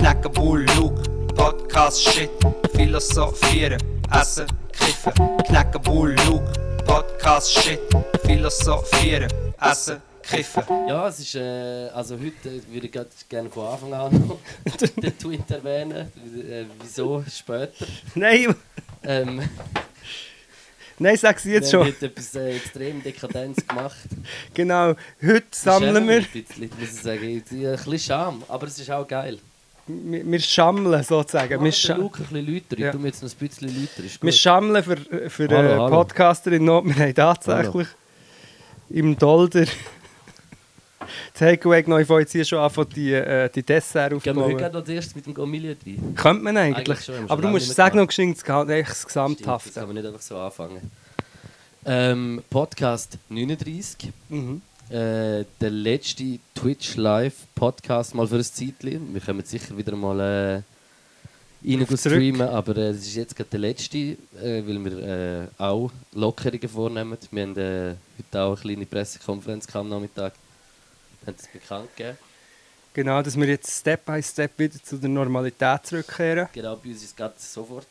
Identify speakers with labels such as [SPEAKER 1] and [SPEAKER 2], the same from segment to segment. [SPEAKER 1] snacken, Bull, Luke, Podcast, Shit, Philosophieren, Essen, Kiffen. Knacken, Bull, Luke, Podcast, Shit, Philosophieren, Essen, Kiffen.
[SPEAKER 2] Ja, es ist, äh, also heute äh, würde ich grad gerne von Anfang an noch den Tweet erwähnen. Äh, wieso später?
[SPEAKER 3] Nein,
[SPEAKER 2] Ähm,
[SPEAKER 3] nein, sag sie jetzt
[SPEAKER 2] wir haben
[SPEAKER 3] schon.
[SPEAKER 2] heute etwas äh, extrem Dekadenz gemacht.
[SPEAKER 3] Genau, heute sammeln wir,
[SPEAKER 2] Ein bisschen, muss ich sagen. äh, Ein bisschen Scham, aber es ist auch geil.
[SPEAKER 3] wir wir schammeln sozusagen. Wir,
[SPEAKER 2] Mach den
[SPEAKER 3] scha
[SPEAKER 2] Luke ein bisschen läuter.
[SPEAKER 3] Ja.
[SPEAKER 2] Ich tu mir jetzt noch ein bisschen läuter. Ist
[SPEAKER 3] wir
[SPEAKER 2] gut.
[SPEAKER 3] schammeln für, für
[SPEAKER 2] Hallo,
[SPEAKER 3] äh,
[SPEAKER 2] hallo.
[SPEAKER 3] Podcaster in Not. Wir haben tatsächlich im Dolder Takeaway genommen. Ich wollte jetzt hier schon anfangen, die, äh, die Dessert
[SPEAKER 2] Gehen wir heute
[SPEAKER 3] aufzubauen.
[SPEAKER 2] gerade als erstes mit dem Gomilia rein.
[SPEAKER 3] Könnte man eigentlich.
[SPEAKER 2] Eigentlich schon, haben wir
[SPEAKER 3] aber du
[SPEAKER 2] schon
[SPEAKER 3] musst
[SPEAKER 2] lange
[SPEAKER 3] sagen,
[SPEAKER 2] nicht
[SPEAKER 3] noch geschwind das Geha- eigentlich das
[SPEAKER 2] Das kann
[SPEAKER 3] Gesamthafte.
[SPEAKER 2] man nicht einfach so anfangen. Ähm, Podcast 39.
[SPEAKER 3] Mhm.
[SPEAKER 2] Äh, der letzte Twitch Live Podcast mal für ein Zeitchen. Wir kommen sicher wieder mal äh, rein
[SPEAKER 3] Zurück.
[SPEAKER 2] streamen, aber äh, es ist jetzt gerade der letzte, äh, weil wir äh, auch Lockerungen vornehmen. Wir haben äh, heute auch eine kleine Pressekonferenz gehabt am Nachmittag. Haben das bekannt gegeben.
[SPEAKER 3] Genau, dass wir jetzt Step by Step wieder zu der Normalität zurückkehren.
[SPEAKER 2] Genau, bei uns ist es gerade sofort.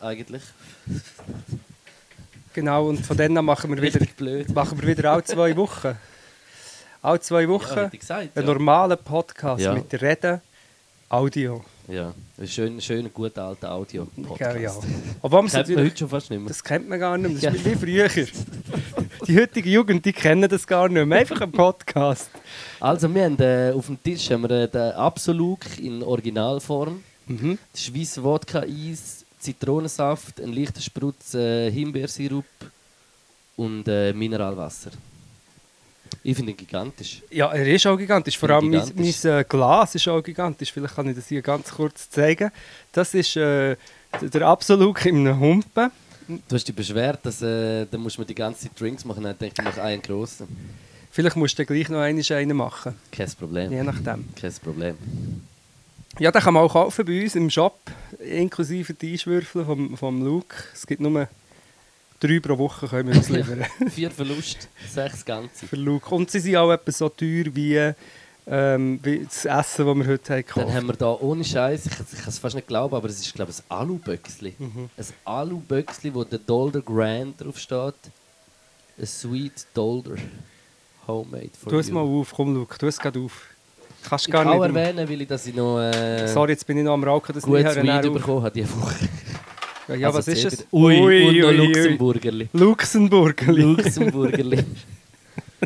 [SPEAKER 2] Eigentlich.
[SPEAKER 3] Genau, und von dann an machen wir wieder,
[SPEAKER 2] Richtig blöd.
[SPEAKER 3] machen wir wieder alle zwei Wochen. Alle zwei
[SPEAKER 2] Ja,
[SPEAKER 3] Wochen.
[SPEAKER 2] hätte ich gesagt. Ja.
[SPEAKER 3] Ein normaler Podcast
[SPEAKER 2] Ja.
[SPEAKER 3] mit Reden, Audio.
[SPEAKER 2] ja. Ein schöner, schöner guter alter
[SPEAKER 3] Gell, ja.
[SPEAKER 2] Audio-Podcast. Das
[SPEAKER 3] Obwohl man's
[SPEAKER 2] kennt man
[SPEAKER 3] natürlich,
[SPEAKER 2] heute schon fast nicht mehr.
[SPEAKER 3] das kennt man gar nicht mehr, das ist wie früher. Die heutige Jugend, die kennen das gar nicht mehr. Einfach ein Podcast.
[SPEAKER 2] Also wir haben äh, auf dem Tisch haben wir, äh, den Absolut in Originalform,
[SPEAKER 3] Mhm.
[SPEAKER 2] das ist Weiss Wodka Eis, Zitronensaft, ein leichter Sprutz äh, Himbeersirup und äh, Mineralwasser. Ich finde ihn gigantisch.
[SPEAKER 3] Ja, er ist auch gigantisch. Vor allem mein, mein
[SPEAKER 2] Gigantisch.
[SPEAKER 3] äh, Glas ist auch gigantisch. Vielleicht kann ich das hier ganz kurz zeigen. Das ist äh, d- der Absolut in einem Humpen.
[SPEAKER 2] Du hast dich beschwert, dass äh, da muss man die ganze Zeit Drinks machen. Dann denke ich, ah, ich mache einen grossen.
[SPEAKER 3] Vielleicht musst du dann gleich noch einmal einen machen.
[SPEAKER 2] Kein Problem.
[SPEAKER 3] Je nachdem.
[SPEAKER 2] Kein Problem.
[SPEAKER 3] Ja, den kann man auch kaufen bei uns im Shop, inklusive die Einschwürfel vom, vom Luke. Es gibt nur drei pro Woche, können wir uns liefern
[SPEAKER 2] Vier Verlust, sechs Ganze.
[SPEAKER 3] für Luke. Und sie sind auch etwa so teuer wie, ähm, wie das Essen, das wir heute haben
[SPEAKER 2] Dann
[SPEAKER 3] gekauft
[SPEAKER 2] haben wir da ohne Scheiß, ich, ich kann es fast nicht glauben, aber es ist glaube ich ein Aluböckli.
[SPEAKER 3] Mhm.
[SPEAKER 2] Ein Aluböckli, wo der Dolder Grand drauf steht. A sweet Dolder. Homemade for
[SPEAKER 3] Tu es
[SPEAKER 2] you.
[SPEAKER 3] mal auf, komm Luke, tu es gerade auf. Kannst
[SPEAKER 2] ich
[SPEAKER 3] gar
[SPEAKER 2] kann auch
[SPEAKER 3] nicht...
[SPEAKER 2] erwähnen, weil ich dass ich noch äh,
[SPEAKER 3] Sorry, jetzt bin ich noch am Rauchen, das
[SPEAKER 2] gutes
[SPEAKER 3] nicht
[SPEAKER 2] Wein
[SPEAKER 3] hören auf.
[SPEAKER 2] bekommen habe diese Woche.
[SPEAKER 3] Ja, ja
[SPEAKER 2] Also
[SPEAKER 3] was ist
[SPEAKER 2] das
[SPEAKER 3] es?
[SPEAKER 2] eben- Ui, und noch
[SPEAKER 3] ui, ui.
[SPEAKER 2] Luxemburgerli.
[SPEAKER 3] Luxemburgerli.
[SPEAKER 2] Luxemburgerli.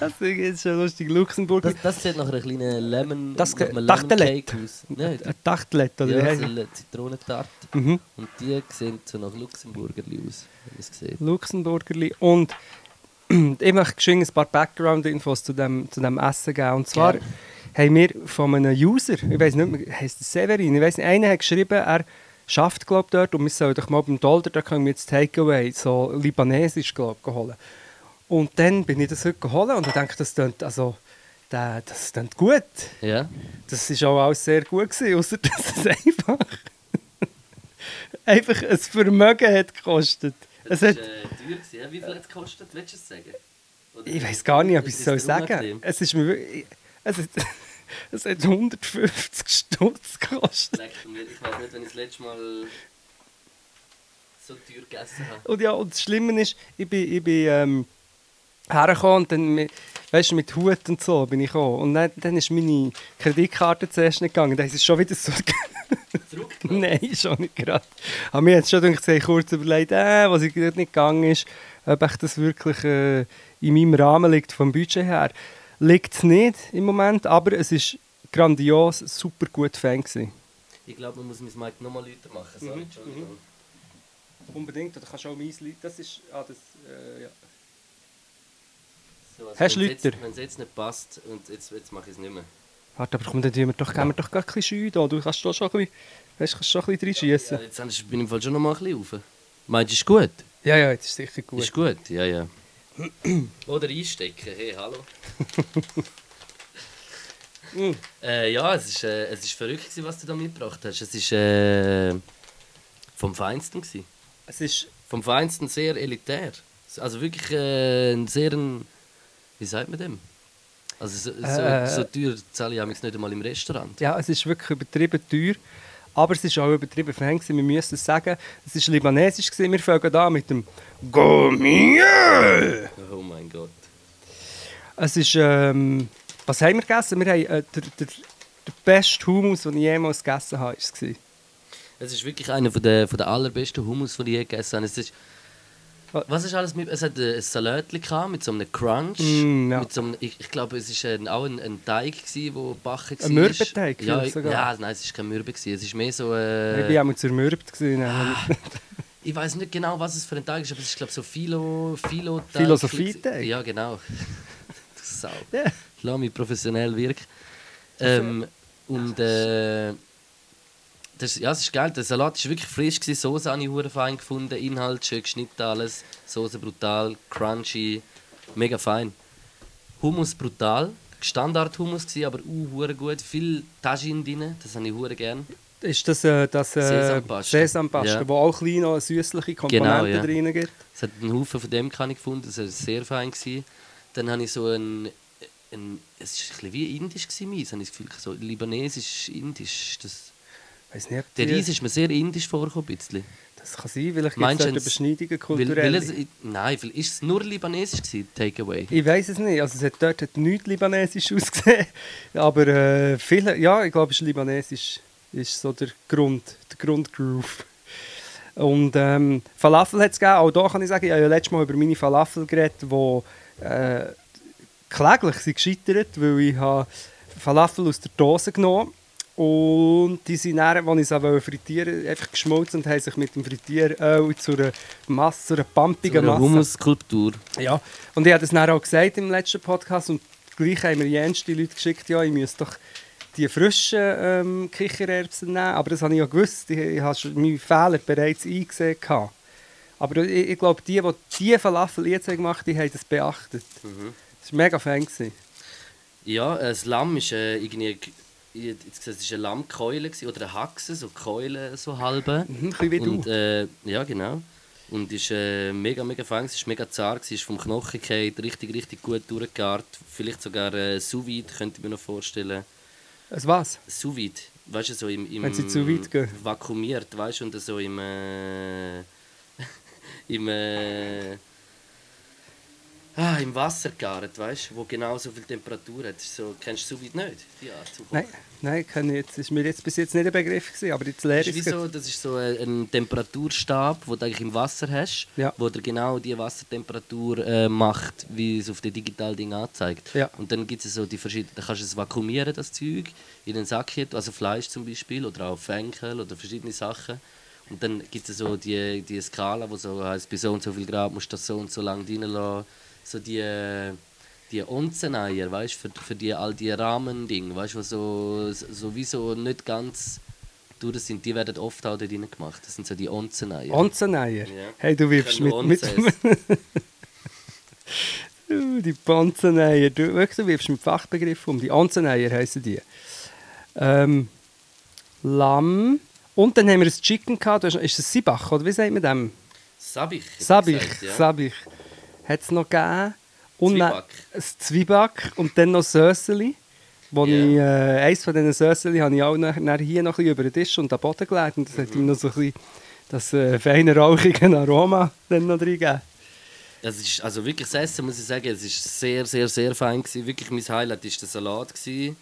[SPEAKER 3] das ist schon lustig, Luxemburgerli.
[SPEAKER 2] Das, das sieht nach einer kleinen Lemon,
[SPEAKER 3] Das-
[SPEAKER 2] nach einem
[SPEAKER 3] Tachtelet.
[SPEAKER 2] Lemon Cake aus. Nein,
[SPEAKER 3] Ein Tachtelett,
[SPEAKER 2] ja,
[SPEAKER 3] oder wie
[SPEAKER 2] so
[SPEAKER 3] heisst
[SPEAKER 2] eine Zitronentarte.
[SPEAKER 3] es? Mhm.
[SPEAKER 2] Und die sehen so nach Luxemburgerli aus, wenn man es sieht.
[SPEAKER 3] Luxemburgerli. Und ich möchte geschwind ein paar Background-Infos zu dem, zu dem Essen geben. Und zwar
[SPEAKER 2] Gerne.
[SPEAKER 3] haben wir von einem User, ich weiß nicht mehr, heisst es Severin, ich weiß nicht, einer hat geschrieben, er schafft glaube dort und wir sollen doch mal beim Dolder, da können wir jetzt Takeaway, so libanesisch glaube ich, holen. Und dann bin ich das heute geholt und ich denke, das klingt, also, da- das klingt gut.
[SPEAKER 2] Ja?
[SPEAKER 3] Das war auch alles sehr gut, gewesen, außer dass es einfach, einfach ein Vermögen hat gekostet. Es
[SPEAKER 2] war
[SPEAKER 3] hat,
[SPEAKER 2] äh, teuer. Gewesen. Wie viel hat es gekostet? Willst du es sagen? Oder-
[SPEAKER 3] Ich weiß gar nicht, ob ich
[SPEAKER 2] Ist
[SPEAKER 3] es
[SPEAKER 2] es
[SPEAKER 3] soll
[SPEAKER 2] dir
[SPEAKER 3] sagen
[SPEAKER 2] unangenehm?
[SPEAKER 3] Es ist mir wirklich- es hat, es hat 150 Stutz gekostet.
[SPEAKER 2] Leck mir, Ich weiß nicht, wenn ich das letzte Mal so teuer gegessen habe.
[SPEAKER 3] Und ja, und das Schlimme ist, ich bin, ich bin ähm, hergekommen und dann, mit- weißt du, mit Hut und so bin ich gekommen. Und dann, dann ist meine Kreditkarte zuerst nicht gegangen. Dann ist es schon wieder so...
[SPEAKER 2] Zurückgenommen?
[SPEAKER 3] Nein, schon nicht gerade. Aber mir hat es schon gedacht, ich habe kurz überlegt, äh, was ich dort nicht gegangen ist, ob ich das wirklich äh, in meinem Rahmen liegt, vom Budget her. Liegt es nicht im Moment, aber es ist grandios, super gut Fan gewesen.
[SPEAKER 2] Ich glaube, man muss mein Mic nochmal lauter machen. Sorry,
[SPEAKER 3] Mhm,
[SPEAKER 2] Entschuldigung.
[SPEAKER 3] Unbedingt, oder kannst du auch mein Lied, das ist, ah, das, ja.
[SPEAKER 2] So, also
[SPEAKER 3] Hast du
[SPEAKER 2] wenn's
[SPEAKER 3] lauter?
[SPEAKER 2] jetzt- Wenn es jetzt nicht passt, und jetzt, jetzt mache ich es nicht mehr.
[SPEAKER 3] Warte, aber komm, dann tun wir doch, gehen wir doch gerade ein bisschen Scheu da, du kannst da schon ein bisschen, weißt, kannst schon ein bisschen
[SPEAKER 2] Ja,
[SPEAKER 3] reinschiessen.
[SPEAKER 2] jetzt hab ich- bin ich im Fall schon nochmal ein bisschen rauf. Meinst du, ist gut?
[SPEAKER 3] Ja, ja, jetzt ist sicher gut.
[SPEAKER 2] Ist gut, ja, ja. Oder einstecken, hey, hallo.
[SPEAKER 3] Mm.
[SPEAKER 2] Äh, ja, es ist, äh, es ist verrückt, gewesen, was du da mitgebracht hast. Es ist äh, vom Feinsten. Gewesen.
[SPEAKER 3] Es ist,
[SPEAKER 2] Vom Feinsten sehr elitär. Also wirklich äh, ein sehr. Ein, wie sagt man dem? Also so, so,
[SPEAKER 3] Äh.
[SPEAKER 2] so teuer zahle ich amigs nicht einmal im Restaurant.
[SPEAKER 3] Ja, es ist wirklich übertrieben teuer. Aber es ist auch übertrieben fein. gewesen. Wir müssen es sagen, es war libanesisch. gewesen. Wir fangen an mit dem Gourmet.
[SPEAKER 2] Oh mein Gott.
[SPEAKER 3] Es ist, ähm, was haben wir gegessen? Wir haben, äh, der, der, der beste Hummus, den ich jemals gegessen habe, ist es gewesen.
[SPEAKER 2] Es ist wirklich einer von der, von der allerbesten Hummus, die ich je gegessen habe. Es ist,
[SPEAKER 3] Wa-
[SPEAKER 2] was ist alles mit? Es hat äh, ein Salatli gehabt mit so einem Crunch.
[SPEAKER 3] Mm, ja.
[SPEAKER 2] mit so einem, ich, ich glaube, es ist ein, auch ein, ein Teig, gewesen, der gebacken war.
[SPEAKER 3] Mürbeteig
[SPEAKER 2] ja,
[SPEAKER 3] vielleicht
[SPEAKER 2] ich-
[SPEAKER 3] sogar.
[SPEAKER 2] ja, nein, es war kein Mürbe. Gewesen. Es ist mehr so.
[SPEAKER 3] ich bin
[SPEAKER 2] Äh,
[SPEAKER 3] auch mal zermürbt. Gewesen, ah,
[SPEAKER 2] ich weiß nicht genau, was es für ein Teig ist, aber es ist, glaube ich, so Philo, Philo
[SPEAKER 3] Philosophieteig?
[SPEAKER 2] Ja, genau. Du Sau.
[SPEAKER 3] Ja.
[SPEAKER 2] Lass mich professionell wirken. Ähm, und äh, das, ja, es ist geil. Der Salat war wirklich frisch. Gewesen. Soße habe ich hure fein gefunden. Inhalt schön geschnitten alles. Soße brutal, crunchy, mega fein. Hummus brutal. Standard Hummus gewesen, aber uh, hure gut. Viel Tajin drin, das habe ich hure gern.
[SPEAKER 3] ist das äh, das äh,
[SPEAKER 2] Sesampaste.
[SPEAKER 3] Sesampaste,
[SPEAKER 2] Ja. Genau,
[SPEAKER 3] wo auch kleine noch süßliche Komponenten
[SPEAKER 2] ja.
[SPEAKER 3] drin gibt?
[SPEAKER 2] Es hat einen Haufen von dem kann ich gefunden, das war sehr fein. Gewesen. Dann habe ich so ein, ein es ist ein bisschen wie indisch gewesen, meins, habe ich das Gefühl, so libanesisch, indisch. Das,
[SPEAKER 3] Weiß nicht, ob
[SPEAKER 2] der
[SPEAKER 3] die-
[SPEAKER 2] Reis ist mir sehr indisch vorgekommen, ein bisschen.
[SPEAKER 3] Das kann sein, vielleicht gibt es
[SPEAKER 2] Meinst
[SPEAKER 3] dort
[SPEAKER 2] du, es-
[SPEAKER 3] Überschneidungen
[SPEAKER 2] Weil,
[SPEAKER 3] kulturell.
[SPEAKER 2] weil es, nein, weil ist es nur libanesisch gewesen, Takeaway?
[SPEAKER 3] Ich weiß es nicht. Also es hat dort hat nichts libanesisch ausgesehen. Aber äh, viele, ja, ich glaube, es ist libanesisch ist so der Grund, der Grundgroove. Und ähm, Falafel hat es gegeben. Auch da kann ich sagen, ich habe ja letztes Mal über meine Falafel geredet, die äh, kläglich sind gescheitert, weil ich habe Falafel aus der Dose genommen und die sind dann, als ich sie wollte frittieren wollte, einfach geschmolzen und haben sich mit dem Frittieröl zu einer Masse, zu einer
[SPEAKER 2] So
[SPEAKER 3] pampigen
[SPEAKER 2] eine
[SPEAKER 3] Masse
[SPEAKER 2] Hummuskultur.
[SPEAKER 3] ja, und ich habe das dann auch gesagt im letzten Podcast und gleich haben mir Jens die Leute geschickt, ja, ich müsste doch die frischen ähm, Kichererbsen nehmen, aber das habe ich ja gewusst, ich, ich habe schon meinen Fehler bereits eingesehen. gehabt. Aber ich, ich glaube, die, die diese Falafel jetzt haben gemacht haben, die haben das beachtet.
[SPEAKER 2] Mhm.
[SPEAKER 3] Das war mega fein. gewesen.
[SPEAKER 2] Ja, äh, das Lamm ist äh, irgendwie, ich hätte jetzt gesagt, es war eine Lammkeule gewesen, oder eine Haxe, so Keule, so halbe.
[SPEAKER 3] Mhm, ein bisschen wie du.
[SPEAKER 2] Und, äh, ja, genau. Und ist äh, mega, mega fein, es war mega zart, gewesen, ist vom Knochen gefallen, richtig, richtig gut durchgegart. Vielleicht sogar äh, Sous-Vide, könnte ich mir noch vorstellen.
[SPEAKER 3] Also was?
[SPEAKER 2] Sous-Vide, weißt du, so im, im
[SPEAKER 3] Wenn sie zu weit gehen.
[SPEAKER 2] vakuumiert, weißt du, und so im äh, im äh, ah, im Wasser gegart, weißt du, wo genau so viel Temperatur hat. Ist So, kennst du Sous-Vide nicht, die Art zum Kochen?
[SPEAKER 3] Nein, nein, kann ich jetzt. Das ist mir jetzt bis jetzt nicht ein Begriff gewesen, aber jetzt lehre
[SPEAKER 2] Das ist, wie
[SPEAKER 3] ich es.
[SPEAKER 2] so, das ist so ein ein Temperaturstab, den du eigentlich im Wasser hast,
[SPEAKER 3] Ja.
[SPEAKER 2] wo der genau die Wassertemperatur äh, macht, wie es auf dem digitalen Ding anzeigt.
[SPEAKER 3] Ja.
[SPEAKER 2] Und dann gibt es so die verschiedenen, dann kannst du es vakuumieren, das Zeug, in einen Sack, hier, also Fleisch zum Beispiel, oder auch Fenkel oder verschiedene Sachen. Und dann gibt es so die, die Skala, wo so heisst, bei so und so viel Grad musst du das so und so lang reinlassen. So die, äh, die Onzeneier, weißt du, für, für die, all die Rahmendinge, weißt du, wo so, so wie so nicht ganz durch sind, die werden oft auch dort rein gemacht. Das sind so die Onzeneier.
[SPEAKER 3] Onzeneier.
[SPEAKER 2] Ja.
[SPEAKER 3] Hey, du wirfst
[SPEAKER 2] Können
[SPEAKER 3] mit,
[SPEAKER 2] nur
[SPEAKER 3] mit,
[SPEAKER 2] Onsen
[SPEAKER 3] Uh, die Panzeneier. Du, wirklich, du wirfst mit Fachbegriff um. Die Anzeneier heissen die. Ähm, Lamm. Und dann haben wir ein Chicken gehabt. Du hast, ist das Sibach, oder wie sagt man dem?
[SPEAKER 2] Sabich. hätte ich
[SPEAKER 3] Sabich.
[SPEAKER 2] gesagt, ja.
[SPEAKER 3] Sabich. Hat es noch gegeben. Und dann-
[SPEAKER 2] Zwieback.
[SPEAKER 3] Ein Zwieback. Und dann noch Söseli. Wo
[SPEAKER 2] Ja.
[SPEAKER 3] ich, äh, eins von diesen Söseli habe ich auch nach, nach hier noch ein bisschen über den Tisch und am Boden gelegt. Und das
[SPEAKER 2] Mhm.
[SPEAKER 3] hat ihm noch so ein bisschen das äh, feine, rauchige Aroma dann noch reingegeben.
[SPEAKER 2] Das ist also wirklich das Essen, muss ich sagen, es ist sehr, sehr, sehr fein gewesen. Wirklich mein Highlight war der Salat gewesen.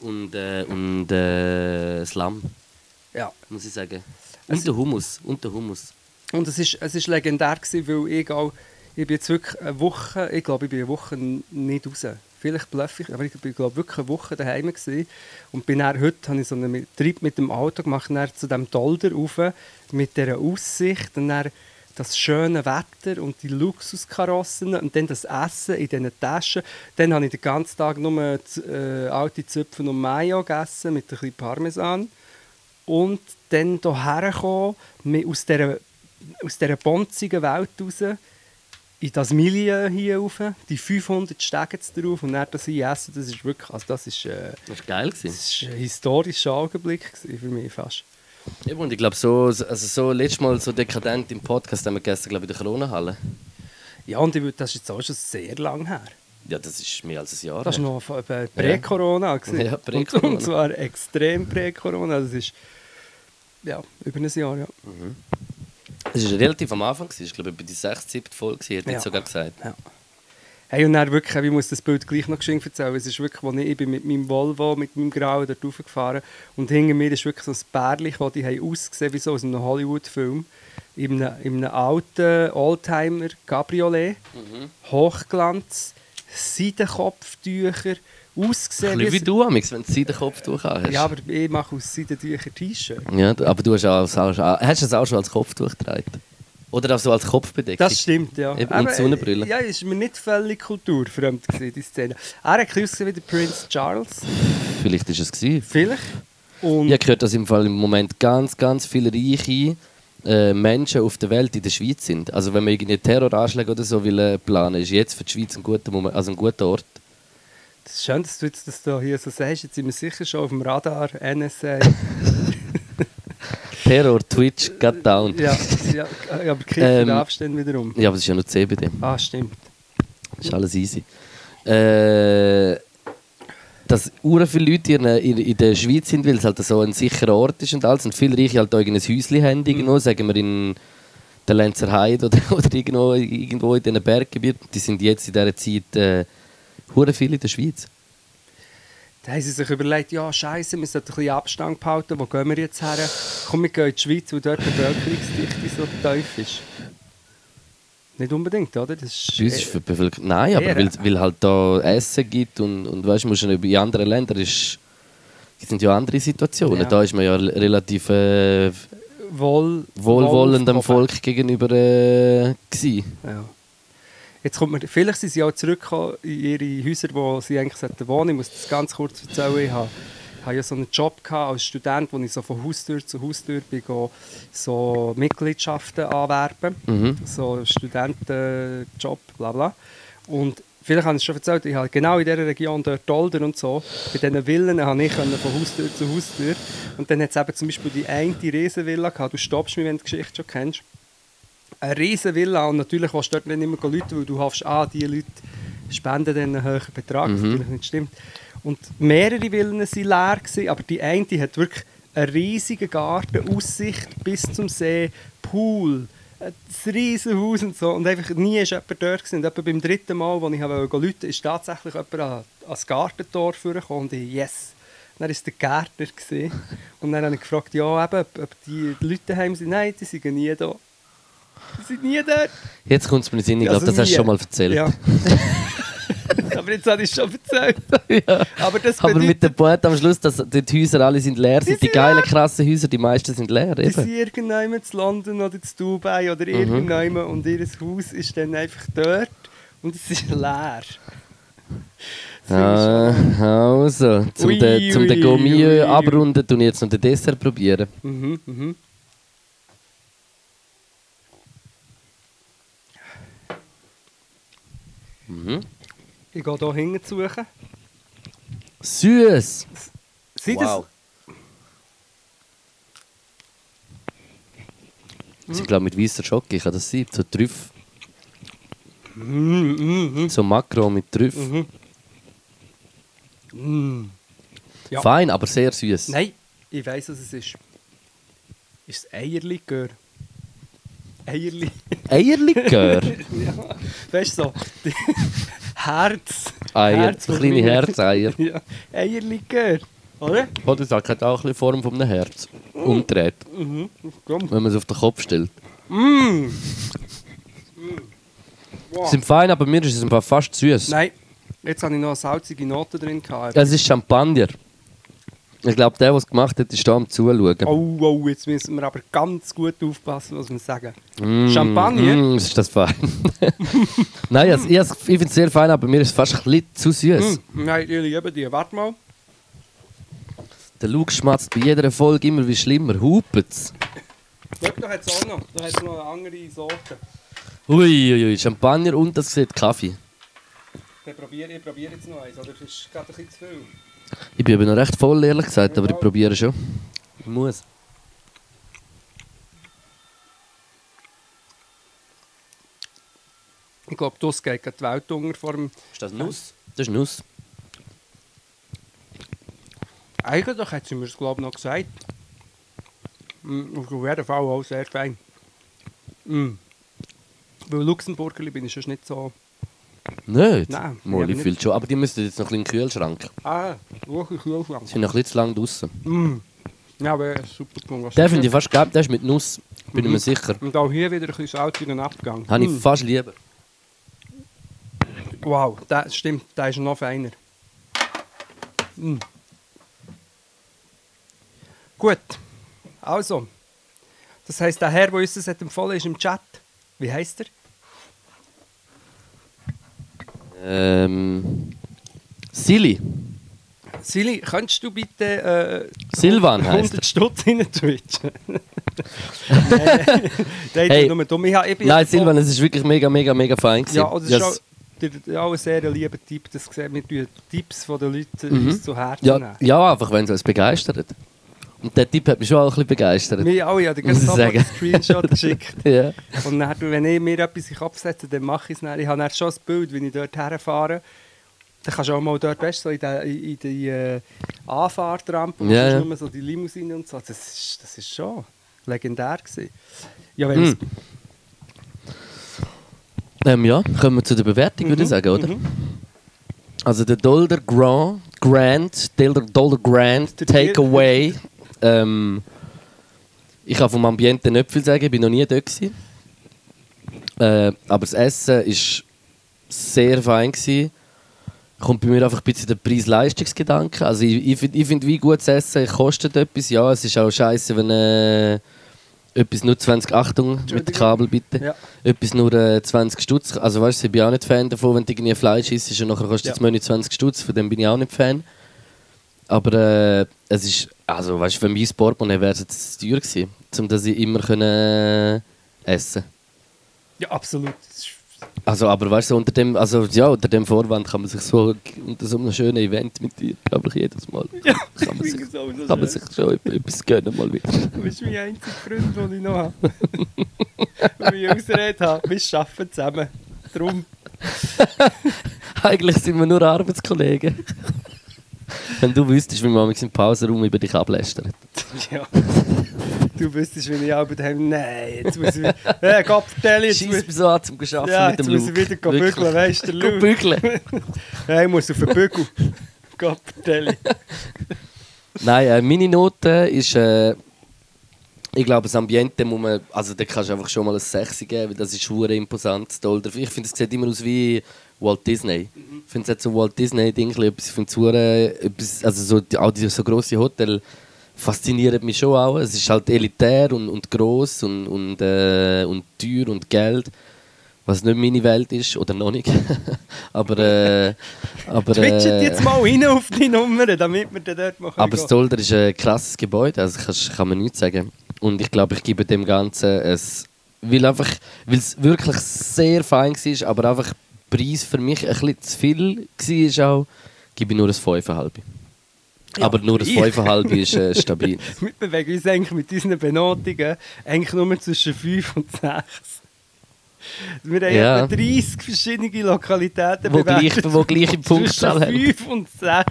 [SPEAKER 2] und, äh, und äh, das Lamm,
[SPEAKER 3] Ja.
[SPEAKER 2] muss ich sagen. Und der Hummus, und der Hummus.
[SPEAKER 3] Und es ist, es ist legendär, gewesen, weil ich auch, ich bin jetzt wirklich eine Woche, ich glaube, ich bin eine Woche n- nicht raus. Vielleicht bluff ich, aber ich bin glaube wirklich eine Woche daheim gewesen. und bin dann, heute habe ich so einen Trip mit dem Auto gemacht, dann zu dem Dolder rauf, mit dieser Aussicht und dann das schöne Wetter und die Luxuskarossen und dann das Essen in diesen Taschen. Dann habe ich den ganzen Tag nur Z- äh, alte Zöpfe und Mayo gegessen mit ein bisschen Parmesan und dann hierher gekommen, mi- aus dieser, aus dieser bonzigen Welt raus, in das Milieu hier rauf, die 500 Stege jetzt drauf und dann das hier essen, das ist wirklich, also das ist, äh,
[SPEAKER 2] Das war geil. Gewesen.
[SPEAKER 3] das ist ein historischer Augenblick gewesen für mich fast.
[SPEAKER 2] Eben, und ich glaube, so, also so letztes Mal so dekadent im Podcast haben wir gestern, glaube ich, in der Kronenhalle.
[SPEAKER 3] Ja, und ich, würd- das ist jetzt auch schon sehr lange her.
[SPEAKER 2] Ja, das ist mehr als ein Jahr.
[SPEAKER 3] Das
[SPEAKER 2] her.
[SPEAKER 3] war noch vor- äh, Prä-Corona. gewesen.
[SPEAKER 2] Ja,
[SPEAKER 3] und,
[SPEAKER 2] Prä-Corona.
[SPEAKER 3] und zwar extrem Prä-Corona. Das ist ja, über ein Jahr, ja.
[SPEAKER 2] Das war relativ am Anfang, gewesen. ich glaube, bei die 6, 7 Folge, gewesen, hat
[SPEAKER 3] Ja.
[SPEAKER 2] er sogar gesagt.
[SPEAKER 3] Ja. Hey, und dann wirklich, ich muss das Bild gleich noch geschenkt erzählen. Es ist wirklich, als ich, ich bin mit meinem Volvo, mit meinem Grauen dort raufgefahren und hinter mir ist wirklich so ein Bärlich, das die haben ausgesehen wie so aus einem Hollywood-Film. In einem, in einem alten Oldtimer Cabriolet,
[SPEAKER 2] Mhm.
[SPEAKER 3] Hochglanz,
[SPEAKER 2] Ein
[SPEAKER 3] Seidenkopftücher, ausgesehen
[SPEAKER 2] bisschen wie
[SPEAKER 3] ein-
[SPEAKER 2] du, Amix, wenn du sie den Kopf durch hast.
[SPEAKER 3] Ja, aber ich mache aus Seidentüchern T-Shirt.
[SPEAKER 2] Ja, du- aber du hast, auch, hast, hast es auch schon als Kopftuch getragen. Oder auch so als Kopfbedeckung.
[SPEAKER 3] Das stimmt, ja.
[SPEAKER 2] Eben, und
[SPEAKER 3] Aber, äh,
[SPEAKER 2] Sonnenbrille.
[SPEAKER 3] Ja, ist mir nicht völlig kulturfremd gewesen, die Szene. Er hat ein bisschen ausgesehen wie der Prince Charles.
[SPEAKER 2] Vielleicht ist es gewesen.
[SPEAKER 3] Vielleicht. Und
[SPEAKER 2] Ich habe gehört, dass im, Fall im Moment ganz, ganz viele reiche äh, Menschen auf der Welt in der Schweiz sind. Also wenn man irgendwie Terroranschläge oder so will äh, planen, ist jetzt für die Schweiz ein guter, Moment, also ein guter Ort.
[SPEAKER 3] es ist schön, dass du jetzt das da hier so sagst. Jetzt sind wir sicher schon auf dem Radar, NSA.
[SPEAKER 2] Terror, Twitch, get down. Ja,
[SPEAKER 3] ja, ja, aber Kinder
[SPEAKER 2] Ähm,
[SPEAKER 3] Abstände wiederum.
[SPEAKER 2] aber es ist ja nur CBD.
[SPEAKER 3] um. Ah, stimmt.
[SPEAKER 2] Ist alles easy. Äh, dass ure viele Leute in, in, in der Schweiz sind, weil es halt so ein sicherer Ort ist und alles. Und viele Reiche halt auch irgendein Häuschen
[SPEAKER 3] Mhm.
[SPEAKER 2] haben, irgendwo, sagen wir in der Lenzer Heide oder, oder irgendwo, irgendwo in diesen Berggebieten. Die sind jetzt in dieser Zeit äh, hure viele in der Schweiz.
[SPEAKER 3] Da haben sie sich überlegt, ja, scheiße, wir sollten ein bisschen Abstand behalten. Wo gehen wir jetzt her? Komm, wir gehen in die Schweiz, wo dort die Bevölkerungsdichte so tief ist. Nicht unbedingt, oder? Das ist,
[SPEAKER 2] Bei uns ist für die Bevölkerung... Nein, aber
[SPEAKER 3] Äh, eher-
[SPEAKER 2] weil, weil halt da Essen gibt und, und weißt, musst du nicht- in anderen Ländern ist, sind ja andere Situationen.
[SPEAKER 3] Ja.
[SPEAKER 2] Da ist man ja relativ... Äh,
[SPEAKER 3] wohl,
[SPEAKER 2] wohlwollend
[SPEAKER 3] wohl-
[SPEAKER 2] dem Volk gegenüber äh, gsi.
[SPEAKER 3] Ja. Jetzt kommt man, vielleicht sind sie auch zurückgekommen in ihre Häuser, wo sie eigentlich sollten wohnen. Ich muss das ganz kurz erzählen. Ich habe, ich habe ja so einen Job gehabt als Student, wo ich so von Haustür zu Haustür bin, go so Mitgliedschaften anwerben. So Studentenjob, bla bla. Und vielleicht habe ich es schon erzählt, ich habe genau in dieser Region dort Dolder und so, bei diesen Villen habe ich können von Haustür zu Haustür. Und dann hat es eben zum Beispiel die eine Riesenvilla gehabt. Du stoppst mich, wenn du die Geschichte schon kennst eine riesen Villa und natürlich willst du dort nicht immer Leute, weil du hoffst, ah, die Leute spenden dann einen höheren Betrag, was natürlich nicht stimmt. Und mehrere Villen waren leer, gewesen, aber die eine die hat wirklich einen riesigen Garten, Aussicht bis zum See, Pool, ein riesiges Haus und so. Und einfach nie war jemand dort. Gewesen. Und etwa beim dritten Mal, als ich Leute wollte, ist tatsächlich jemand an- ans Gartentor vorgekommen und ich, yes, dann war der Gärtner. Gewesen. Und dann habe ich gefragt, ja, eben, ob, ob die Leute daheim sind. Nein, die sind nie da. Die sind nie dort.
[SPEAKER 2] Jetzt kommt es mir in den Sinn, ich glaube,
[SPEAKER 3] Also
[SPEAKER 2] das hast du
[SPEAKER 3] nie.
[SPEAKER 2] schon mal erzählt.
[SPEAKER 3] Ja. Aber jetzt habe ich es schon erzählt. Aber das
[SPEAKER 2] Aber
[SPEAKER 3] bedeutet,
[SPEAKER 2] mit dem Punkt am Schluss, dass die Häuser alle sind leer sind. Die,
[SPEAKER 3] sind
[SPEAKER 2] geilen, krassen Häuser, die meisten sind leer.
[SPEAKER 3] die sind
[SPEAKER 2] Eben. Mhm.
[SPEAKER 3] irgendjemand zu London oder zu Dubai oder irgendjemand und ihr Haus ist dann einfach dort und es ist leer.
[SPEAKER 2] Ah, also, zum
[SPEAKER 3] Ui,
[SPEAKER 2] den, zum den
[SPEAKER 3] ui,
[SPEAKER 2] Gourmet
[SPEAKER 3] ui.
[SPEAKER 2] abrunden, tun jetzt noch den Dessert probieren.
[SPEAKER 3] Mhm, mhm.
[SPEAKER 2] Mhm.
[SPEAKER 3] Ich gehe hier hinten suchen.
[SPEAKER 2] Süß!
[SPEAKER 3] Sind
[SPEAKER 2] Das ist, glaube mit weißer Schocke, kann das sein? So Trüff.
[SPEAKER 3] das... Mhm, mhm,
[SPEAKER 2] So Makro mit Trüff.
[SPEAKER 3] mhm. Mhm. Ja.
[SPEAKER 2] Fein, aber sehr süß.
[SPEAKER 3] Nein, ich weiß, was es ist. Ist es Eierlikör? Eierli.
[SPEAKER 2] Eierlikör.
[SPEAKER 3] Weißt du so? die- Herz.
[SPEAKER 2] Eier,
[SPEAKER 3] von
[SPEAKER 2] kleine
[SPEAKER 3] mir.
[SPEAKER 2] Herzeier.
[SPEAKER 3] Ja. Eierlikör. Oder?
[SPEAKER 2] Oder sagt hat halt auch ein bisschen Form von einem Herz. Umdreht,
[SPEAKER 3] Komm.
[SPEAKER 2] wenn man es auf den Kopf stellt.
[SPEAKER 3] Mm.
[SPEAKER 2] Sie Sind fein, aber mir ist es ein paar fast süß.
[SPEAKER 3] Nein, jetzt habe ich noch eine salzige Note drin. Gehabt.
[SPEAKER 2] Es ist Champagner. Ich glaube, der, der es gemacht hat, ist da am Zuschauen.
[SPEAKER 3] Oh, oh, jetzt müssen wir aber ganz gut aufpassen, was wir sagen.
[SPEAKER 2] Mm,
[SPEAKER 3] Champagner?
[SPEAKER 2] Mm, ist das fein. Nein, also, ich, ich finde es sehr fein, aber mir ist es fast ein bisschen zu süß.
[SPEAKER 3] Mm. Nein, ich liebe die. Warte mal.
[SPEAKER 2] Der Luke schmatzt bei jeder Folge immer wie schlimmer. Hupet's.
[SPEAKER 3] Schau, da hat es auch noch. Da hat noch eine andere Sorte.
[SPEAKER 2] Uiuiui, Champagner und das sieht Kaffee.
[SPEAKER 3] Dann probiere ich probiere jetzt noch eins, oder? Das ist gerade ein bisschen zu viel.
[SPEAKER 2] Ich bin aber noch recht voll, ehrlich gesagt, aber ich probiere schon. Ich muss.
[SPEAKER 3] Ich glaube, das geht gerade die Welt unter vor dem...
[SPEAKER 2] Ist das Nuss? Das ist Nuss.
[SPEAKER 3] Eigentlich hat sie mir das, glaube ich, noch gesagt. Mm, Auf jeden Fall auch sehr fein. Mm. Weil Luxemburger bin ich sonst nicht so...
[SPEAKER 2] Nicht?
[SPEAKER 3] Nein,
[SPEAKER 2] Mal,
[SPEAKER 3] eben
[SPEAKER 2] ich fühle
[SPEAKER 3] nicht.
[SPEAKER 2] schon. Aber die müssten jetzt noch ein bisschen in den Kühlschrank.
[SPEAKER 3] Ah, wirklich Kühlschrank.
[SPEAKER 2] Die sind noch ein bisschen zu lang draußen.
[SPEAKER 3] Mm. Ja, aber er ist super gemacht.
[SPEAKER 2] Den finde ich fast geil. Der ist mit Nuss. Bin
[SPEAKER 3] Mhm.
[SPEAKER 2] ich mir sicher.
[SPEAKER 3] Und auch hier wieder ein bisschen Salz in den Abgang.
[SPEAKER 2] Habe
[SPEAKER 3] Mm.
[SPEAKER 2] ich fast lieber.
[SPEAKER 3] Wow, das stimmt, der ist noch feiner. Mm. Gut, also, das heisst, der Herr, der uns das hat empfohlen ist im Chat, wie heisst er?
[SPEAKER 2] Ähm. Silly.
[SPEAKER 3] Silly, könntest du bitte äh,
[SPEAKER 2] Silvan heisst
[SPEAKER 3] 100 Stutz rein twitchen? Nein, Nein,
[SPEAKER 2] Hey.
[SPEAKER 3] hey. Äh, nur dumm. Ich, hab- ich bin
[SPEAKER 2] Nein, Silvan, es ist wirklich mega, mega, mega fein. gewesen.
[SPEAKER 3] Ja, also das
[SPEAKER 2] Yes.
[SPEAKER 3] ist auch, der- der- auch ein sehr lieber Tipp, das sehen wir, tun Tipps von den Leuten
[SPEAKER 2] Mhm.
[SPEAKER 3] uns zu Herzen
[SPEAKER 2] ja,
[SPEAKER 3] nehmen.
[SPEAKER 2] ja, einfach, wenn es uns begeistert. Und der Typ hat mich schon auch ein bisschen begeistert.
[SPEAKER 3] Wir alle haben den
[SPEAKER 2] Muss ich sagen.
[SPEAKER 3] ganzen Screenshot geschickt.
[SPEAKER 2] Ja.
[SPEAKER 3] Und dann, wenn ich mir etwas ich absetze, dann mache ich es dann. Ich habe dann schon das Bild, wenn ich dort herfahre. Dann kannst du auch mal dort, weißt, du, so in die, in die äh, Anfahrtrampe,
[SPEAKER 2] Ja, ja.
[SPEAKER 3] yeah. nur so die Limousine und so. Das ist, das ist schon legendär gewesen. Ja, wenn
[SPEAKER 2] Hm.
[SPEAKER 3] es-
[SPEAKER 2] Ähm, ja, kommen wir zu der Bewertung, würde ich sagen, oder? Also der Dolder Grand, Grand, Dolder, Dolder Grand
[SPEAKER 3] Der-
[SPEAKER 2] Takeaway. Ähm, ich kann vom Ambiente nicht viel sagen, ich bin noch nie dort. Gewesen. Äh, aber das Essen war sehr fein. Gewesen. Kommt bei mir einfach ein bisschen der Preis-Leistungsgedanke. Also ich, ich finde, ich find, wie gutes Essen kostet etwas. Ja, es ist auch scheiße, wenn äh, etwas nur 20, Achtung, mit
[SPEAKER 3] Entschuldigung.
[SPEAKER 2] Kabel bitte
[SPEAKER 3] ja.
[SPEAKER 2] etwas nur äh, 20 Stutz. Also weißt du, ich bin auch nicht Fan davon, wenn du irgendwie Fleisch isst und nachher kostet
[SPEAKER 3] Ja.
[SPEAKER 2] das Menü 20 Stutz, von dem bin ich auch nicht Fan. Aber äh, es ist, also weißt du, für mein Portemonnaie wäre es jetzt zu teuer gewesen, um dass ich immer können, äh, essen
[SPEAKER 3] ja, absolut. Das ist-
[SPEAKER 2] Also aber weißt du, unter dem, also ja, unter dem Vorwand kann man sich so, unter so einem schönen Event mit dir, glaube ich, jedes Mal,
[SPEAKER 3] Ja,
[SPEAKER 2] kann man
[SPEAKER 3] ich
[SPEAKER 2] sich,
[SPEAKER 3] finde es auch so
[SPEAKER 2] kann man
[SPEAKER 3] schön.
[SPEAKER 2] sich schon et- etwas gönnen mal wieder.
[SPEAKER 3] Du bist mein einziger Freund, den ich noch habe. Weil ich Ausrede habe, wir arbeiten zusammen. Darum,
[SPEAKER 2] Eigentlich sind wir nur Arbeitskollegen. Wenn du wüsstest, wie man manchmal im Pausenraum über dich ablästert.
[SPEAKER 3] ja. Du wüsstest, wenn ich auch bei dem, nein, jetzt muss ich wieder, hey, Gott, Telly, jetzt muss
[SPEAKER 2] Scheiß mich so an, zum Geschaffen
[SPEAKER 3] Ja,
[SPEAKER 2] mit dem
[SPEAKER 3] jetzt muss
[SPEAKER 2] Luke.
[SPEAKER 3] ich wieder gehen bügeln, weißt du, der
[SPEAKER 2] Gehen
[SPEAKER 3] Luke.
[SPEAKER 2] bügeln.
[SPEAKER 3] Hey, ich muss auf den Bügel. Gott, Telly.
[SPEAKER 2] Nein, äh, meine Note ist. Äh, ich glaube, das Ambiente muss man. Also, da kannst du einfach schon mal ein 6 geben, weil das ist hure imposant. das Dolder. Ich finde, es sieht immer aus wie Walt Disney. Ich finde, es hat so ein Walt Disney-Ding. ein bisschen etwas. Ich finde es hure etwas- Also, so, die- auch diese so grosse Hotel fasziniert mich schon auch. Es ist halt elitär und, und gross und, und, äh, und teuer und Geld. Was nicht meine Welt ist, oder noch nicht. aber. Äh, aber
[SPEAKER 3] Twitchet
[SPEAKER 2] äh,
[SPEAKER 3] jetzt mal rein auf die Nummer, damit wir dann dort machen
[SPEAKER 2] aber das Dolder ist ein krasses Gebäude, also kann, kann man nichts sagen. Und ich glaube, ich gebe dem Ganzen ein. Weil einfach, weil es wirklich sehr fein war, aber einfach der Preis für mich ein bisschen zu viel war, auch, gebe ich nur ein 5,5. aber nur ein
[SPEAKER 3] ich.
[SPEAKER 2] 5,5 ist äh, stabil.
[SPEAKER 3] Wir bewegen uns eigentlich mit unseren Benotungen eigentlich nur zwischen 5 und 6. Wir haben
[SPEAKER 2] Ja.
[SPEAKER 3] etwa 30 verschiedene Lokalitäten
[SPEAKER 2] Wo gleich- wo gleiche Punktzahl haben.
[SPEAKER 3] Zwischen 5 und 6.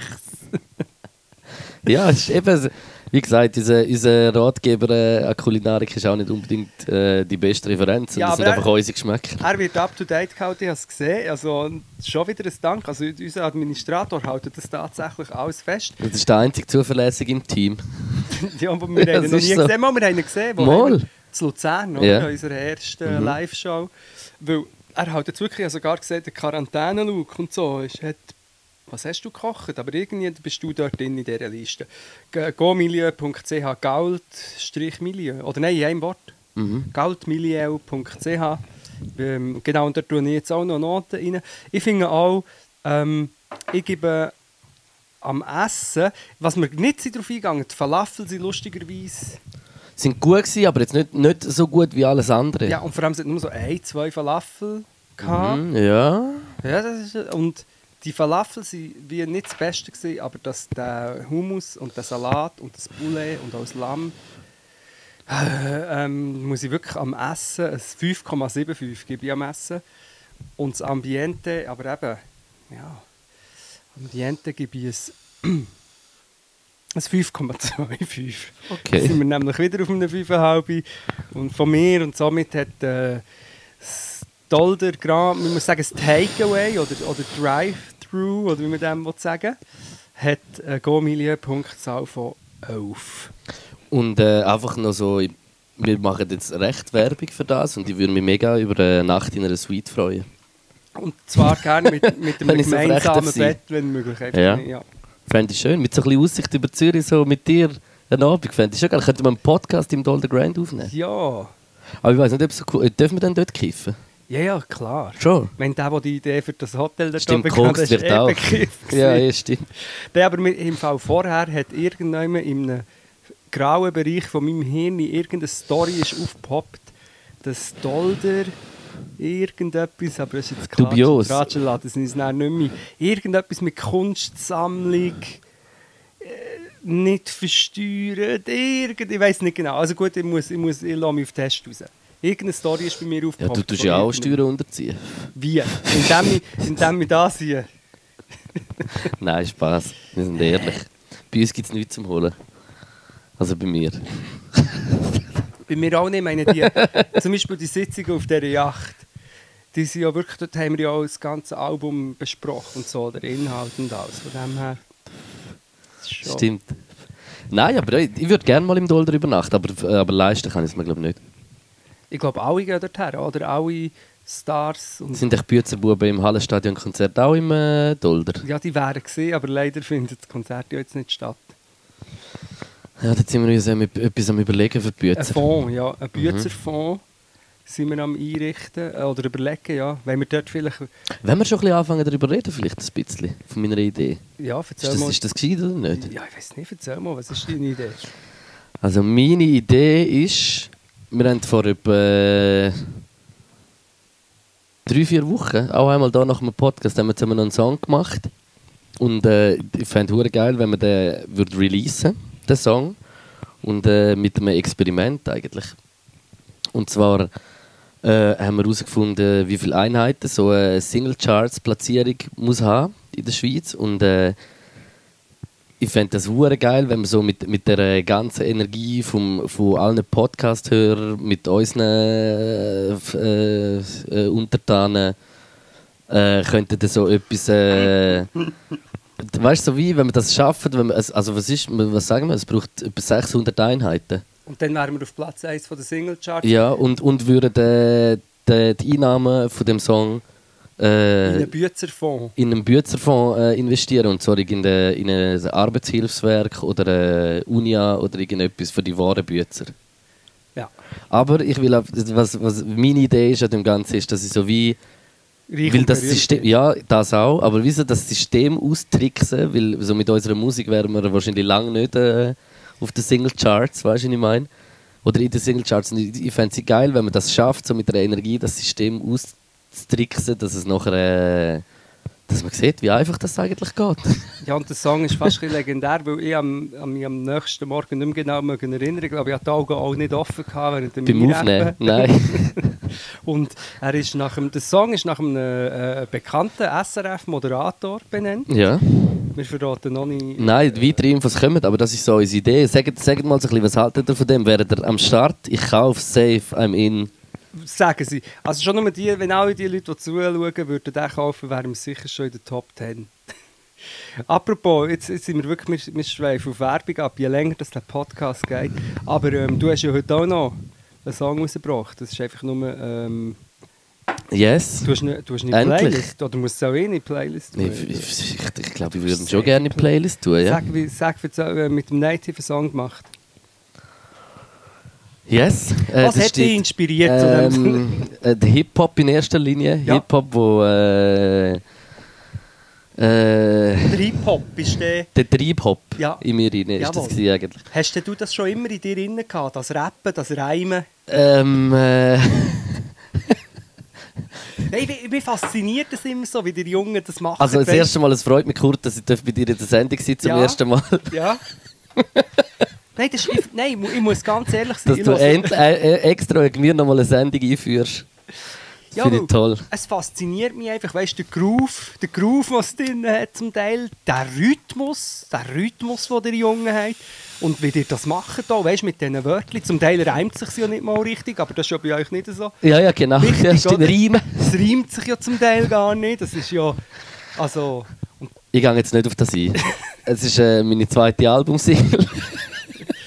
[SPEAKER 2] ja, es ist eben, so- wie gesagt, unser, unser Ratgeber äh, an Kulinarik ist auch nicht unbedingt äh, die beste Referenz. Und
[SPEAKER 3] Ja,
[SPEAKER 2] das sind
[SPEAKER 3] aber
[SPEAKER 2] einfach
[SPEAKER 3] er-
[SPEAKER 2] unsere Geschmäcker.
[SPEAKER 3] Er wird up-to-date gehalten, ich habe es gesehen. Also schon wieder ein Dank. Also unser Administrator hält das tatsächlich alles fest.
[SPEAKER 2] Das ist der einzige Zuverlässige im Team.
[SPEAKER 3] Ja, aber wir
[SPEAKER 2] Ja,
[SPEAKER 3] haben ihn
[SPEAKER 2] es
[SPEAKER 3] noch
[SPEAKER 2] ist
[SPEAKER 3] nie
[SPEAKER 2] so.
[SPEAKER 3] gesehen. Mal, wir haben ihn gesehen. Wo
[SPEAKER 2] Mal.
[SPEAKER 3] haben wir- Zu Luzern, oder?
[SPEAKER 2] Ja. Mhm.
[SPEAKER 3] In unserer ersten Live-Show. Weil er hat jetzt wirklich ich habe sogar gesehen, der Quarantäne-Look und so. Ist, hat, was hast du gekocht? Aber irgendwie bist du dort drin in dieser Liste. G- gomilieu.ch gault-milieu. Oder nein, in einem Wort.
[SPEAKER 2] Mhm.
[SPEAKER 3] gaultmilieu.ch ähm, Genau, und da tue ich jetzt auch noch Noten rein. Ich finde auch, ähm, ich gebe am Essen, was wir nicht sind darauf eingegangen die Falafel sind lustigerweise.
[SPEAKER 2] sind gut gewesen, aber jetzt nicht, nicht so gut wie alles andere.
[SPEAKER 3] Ja, und vor allem sind nur so ein, zwei Falafel. Gehabt.
[SPEAKER 2] Mhm, ja.
[SPEAKER 3] Ja, das ist, und die Falafel waren wie nicht das Beste, gewesen, aber dass der Hummus und der Salat und das Poulet und auch das Lamm, äh, ähm, muss ich wirklich am Essen, ein 5,75 gebe ich am Essen. Und das Ambiente, aber eben, ja, Ambiente gebe ich ein, ein 5,25.
[SPEAKER 2] Okay.
[SPEAKER 3] Jetzt sind wir nämlich wieder auf einem 5,5 und von mir und somit hat äh, das Dolder Grand, man muss sagen, das Takeaway oder, oder Drive-Thru oder wie man dem will sagen hat äh, eine Go-Milieu-Punktzahl von 11.
[SPEAKER 2] Und äh, einfach noch so, ich- wir machen jetzt recht Werbung für das und ich würde mich mega über eine Nacht in einer Suite freuen.
[SPEAKER 3] Und zwar gerne mit, mit
[SPEAKER 2] Wenn
[SPEAKER 3] einem
[SPEAKER 2] ich so frech
[SPEAKER 3] gemeinsamen
[SPEAKER 2] darf sein.
[SPEAKER 3] Bett, wenn möglich. Einfach,
[SPEAKER 2] Ja.
[SPEAKER 3] Ja.
[SPEAKER 2] Fände ich schön, mit so ein bisschen Aussicht über Zürich, so mit dir einen Abend, fände ich schon geil. Könnten wir einen Podcast im Dolder Grand aufnehmen?
[SPEAKER 3] ja,
[SPEAKER 2] Aber ich weiß nicht, ob es so cool ist. Dürfen wir dann dort kiffen?
[SPEAKER 3] ja, ja, klar.
[SPEAKER 2] Schon.
[SPEAKER 3] Wenn der, der die Idee für das Hotel da
[SPEAKER 2] Stimmt,
[SPEAKER 3] bekommen hat,
[SPEAKER 2] Koks
[SPEAKER 3] ist
[SPEAKER 2] wird
[SPEAKER 3] eh
[SPEAKER 2] auch.
[SPEAKER 3] bekifft
[SPEAKER 2] Ja,
[SPEAKER 3] gewesen.
[SPEAKER 2] ja, stimmt.
[SPEAKER 3] Der aber mit, im Fall vorher hat irgendjemand in einem grauen Bereich von meinem Hirn irgendeine Story ist aufgepoppt, dass Dolder irgendetwas, aber das ist jetzt klar,
[SPEAKER 2] Dubios.
[SPEAKER 3] Ratschen lassen, das ist dann nicht mehr. Irgendetwas mit Kunstsammlung, äh, nicht versteuert, irgend, ich weiß nicht genau. Also gut, ich muss, ich muss, ich lasse mich auf den Test raus. Irgendeine Story ist bei mir
[SPEAKER 2] Ja,
[SPEAKER 3] aufgepoppt.
[SPEAKER 2] du tust
[SPEAKER 3] von
[SPEAKER 2] ja auch
[SPEAKER 3] irgendeinem-
[SPEAKER 2] Steuern unterziehen.
[SPEAKER 3] Wie? Indem ich, indem ich das hier...
[SPEAKER 2] Nein, Spaß. Wir sind ehrlich. Bei uns gibt es nichts zum Holen. Also bei mir.
[SPEAKER 3] Bei mir auch nicht. Ich meine, die, zum Beispiel die Sitzungen auf dieser Yacht, die sind ja wirklich, dort haben wir ja auch das ganze Album besprochen und so, der Inhalt und alles. Von dem her. das ist schon-
[SPEAKER 2] Stimmt. Nein, aber ich, ich würde gerne mal im Dolder übernachten, aber, äh, aber leisten kann ich es mir glaube nicht.
[SPEAKER 3] Ich glaube, alle gehen dorthin, oder? Alle Stars. Und,
[SPEAKER 2] Sind echt Büzenbuben im Hallenstadion Konzert auch im äh, Dolder?
[SPEAKER 3] ja, die wären gesehen, aber leider findet das Konzert ja jetzt nicht statt.
[SPEAKER 2] Ja, da sind wir uns ähm, etwas am überlegen für die
[SPEAKER 3] Ein
[SPEAKER 2] Büzer.
[SPEAKER 3] Fonds, ja.
[SPEAKER 2] Mhm.
[SPEAKER 3] Ein Bützerfonds sind wir am einrichten äh, oder überlegen, ja. Wenn wir dort vielleicht.
[SPEAKER 2] Wenn wir schon ein bisschen anfangen darüber reden, vielleicht ein bisschen, von meiner Idee.
[SPEAKER 3] Ja,
[SPEAKER 2] Ist
[SPEAKER 3] erzähl
[SPEAKER 2] das,
[SPEAKER 3] mal.
[SPEAKER 2] ist das gescheit oder nicht?
[SPEAKER 3] ja, ich weiß nicht, erzähl mal, was ist deine Idee?
[SPEAKER 2] Also meine Idee ist, wir haben vor etwa äh, drei, vier Wochen, auch einmal da nach dem Podcast, haben wir zusammen noch einen Song gemacht. Und äh, ich fände es geil, wenn wir den würd releasen den Song. Und äh, mit einem Experiment eigentlich. Und zwar äh, haben wir herausgefunden, wie viele Einheiten so eine Single-Charts-Platzierung muss haben in der Schweiz. Und äh, ich fände das hure geil, wenn wir so mit, mit der ganzen Energie vom, von allen Podcast-Hörern, mit unseren äh, f- äh, äh, Untertanen, äh, könnten da so etwas. Äh, weißt du, so wie, wenn wir das schaffen, wenn wir, also was, ist, was sagen wir, es braucht etwa 600 Einheiten.
[SPEAKER 3] Und dann wären wir auf Platz 1 von der Singlecharts.
[SPEAKER 2] Ja, und, und würden äh, die, die Einnahmen von dem Song
[SPEAKER 3] In
[SPEAKER 2] äh,
[SPEAKER 3] einen Bützerfonds.
[SPEAKER 2] in einen Bützerfonds äh, investieren und zwar in, de, in ein Arbeitshilfswerk oder äh, Unia oder irgendetwas für die wahren Bützer.
[SPEAKER 3] Ja.
[SPEAKER 2] Aber ich will, auch- was, was meine Idee ist an dem Ganzen ist, dass ich so wie
[SPEAKER 3] Reich
[SPEAKER 2] weil
[SPEAKER 3] und
[SPEAKER 2] das
[SPEAKER 3] berühmt.
[SPEAKER 2] System, ja, das auch, aber wieso das System austricksen, weil so mit unserer Musik wären wir wahrscheinlich lange nicht äh, auf den Single Charts, weißt du, was ich meine? Oder in den Single Charts. Und ich ich fände es geil, wenn man das schafft, so mit der Energie das System austricksen, dass es nachher, äh, dass man sieht, wie einfach das eigentlich geht.
[SPEAKER 3] Ja, und der Song ist fast ein bisschen legendär, weil ich am, am, mich am nächsten Morgen nicht mehr genau mögen erinnern Ich glaube, ich hatte die Augen auch nicht offen gehabt während dem
[SPEAKER 2] Beim Aufnehmen.
[SPEAKER 3] Einrappen.
[SPEAKER 2] Nein.
[SPEAKER 3] Und er ist nach dem, der Song ist nach einem äh, bekannten SRF-Moderator benannt.
[SPEAKER 2] ja.
[SPEAKER 3] Wir verraten noch nicht.
[SPEAKER 2] Nein, weitere Infos kommen, aber das ist so unsere Idee. Sagt, sagt mal so ein bisschen, was haltet ihr von dem? Während ihr am Start, ich kaufe, safe, I'm in.
[SPEAKER 3] Sagen sie. Also schon nur die, wenn alle die Leute, die zuschauen, würden den kaufen, wären wir sicher schon in der Top 10. Apropos, jetzt, jetzt sind wir wirklich, wir, wir schweifen auf Werbung ab, je länger das der Podcast geht. Aber ähm, du hast ja heute auch noch einen Song rausgebracht. Das ist einfach nur, ähm,
[SPEAKER 2] Yes.
[SPEAKER 3] du hast eine, du hast eine
[SPEAKER 2] Endlich.
[SPEAKER 3] Playlist. Oder musst du auch eh eine Playlist
[SPEAKER 2] Nee,
[SPEAKER 3] tun?
[SPEAKER 2] ich ich, ich, ich glaube, ich würde ihn
[SPEAKER 3] Safe
[SPEAKER 2] schon gerne in die Playlist tun, ja.
[SPEAKER 3] Sag, wie, sag, wie du äh, mit dem Native einen Song gemacht.
[SPEAKER 2] Yes. Äh,
[SPEAKER 3] Was
[SPEAKER 2] das
[SPEAKER 3] hat dich
[SPEAKER 2] steht,
[SPEAKER 3] inspiriert zu dem Song?
[SPEAKER 2] ähm, äh, der Hip-Hop in erster Linie.
[SPEAKER 3] Ja.
[SPEAKER 2] Hip-Hop, wo... Äh,
[SPEAKER 3] Der
[SPEAKER 2] äh,
[SPEAKER 3] Hip-Hop ist der...
[SPEAKER 2] der Triebhop
[SPEAKER 3] Ja.
[SPEAKER 2] in mir rein, ist
[SPEAKER 3] Jawohl.
[SPEAKER 2] das gewesen eigentlich.
[SPEAKER 3] Hast denn du das schon immer in dir drin gehabt? Das Rappen, das Reimen?
[SPEAKER 2] Ähm, äh,
[SPEAKER 3] Nein, mich, mich fasziniert das immer so, wie die Jungen das machen.
[SPEAKER 2] also das
[SPEAKER 3] Weißt-
[SPEAKER 2] erste Mal, es freut mich, Kurt, dass ich darf bei dir in der Sendung sein zum
[SPEAKER 3] Ja.
[SPEAKER 2] ersten Mal.
[SPEAKER 3] Ja. nein, das ist, ich, nein, ich mu- ich muss ganz ehrlich sein.
[SPEAKER 2] Dass
[SPEAKER 3] ich
[SPEAKER 2] du
[SPEAKER 3] höre-
[SPEAKER 2] end, äh, äh, extra wegen mir nochmal eine Sendung einführst.
[SPEAKER 3] Ja,
[SPEAKER 2] Finde
[SPEAKER 3] weil
[SPEAKER 2] ich toll.
[SPEAKER 3] Es fasziniert mich einfach, weißt du, der Groove, der Groove, was es drin hat zum Teil, der Rhythmus, der Rhythmus, den der Jungen hat. Und wie ihr das macht, da, weißt du, mit diesen Wörtern, zum Teil reimt sich ja nicht mal richtig, aber das ist ja bei euch nicht so.
[SPEAKER 2] Ja, ja, genau.
[SPEAKER 3] Wichtig,
[SPEAKER 2] das ist
[SPEAKER 3] oder?
[SPEAKER 2] dein Riemen.
[SPEAKER 3] Es reimt sich ja zum Teil gar nicht, das ist ja, also, und
[SPEAKER 2] Ich gehe jetzt nicht auf das ein. es ist äh, meine zweite Albumsingle.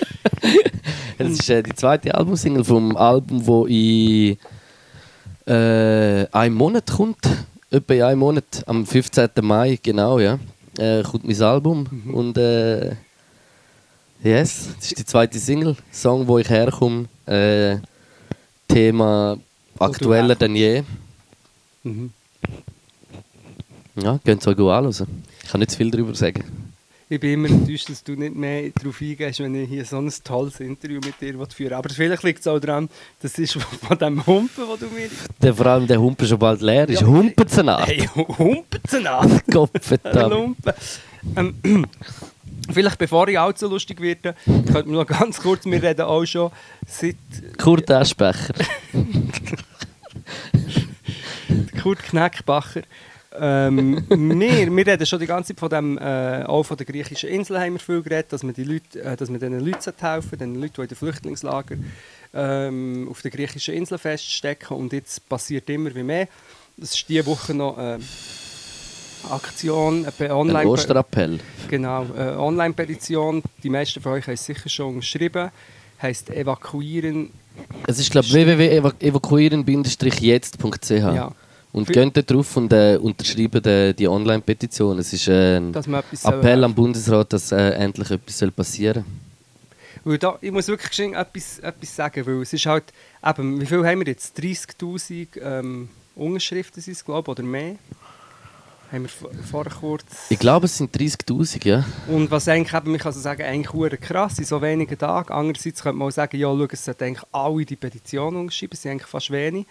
[SPEAKER 2] es ist äh, die zweite Albumsingle vom Album, wo in äh, einem Monat kommt. Etwa in einem Monat, am 15. Mai, genau, ja. Äh, kommt mein Album. Und äh, yes, das ist die zweite Single. Song, wo ich herkomme. Äh, Thema aktueller denn je.
[SPEAKER 3] Mhm.
[SPEAKER 2] Ja, könnt ihr auch gut anhören. Ich kann nicht zu viel darüber sagen.
[SPEAKER 3] ich bin immer enttäuscht, dass du nicht mehr darauf eingehst, wenn ich hier so ein tolles Interview mit dir führen will. Aber vielleicht liegt es auch daran, das ist von dem Humpen, den du mir...
[SPEAKER 2] Der, vor allem der Humpen schon bald leer ist.
[SPEAKER 3] Ja.
[SPEAKER 2] Humpen zu nah.
[SPEAKER 3] Hey, Humpen an!
[SPEAKER 2] Gottverdammt.
[SPEAKER 3] Lumpen. Ähm, vielleicht bevor ich allzu lustig werde, könnte man noch ganz kurz, wir reden auch schon seit
[SPEAKER 2] Kurt Aschbecher.
[SPEAKER 3] Kurt Kneckbacher. ähm, wir, wir reden schon die ganze Zeit von dem, äh, auch von der griechischen Insel haben wir viel geredet, dass man, die Leute, äh, dass man diesen Leuten sollte helfen den Leuten, die in den Flüchtlingslagern ähm, auf der griechischen Insel feststecken und jetzt passiert immer wie mehr. Es ist diese Woche noch eine Aktion, eine
[SPEAKER 2] Ein
[SPEAKER 3] online
[SPEAKER 2] Osterappell.
[SPEAKER 3] Genau, äh, Online-Petition, die meisten von euch haben es sicher schon geschrieben, heißt evakuieren.
[SPEAKER 2] Es ist, glaube ich, www.evakuieren-jetzt.ch.
[SPEAKER 3] Ja.
[SPEAKER 2] Und geht da drauf und äh, unterschreibt äh, die Online-Petition. Es ist äh, ein
[SPEAKER 3] Dass man etwas soll
[SPEAKER 2] Appell
[SPEAKER 3] machen.
[SPEAKER 2] am Bundesrat, dass äh, endlich etwas soll passieren
[SPEAKER 3] Weil da, ich muss wirklich schnell etwas, etwas sagen, weil es ist halt, eben, wie viel haben wir jetzt? 30'000 ähm, Unterschriften sind es, glaube ich, oder mehr? Haben wir vor- vorher kurz...
[SPEAKER 2] Ich glaube, es sind 30.000, ja.
[SPEAKER 3] Und was eigentlich eben, ich kann so sagen, eigentlich hure krass, in so wenigen Tagen. Andererseits könnte man auch sagen, ja, schau, es sollten eigentlich alle die Petition unterschreiben, es sind eigentlich fast wenig.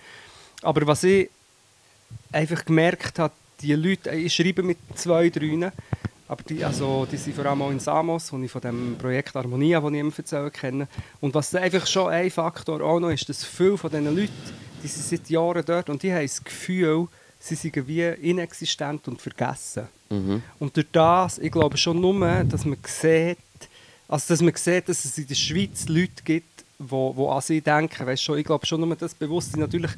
[SPEAKER 3] Aber was ich einfach gemerkt habe, die Leute, äh, ich schreibe mit zwei, drei, aber die, also, die sind vor allem auch in Samos, und ich von dem Projekt Harmonia, das ich immer erzähle, kenne. Und was einfach schon ein Faktor auch noch ist, dass viele von diesen Leuten, die sind seit Jahren dort und die haben das Gefühl, sie seien wie inexistent und vergessen. Und durch das, ich glaube schon nur, dass man sieht, also dass man sieht, dass es in der Schweiz Leute gibt, wo, wo an sie denken. Weißt schon, ich glaube schon nur das Bewusstsein. Natürlich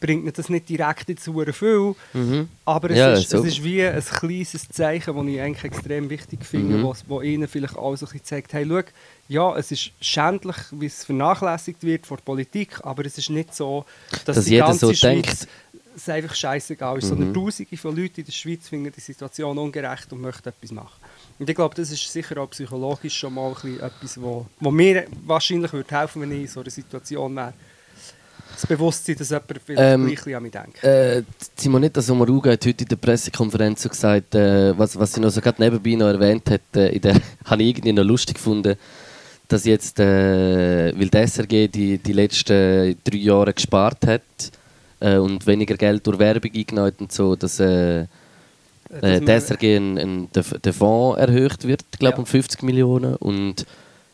[SPEAKER 3] bringt mir das nicht direkt in zu viel, aber es,
[SPEAKER 2] Mhm. Ja,
[SPEAKER 3] ist,
[SPEAKER 2] so.
[SPEAKER 3] es ist wie ein kleines Zeichen, das ich eigentlich extrem wichtig finde,
[SPEAKER 2] Mhm.
[SPEAKER 3] was, wo ihnen vielleicht auch so ein bisschen zeigt, hey, schau, ja, es ist schändlich, wie es vernachlässigt wird von der Politik, aber es ist nicht so, dass,
[SPEAKER 2] Dass
[SPEAKER 3] die
[SPEAKER 2] jeder
[SPEAKER 3] ganze
[SPEAKER 2] so
[SPEAKER 3] Schweiz
[SPEAKER 2] denkt. Mhm.
[SPEAKER 3] es einfach scheißegal ist, sondern Tausende von Leuten in der Schweiz finden die Situation ungerecht und möchten etwas machen. Und ich glaube, das ist sicher auch psychologisch schon mal ein bisschen etwas, wo, wo mir wahrscheinlich würde helfen wenn ich in so einer Situation wäre. Das Bewusstsein, dass jemand vielleicht
[SPEAKER 2] Ähm,
[SPEAKER 3] ähm, gleich ein bisschen an mich denkt.
[SPEAKER 2] Äh, Simonetta Sommaruga hat heute in der Pressekonferenz so gesagt, äh, was, was sie noch so gerade nebenbei noch erwähnt hat, äh, in der, habe ich irgendwie noch lustig gefunden, dass jetzt, äh, weil die SRG die, die letzten drei Jahre gespart hat äh, und weniger Geld durch Werbung eingenommen hat und so, dass äh, äh, der
[SPEAKER 3] Dass man-
[SPEAKER 2] SRG ein, ein, der, der Fonds erhöht wird, glaube
[SPEAKER 3] Ja.
[SPEAKER 2] um 50 Millionen und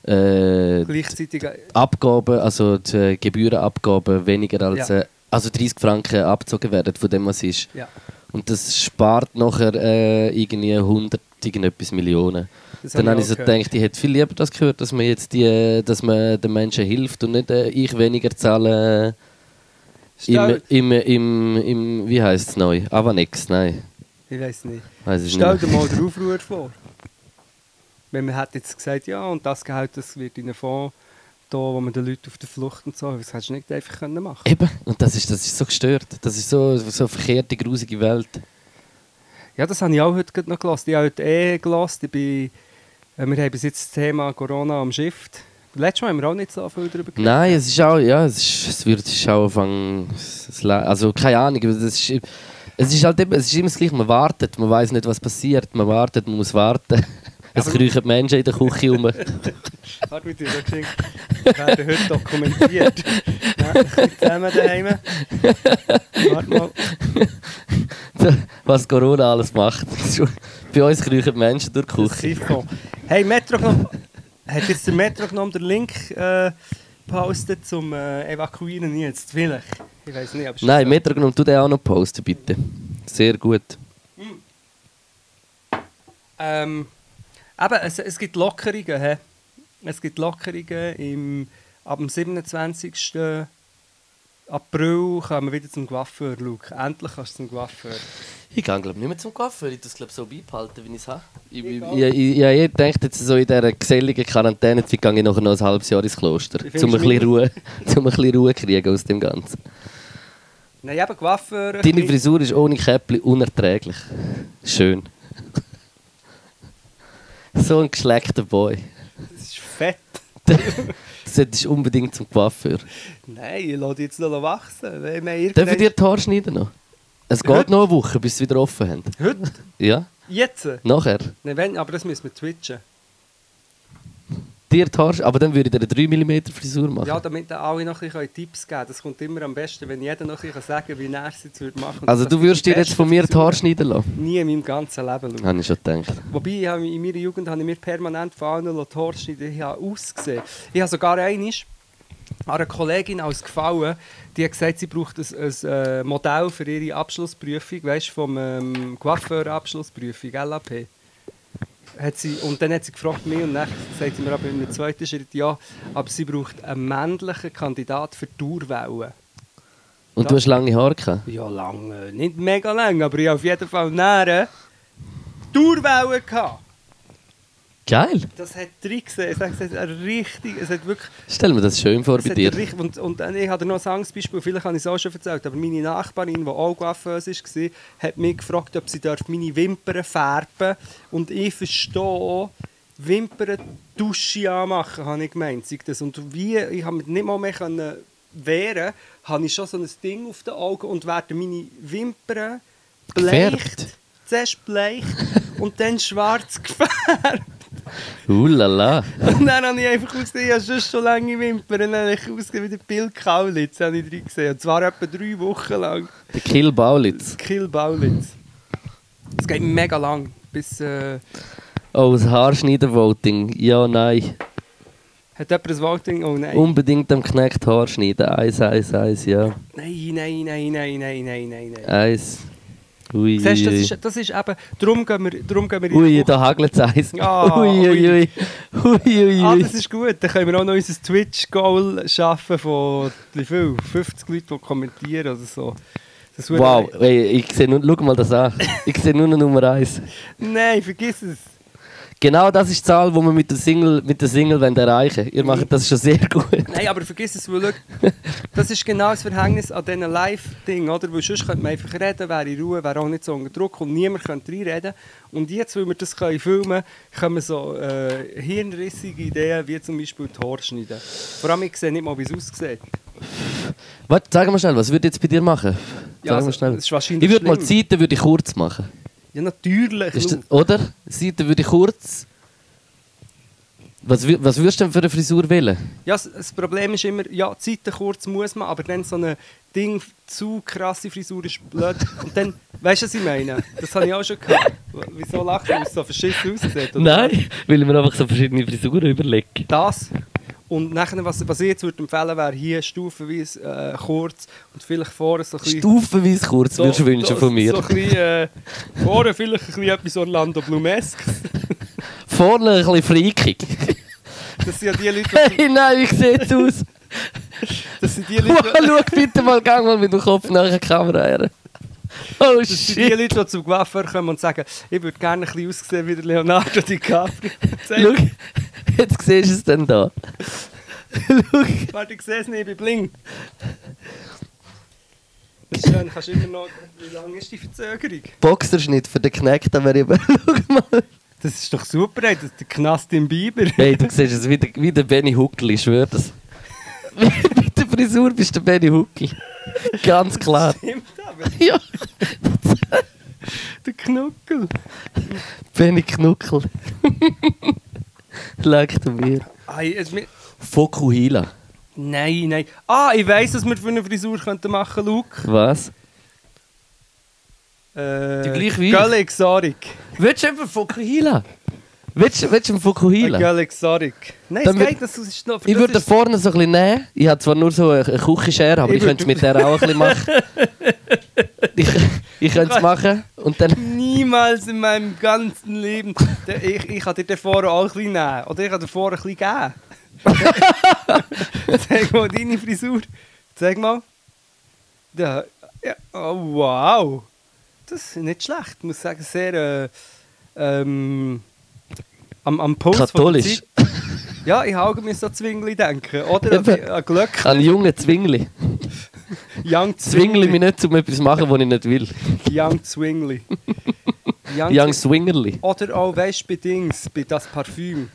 [SPEAKER 2] äh,
[SPEAKER 3] Gleichzeitig, äh,
[SPEAKER 2] Abgaben, also die Gebührenabgaben weniger als
[SPEAKER 3] Ja.
[SPEAKER 2] äh, also 30 Franken abgezogen werden von dem, was ist.
[SPEAKER 3] ja,
[SPEAKER 2] Und das spart nachher äh, irgendwie 100 irgendetwas Millionen.
[SPEAKER 3] Das
[SPEAKER 2] Dann
[SPEAKER 3] hab
[SPEAKER 2] habe ich
[SPEAKER 3] ich
[SPEAKER 2] so
[SPEAKER 3] auch gehört.
[SPEAKER 2] gedacht, ich hätte viel lieber das gehört, dass man jetzt die, äh, dass man den Menschen hilft und nicht äh, ich weniger zahle äh, im,
[SPEAKER 3] Stell-
[SPEAKER 2] im, im, im, wie heißt es neu? Avanex, nein.
[SPEAKER 3] ich weiß nicht.
[SPEAKER 2] Weiss ich
[SPEAKER 3] Stell
[SPEAKER 2] nicht
[SPEAKER 3] dir
[SPEAKER 2] mehr.
[SPEAKER 3] mal den Aufruhr vor. Wenn man hat jetzt gesagt, ja, und das Gehalt das wird in einen Fonds, da, wo man den Leuten auf der Flucht und so, das hättest du nicht einfach können machen
[SPEAKER 2] Eben, und das ist, das ist so gestört. Das ist so, so eine verkehrte, grusige Welt.
[SPEAKER 3] Ja, das habe ich auch heute gerade noch gelesen. Ich habe heute eh gelesen. Ich bin, äh, wir haben bis jetzt das Thema Corona am Schiff. Letztes Mal haben wir auch nicht so viel darüber geredet.
[SPEAKER 2] Nein, es ist auch, ja, es, ist, es wird es ist auch anfangen, es- also keine Ahnung, aber es ist, es ist halt eben, es ist immer das Gleiche, man wartet, man weiß nicht, was passiert, man wartet, man muss warten. Es kriechen Menschen in der Küche rum.
[SPEAKER 3] Warte, mit dir, das klingt. Wir werden heute dokumentiert. Ja, ein bisschen zusammen daheim. Warte mal.
[SPEAKER 2] was Corona alles macht. Bei uns kriechen Menschen durch die
[SPEAKER 3] Das
[SPEAKER 2] Küche.
[SPEAKER 3] Siphon. Hey, Metrognom. Hat jetzt der Metrognom den Link äh, gepostet zum äh, Evakuieren jetzt? Vielleicht. Ich weiß nicht, aber
[SPEAKER 2] Nein, Metronom, tu den auch noch posten, bitte. Sehr gut.
[SPEAKER 3] Ähm, eben, es, es gibt Lockerungen. He? Es gibt Lockerungen. Im, ab dem 27. April kommen wir wieder zum Coiffeur, Luke. Endlich kannst du zum Coiffeur.
[SPEAKER 4] Ich gehe glaube nicht mehr zum Kaffee, ich das glaube so beibehalten, wie ich es habe.
[SPEAKER 2] Ich, ich, ich, ja, ich denke jetzt so in dieser geselligen Quarantänezeit gehe ich nachher noch ein halbes Jahr ins Kloster.
[SPEAKER 3] findest
[SPEAKER 2] Um ein,
[SPEAKER 3] du mich?
[SPEAKER 2] bisschen Ruhe, um ein bisschen Ruhe kriegen aus dem Ganzen.
[SPEAKER 3] Nein, eben Coiffeur.
[SPEAKER 2] Deine
[SPEAKER 3] ein bisschen-
[SPEAKER 2] Frisur ist ohne Käppli unerträglich. Schön. So ein geschleckter Boy.
[SPEAKER 3] Das ist fett.
[SPEAKER 2] Das solltest du unbedingt zum Coiffeur.
[SPEAKER 3] Nein, ich lasse dich jetzt noch wachsen. Wenn wir
[SPEAKER 2] Darf ich
[SPEAKER 3] irgendwann-
[SPEAKER 2] dir die Haare schneiden noch? Es geht noch eine Woche, bis sie wieder offen haben.
[SPEAKER 3] Heute?
[SPEAKER 2] Ja?
[SPEAKER 3] Jetzt?
[SPEAKER 2] Nachher?
[SPEAKER 3] Nein, wenn, aber das müssen wir twitchen.
[SPEAKER 2] Dir die Haare, aber dann würde ich dir eine 3mm Frisur machen.
[SPEAKER 3] Ja, damit dann alle noch ein bisschen Tipps geben können. Das kommt immer am besten, wenn jeder noch ein bisschen sagen kann, wie er es jetzt würde machen würde.
[SPEAKER 2] also du würdest dir jetzt von mir die Haare schneiden lassen?
[SPEAKER 3] Nie in meinem ganzen Leben schauen.
[SPEAKER 2] Habe ich schon gedacht.
[SPEAKER 3] Wobei, ich habe, in meiner Jugend habe ich mir permanent Fahnen und Torschneiden ich habe ausgesehen. Ich habe sogar einmal an eine Kollegin als gefallen, die hat gesagt, sie braucht ein, ein äh, Modell für ihre Abschlussprüfung, weißt du, vom ähm, Coiffeur-Abschlussprüfung, LAP. Hat sie, und dann hat sie gefragt mich und dann sagt sie mir aber im zweiten Schritt, ja, aber sie braucht einen männlichen Kandidat für die Tourwellen.
[SPEAKER 2] Und du hast lange Haare gehabt?
[SPEAKER 3] Ja, lange, nicht mega lang, aber ich habe auf jeden Fall näher Tourwellen gehabt.
[SPEAKER 2] Geil!
[SPEAKER 3] Das hat drin gesehen. Es hat, es hat richtig, es hat wirklich,
[SPEAKER 2] Stell mir das schön vor
[SPEAKER 3] es
[SPEAKER 2] bei
[SPEAKER 3] hat
[SPEAKER 2] dir.
[SPEAKER 3] richtig und, und dann- ich hatte noch ein anderes Beispiel, vielleicht habe ich es auch schon erzählt, aber meine Nachbarin, die auch Coiffeuse war, hat mich gefragt, ob sie darf meine Wimpern färben darf. und ich verstehe, Wimpern Dusche anmachen, habe ich gemeint. sei Das. Und wie, ich habe mich nicht mal mehr können wehren, habe ich schon so ein Ding auf den Augen und werden meine Wimpern bleicht,
[SPEAKER 2] Gefärbt?
[SPEAKER 3] zuerst bleicht und dann schwarz gefärbt.
[SPEAKER 2] Ulala!
[SPEAKER 3] Und dann habe ich einfach ausgesehen, ich habe sonst schon lange Wimpern. Dann habe ich ausgesehen wie der Bill Kaulitz, habe ich drin gesehen. Und zwar etwa drei Wochen lang.
[SPEAKER 2] Der Kill Baulitz.
[SPEAKER 3] Kill Baulitz. Es geht mega lang. Bis, äh,
[SPEAKER 2] Oh, das Haarschneiden-Voting. Ja, nein.
[SPEAKER 3] hat jemand ein Voting? Oh nein.
[SPEAKER 2] Unbedingt am Knecht Haar schneiden. Eins, eins, eins, ja.
[SPEAKER 3] Nein, nein, nein, nein, nein, nein, nein,
[SPEAKER 2] Äh,
[SPEAKER 3] nein.
[SPEAKER 2] Eins. Ui,
[SPEAKER 3] Siehst du, das
[SPEAKER 2] ui.
[SPEAKER 3] ist, das ist eben... Darum gehen wir, darum gehen wir in die
[SPEAKER 2] äh. Ui,
[SPEAKER 3] Küche.
[SPEAKER 2] da hagelt es eins.
[SPEAKER 3] Ah,
[SPEAKER 2] ui, ui, ui. Ui, ui,
[SPEAKER 3] Ah,
[SPEAKER 2] ui.
[SPEAKER 3] das ist gut. Dann können wir auch noch unser Twitch-Goal schaffen von wie viel? 50 Leuten, die kommentieren oder so. Das würde-
[SPEAKER 2] Wow, ey, ich sehe nur, schau mal das an. Ich sehe nur noch Nummer eins.
[SPEAKER 3] Nein, vergiss es.
[SPEAKER 2] Genau das ist die Zahl, die wir mit der Single, mit der Single wollen erreichen Ihr macht das schon sehr gut.
[SPEAKER 3] Nein, aber vergiss es, weil schau, das ist genau das Verhängnis an diesen Live-Ding, oder? Weil sonst könnte man einfach reden, wäre in Ruhe, wäre auch nicht so unter Druck und niemand könnte reinreden. Und jetzt, weil wir das können filmen können, kommen so äh, hirnrissige Ideen, wie zum Beispiel die Haare schneiden. Vor allem, ich sehe nicht mal, wie es aussieht.
[SPEAKER 2] Warte, sag mal schnell, was würde ich jetzt bei dir machen?
[SPEAKER 3] Ja,
[SPEAKER 2] sag
[SPEAKER 3] also,
[SPEAKER 2] mal schnell.
[SPEAKER 3] das ist wahrscheinlich
[SPEAKER 2] ich würde mal
[SPEAKER 3] schlimm.
[SPEAKER 2] Seiten würde ich kurz machen.
[SPEAKER 3] Ja, natürlich.
[SPEAKER 2] Ist das,
[SPEAKER 3] Lu.
[SPEAKER 2] oder? Seiten würde ich kurz. Was, wür- was würdest du denn für eine Frisur wählen?
[SPEAKER 3] Ja, das- das Problem ist immer, ja, die Seiten kurz muss man, aber dann so eine Ding, zu krasse Frisur ist blöd. Und dann, weißt du, was ich meine? Das habe ich auch schon gehabt. Wieso lachst du, weil es so verschissen aussieht? oder?
[SPEAKER 2] Nein, weil ich mir einfach so verschiedene Frisuren überlege.
[SPEAKER 3] Das. Und nachher, was, was ich jetzt würde empfehlen wäre hier stufenweise äh, kurz und vielleicht vorne so ein bisschen...
[SPEAKER 2] Stufenweise kurz würdest du wünschen von mir.
[SPEAKER 3] So ein bisschen, äh, vorne vielleicht ein bisschen etwas Orlando Blumesk.
[SPEAKER 2] Vorne ein bisschen freakig.
[SPEAKER 3] Das sind ja die Leute, die-
[SPEAKER 2] hey, nein, wie sieht's aus?
[SPEAKER 3] das sind die
[SPEAKER 2] Wow,
[SPEAKER 3] Leute,
[SPEAKER 2] Schau bitte mal, gang mal mit dem Kopf nach der Kamera her. Oh
[SPEAKER 3] das sind die
[SPEAKER 2] shit.
[SPEAKER 3] Leute, die zum Coiffeur kommen und sagen, ich würde gerne ein bisschen aussehen wie der Leonardo DiCaprio.
[SPEAKER 2] Schau,
[SPEAKER 3] Zeig,
[SPEAKER 2] jetzt siehst du es denn da. Schau.
[SPEAKER 3] warte, ich sehe es nicht, ich bin bling. Das ist schön, kannst du immer noch... Wie lange ist die Verzögerung?
[SPEAKER 2] Boxerschnitt für den Knecht, aber eben, schau mal.
[SPEAKER 3] Das ist doch super, ey, das ist der Knast im Biber.
[SPEAKER 2] Hey, du siehst es wie der, wie der Benny Huckel, ich schwöre das. Mit der Frisur bist du der Benny Huckel. Ganz klar.
[SPEAKER 3] Stimmt aber.
[SPEAKER 2] Ja,
[SPEAKER 3] Der Knuckel.
[SPEAKER 2] Benny Knuckel. Leck du mir.
[SPEAKER 3] Ei, es, mi-
[SPEAKER 2] Fokuhila.
[SPEAKER 3] nein, nein. Ah, ich weiss, was wir für eine Frisur könnten machen, Luke.
[SPEAKER 2] Was?
[SPEAKER 3] Äh,
[SPEAKER 2] Die gleiche wie ich.
[SPEAKER 3] Gell Exorik.
[SPEAKER 2] Willst du einfach Fokuhila? Willst du- willst du einen Fukuhila?
[SPEAKER 3] Ein Exotic. Nein,
[SPEAKER 2] Dann
[SPEAKER 3] es
[SPEAKER 2] wür-
[SPEAKER 3] geht, das ist noch...
[SPEAKER 2] Ich
[SPEAKER 3] das
[SPEAKER 2] würde da
[SPEAKER 3] ist-
[SPEAKER 2] vorne so ein bisschen nehmen. Ich habe zwar nur so eine eine Küchenschere, aber
[SPEAKER 3] Ich
[SPEAKER 2] ich, könnte es mit der auch ein bisschen machen. Ich, ich könnte es machen und dann...
[SPEAKER 3] Niemals in meinem ganzen Leben. Der- Ich, ich kann dir davor auch ein bisschen nehmen. Oder ich kann dir vorher ein bisschen geben. Zeig mal deine Frisur. Zeig mal. Da, ja, oh, wow. Das ist nicht schlecht. Ich muss sagen, sehr. Äh, ähm, am, am Puls von der
[SPEAKER 2] Katholisch.
[SPEAKER 3] Zeit. Ja, ich habe mir so Zwingli denken. Oder an,
[SPEAKER 2] Eben.
[SPEAKER 3] an Glück.
[SPEAKER 2] Ein junger Zwingli.
[SPEAKER 3] eh, Young
[SPEAKER 2] Zwingli mich
[SPEAKER 3] Zwingli.
[SPEAKER 2] nicht, um etwas zu machen, was ich nicht will.
[SPEAKER 3] Young Zwingli. Young
[SPEAKER 2] Young Swingerli.
[SPEAKER 3] Oder auch, weißt du, bei Dings, bei das Parfüm.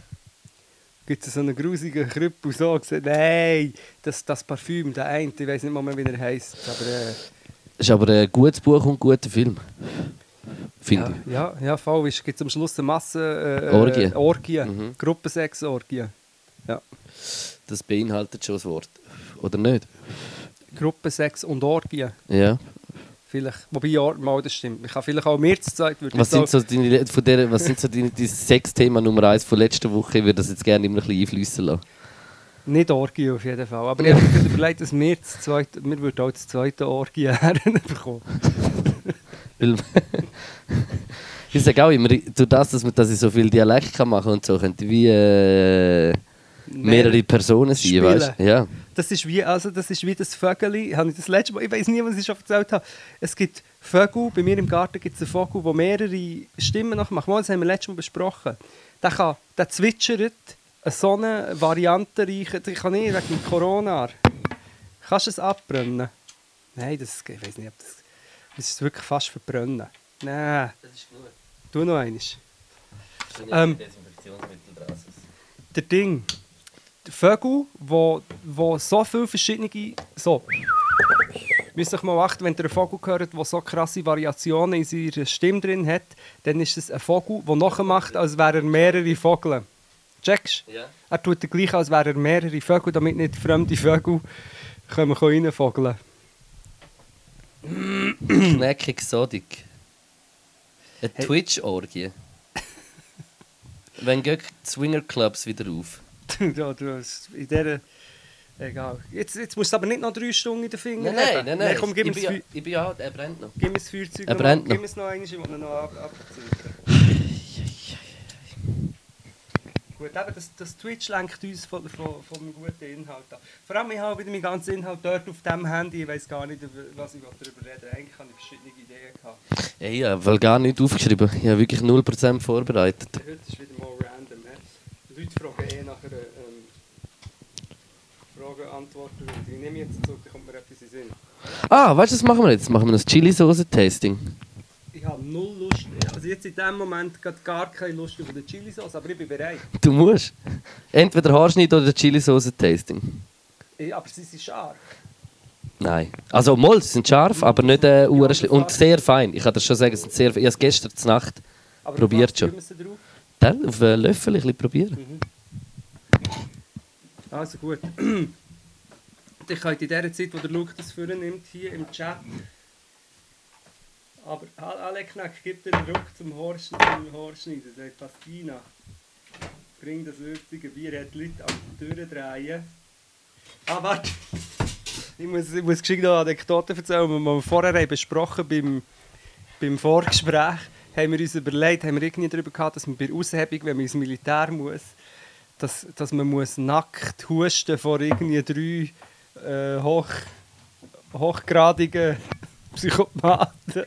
[SPEAKER 3] Gibt es so einen grusigen Krüppel so gesagt, nein, das, das Parfüm, der eine, ich weiß nicht mal mehr, wie er heißt, aber äh,
[SPEAKER 2] Das ist aber ein gutes Buch und ein guter Film. Finde ich.
[SPEAKER 3] äh, ja, ja, voll, es gibt am Schluss eine Masse äh,
[SPEAKER 2] Orgie.
[SPEAKER 3] äh, Orgien,
[SPEAKER 2] Mhm.
[SPEAKER 3] Gruppensex-Orgien. Ja,
[SPEAKER 2] Das beinhaltet schon das Wort. Oder nicht?
[SPEAKER 3] Gruppensex und Orgien,
[SPEAKER 2] Ja.
[SPEAKER 3] vielleicht, wobei, Or mal, das stimmt, ich kann vielleicht auch mir zu zweit, würde
[SPEAKER 2] Was sind
[SPEAKER 3] ich
[SPEAKER 2] so deine, von der, was sind so deine, dein Sexthema Nummer 1 von letzter Woche? Ich würde das jetzt gerne immer ein bisschen einfließen lassen.
[SPEAKER 3] nicht Orgie auf jeden Fall, aber ich habe mir überlegt, dass wir zu zweit, wir würden auch das zweite Orgie herbekommen.
[SPEAKER 2] Weil ich sage auch immer, durch das, dass man dass ich so viel Dialekt kann machen und so, könnte wie äh, mehrere Personen sein,
[SPEAKER 3] Spielen.
[SPEAKER 2] weißt du? Ja.
[SPEAKER 3] Das ist wie, also das ist wie das Vögeli, habe ich das letzte Mal, ich weiß nie, was ich schon erzählt habe. Es gibt Vögel, bei mir im Garten gibt es einen Vogel, der mehrere Stimmen nachmacht. Mal, Das haben wir letztes Mal besprochen. Der, kann, der zwitschert eine so eine Variante reichen. Ich kann nicht wegen dem Corona. Kannst du es abbrennen? Nein, das, ich weiß nicht, ob das... Das ist wirklich fast verbrennen. Nein,
[SPEAKER 4] Das ist gut.
[SPEAKER 3] tu noch eines. Ähm,
[SPEAKER 4] also
[SPEAKER 3] der Ding. Der Vögel, wo, wo so viele verschiedene. So. Müsst euch mal achten, wenn ihr einen Vogel hört, der so krasse Variationen in seiner Stimme drin hat, dann ist es ein Vogel, der nachmacht, als wäre er mehrere Vögel. Checkst?
[SPEAKER 4] Ja.
[SPEAKER 3] Er tut den gleichen, als wäre er mehrere Vögel, damit nicht fremde Vögel kommen können reinvogeln.
[SPEAKER 2] Knackig sodig. Eine
[SPEAKER 3] Hey.
[SPEAKER 2] Twitch-Orgie. Wenn gehen die Swingerclubs wieder auf?
[SPEAKER 3] ja, du hast in dieser. Egal. Jetzt, jetzt musst du aber nicht noch drei Stunden in den Finger
[SPEAKER 2] Nein,
[SPEAKER 3] haben.
[SPEAKER 2] nein, nein, nein.
[SPEAKER 3] komm, gib mir
[SPEAKER 2] ich, bin
[SPEAKER 3] das
[SPEAKER 2] ja,
[SPEAKER 3] Feu-
[SPEAKER 2] ich bin ja, er brennt noch.
[SPEAKER 3] Gib mir das Feuerzeug
[SPEAKER 2] Er
[SPEAKER 3] noch,
[SPEAKER 2] brennt
[SPEAKER 3] gib
[SPEAKER 2] noch.
[SPEAKER 3] mir es noch einmal, ich will ihn noch ab- abzünden. Gut, eben das, das Twitch lenkt uns von, von, von einem guten Inhalt ab. Vor allem, ich habe wieder meinen ganzen Inhalt dort auf dem Handy, ich weiß gar nicht, über- was ich darüber reden will. Eigentlich habe ich verschiedene Ideen gehabt.
[SPEAKER 2] Ey, ich habe gar nichts aufgeschrieben. Ich habe wirklich 0% vorbereitet.
[SPEAKER 3] Heute ist wieder mal random. He. Leute fragen eh nachher ähm, Fragen, Antworten. und Ich nehme jetzt zurück, da kommt mir etwas in den Sinn.
[SPEAKER 2] Ah, weißt du, was machen wir jetzt? Machen wir ein Chili-Soße-Tasting.
[SPEAKER 3] Ich habe null Lust, also jetzt in dem Moment gerade gar keine Lust über die Chili-Sauce, aber ich bin bereit.
[SPEAKER 2] Du musst. Entweder Haarschnitt oder Chili-Soße-Tasting.
[SPEAKER 3] Ja, aber sie sind scharf.
[SPEAKER 2] Nein. Also Molls sind scharf, aber nicht äh, uhrenschli- Und sehr fein. Ich kann dir schon sagen, es sind sehr fein. Ich habe es gestern zur Nacht
[SPEAKER 3] Aber
[SPEAKER 2] Probiert
[SPEAKER 3] was
[SPEAKER 2] schon.
[SPEAKER 3] tun wir sie drauf?
[SPEAKER 2] dann auf einen Löffel ein bisschen probieren.
[SPEAKER 3] Also gut. Ihr könnt in der Zeit, wo der Luke das führen nimmt, hier im Chat. Aber Al- Aleknack, gib den Ruck zum Horschen, zum Horschneiden. Sagt Pastina. Bring das würzige Bier, hat die Leute am Türen drehen. Ah, warte! Ich muss, ich muss geschickt noch eine Anekdote erzählen, die wir vorher haben besprochen beim, beim Vorgespräch. Haben wir uns überlegt, haben wir irgendwie darüber gehabt, dass man bei der Aushebung, wenn man ins Militär muss, dass, dass man muss nackt husten vor irgendwie drei äh, hoch, hochgradigen Psychopathen.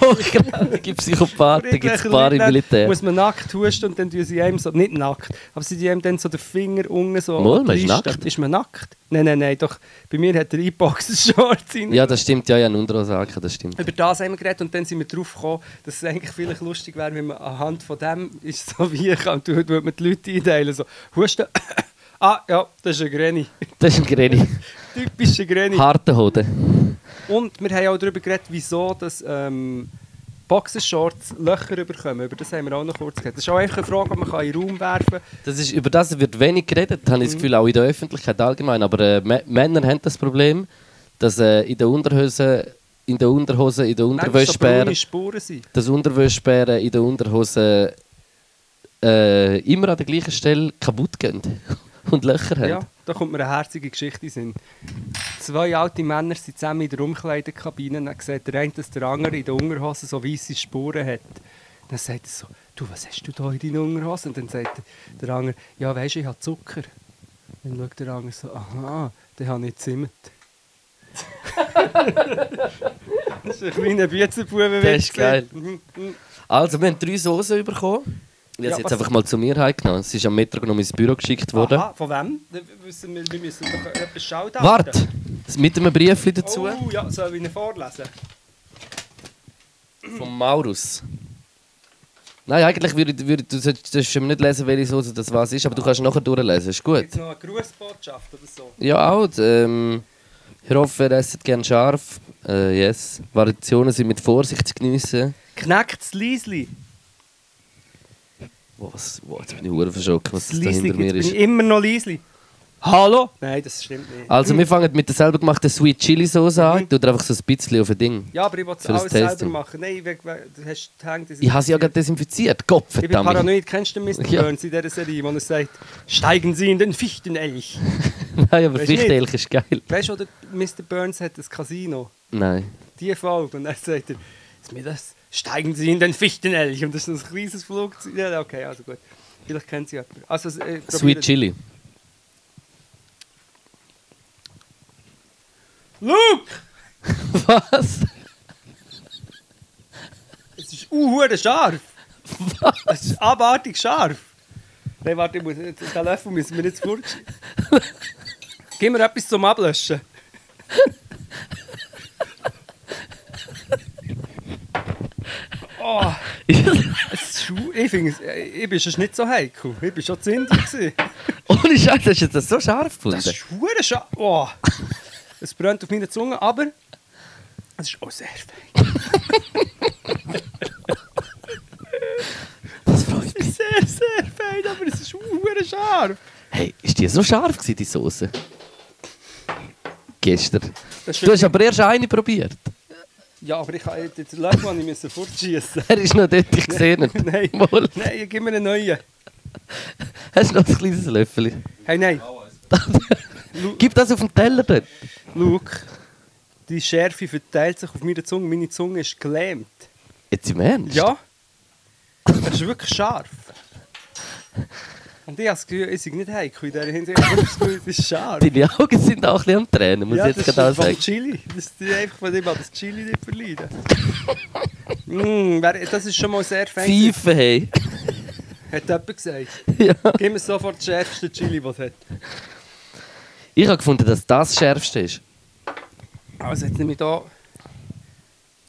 [SPEAKER 2] Hochgradige Psychopathen gibt es
[SPEAKER 3] Irgendwelche
[SPEAKER 2] ein paar im
[SPEAKER 3] Leute
[SPEAKER 2] Militär.
[SPEAKER 3] Muss man nackt husten und dann tun sie einem so, nicht nackt, aber sie tun einem dann so den Finger unten so
[SPEAKER 2] Mal,
[SPEAKER 3] an die
[SPEAKER 2] man ist
[SPEAKER 3] Leiste.
[SPEAKER 2] nackt.
[SPEAKER 3] Ist man nackt? Nein, nein, nein, doch. Bei mir hat der E-Boxer-Shorts rein.
[SPEAKER 2] Ja, das stimmt. Ja, ja, ein Unterhose das stimmt.
[SPEAKER 3] Über das haben wir geredet und dann sind wir drauf gekommen, dass es eigentlich vielleicht lustig wäre, wenn man anhand von dem ist so wie ich und heute würde man die Leute einteilen. So, husten. Ah, ja, das ist ein Granny.
[SPEAKER 2] Das ist ein Granny.
[SPEAKER 3] Typische Granny.
[SPEAKER 2] Harte Hoden.
[SPEAKER 3] Und wir haben auch darüber geredet, wieso dass, ähm, Boxershorts Löcher bekommen. Über das haben wir auch noch kurz geredet. Das ist auch einfach eine Frage, die man kann in den Raum werfen kann.
[SPEAKER 2] Das ist, über das wird wenig geredet, habe ich
[SPEAKER 3] Mhm.
[SPEAKER 2] das Gefühl, auch in der Öffentlichkeit allgemein. Aber äh, Mä- Männer haben das Problem, dass äh, in der Unterhose in der Unterhose, in der Unterwäschbär,
[SPEAKER 3] Unterwäschbären. Spuren sind.
[SPEAKER 2] dass Unterwäschbären in der Unterhose äh, immer an der gleichen Stelle kaputt gehen und Löcher haben.
[SPEAKER 3] Ja, da kommt mir eine herzige Geschichte in den Sinn. Zwei alte Männer sind zusammen in der Umkleidekabine. Dann sieht der eine, dass der andere in der Unterhose so weiße Spuren hat. Dann sagt er so, du, was hast du da in deinen Unterhosen? Und dann sagt der- der andere, ja, weisst du, ich habe Zucker. Dann schaut der andere so, aha, den habe ich gezimmert. das ist ein Mhm. kleiner Büzenbuben.
[SPEAKER 2] Der ist geil. Also, wir haben drei Soßen bekommen. Ich habe
[SPEAKER 3] Ja,
[SPEAKER 2] sie jetzt
[SPEAKER 3] was-
[SPEAKER 2] einfach mal zu mir heimgenommen. Es ist am Metronom ins Büro geschickt worden.
[SPEAKER 3] Aha, von wem? Dann wissen Wir, wir müssen doch etwas schauen.
[SPEAKER 2] Warte! Das- Mit einem Brief dazu.
[SPEAKER 3] Oh, ja, soll ich ihn vorlesen?
[SPEAKER 2] Vom Maurus. Nein, eigentlich würde, würde du solltest du solltest ihm nicht lesen, welche Soße das was ist, aber du kannst nachher durchlesen, ist gut.
[SPEAKER 3] Gibt es noch eine Grußbotschaft oder so?
[SPEAKER 2] Ja, auch. Ähm, ich hoffe, ihr esst gerne scharf. Äh, yes. Variationen sind mit Vorsicht zu geniessen.
[SPEAKER 3] Knackt das Liesli.
[SPEAKER 2] Was? Wow, jetzt bin ich hure verschrocken, was
[SPEAKER 3] Das
[SPEAKER 2] das da
[SPEAKER 3] Liesli
[SPEAKER 2] hinter mir
[SPEAKER 3] gibt bin
[SPEAKER 2] ist.
[SPEAKER 3] ich immer noch Liesli. Hallo? Nein, das stimmt nicht.
[SPEAKER 2] Also, wir fangen mit der selber gemachten Sweet Chili Sauce
[SPEAKER 3] Mhm.
[SPEAKER 2] an. Ich tue dir einfach so ein bisschen auf ein Ding.
[SPEAKER 3] Ja, aber ich will es
[SPEAKER 2] Für das
[SPEAKER 3] alles
[SPEAKER 2] Tasting.
[SPEAKER 3] selber machen. Nein, we- we- du hast gehängt.
[SPEAKER 2] Ich habe sie ja gerade desinfiziert. Gott,
[SPEAKER 3] Ich bin
[SPEAKER 2] verdammt.
[SPEAKER 3] paranoid. Kennst du den Mr.
[SPEAKER 2] Ja.
[SPEAKER 3] Burns in dieser Serie, wo er sagt, steigen Sie in den Fichtenelch.
[SPEAKER 2] Nein, aber
[SPEAKER 3] Weißt du
[SPEAKER 2] Fichtelch ist geil.
[SPEAKER 3] Weißt du, oder Mr. Burns hat ein Casino.
[SPEAKER 2] Nein.
[SPEAKER 3] Die Folge. Und dann sagt er, ist mir das, steigen Sie in den Fichtenelch. Und das ist so ein kleines Flugzeug. Ja, okay, also gut. Vielleicht kennt sie jemand. Also, äh,
[SPEAKER 2] Sweet
[SPEAKER 3] probieren.
[SPEAKER 2] Chili.
[SPEAKER 3] Luke!
[SPEAKER 2] Was?
[SPEAKER 3] Es ist uhuere scharf. Was? Es ist abartig scharf. Nein, warte, ich muss, jetzt- den Löffel müssen wir jetzt kurz. Gib mir etwas zum Ablöschen. Oh, es ist, schu- ich, finde es- ich bin sonst nicht so heikel. Ich war schon zündig.
[SPEAKER 2] Ohne Scheiß, hast du das so scharf gefunden?
[SPEAKER 3] Das ist hure scharf. Oh. Es brennt auf meiner Zunge, aber es ist auch sehr fein.
[SPEAKER 2] Das freut
[SPEAKER 3] Es ist sehr, sehr fein, aber es ist hure scharf.
[SPEAKER 2] Hey, ist die so scharf gewesen, die Soße? Gestern.
[SPEAKER 3] Das
[SPEAKER 2] Du hast aber erst eine probiert.
[SPEAKER 3] Ja, aber ich habe den Löffel habe ich müssen fortschießen.
[SPEAKER 2] Er ist noch dort, ich sehe ihn.
[SPEAKER 3] Nein.
[SPEAKER 2] Mal.
[SPEAKER 3] Nein, ich gib mir einen neuen.
[SPEAKER 2] Hast du noch ein kleines Löffel?
[SPEAKER 3] Hey, nein,
[SPEAKER 2] Gib das auf den Teller dort.
[SPEAKER 3] Luke, die Schärfe verteilt sich auf meiner Zunge. Meine Zunge ist gelähmt.
[SPEAKER 2] Jetzt im Ernst?
[SPEAKER 3] Ja? Das ist wirklich scharf. Und ich habe das Gefühl, ich sei nicht heikel in dieser Hinsicht. Ich habe das Gefühl, es ist scharf.
[SPEAKER 2] Deine Augen sind auch ein bisschen am Tränen, muss
[SPEAKER 3] ja,
[SPEAKER 2] ich jetzt
[SPEAKER 3] das
[SPEAKER 2] gerade auch
[SPEAKER 3] ist vom
[SPEAKER 2] sagen.
[SPEAKER 3] Chili. Das ist einfach von dem, das Chili nicht verleiden. mm, wer- das ist schon mal sehr fancy.
[SPEAKER 2] Pfeifen, hey.
[SPEAKER 3] Hat jemand gesagt.
[SPEAKER 2] ja.
[SPEAKER 3] Gib mir sofort das schärfste Chili, das es hat.
[SPEAKER 2] Ich habe gefunden, dass das das Schärfste ist.
[SPEAKER 3] Also jetzt nehme ich hier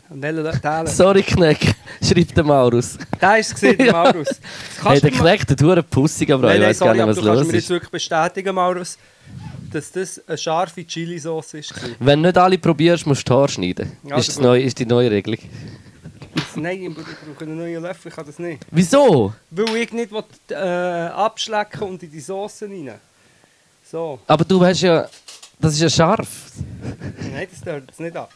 [SPEAKER 3] einen Teilen.
[SPEAKER 2] Sorry, Kneck, schreibt der Maurus.
[SPEAKER 3] Da ist es gesehen, der
[SPEAKER 2] Ja.
[SPEAKER 3] Maurus. Das
[SPEAKER 2] Hey,
[SPEAKER 3] kannst
[SPEAKER 2] der
[SPEAKER 3] du mal-
[SPEAKER 2] Kneck, der tut eine Pussig, aber
[SPEAKER 3] Nein,
[SPEAKER 2] ich
[SPEAKER 3] nein,
[SPEAKER 2] weiß gar
[SPEAKER 3] sorry,
[SPEAKER 2] nicht,
[SPEAKER 3] aber
[SPEAKER 2] was
[SPEAKER 3] du kannst
[SPEAKER 2] los
[SPEAKER 3] mir jetzt
[SPEAKER 2] ist.
[SPEAKER 3] wirklich bestätigen, Maurus, dass das eine scharfe Chili-Sauce ist. gewesen.
[SPEAKER 2] Wenn nicht alle probierst, musst du die Haare schneiden.
[SPEAKER 3] Also
[SPEAKER 2] ist, das
[SPEAKER 3] gut.
[SPEAKER 2] neue, ist die neue Regelung.
[SPEAKER 3] Das- Nein, ich bra- ich brauche einen neuen Löffel, ich kann das nicht.
[SPEAKER 2] Wieso?
[SPEAKER 3] Weil ich nicht will, äh, abschlecken und in die Sauce rein. So,
[SPEAKER 2] Aber du hast ja. Das ist ja scharf.
[SPEAKER 3] nein, das hört jetzt nicht ab.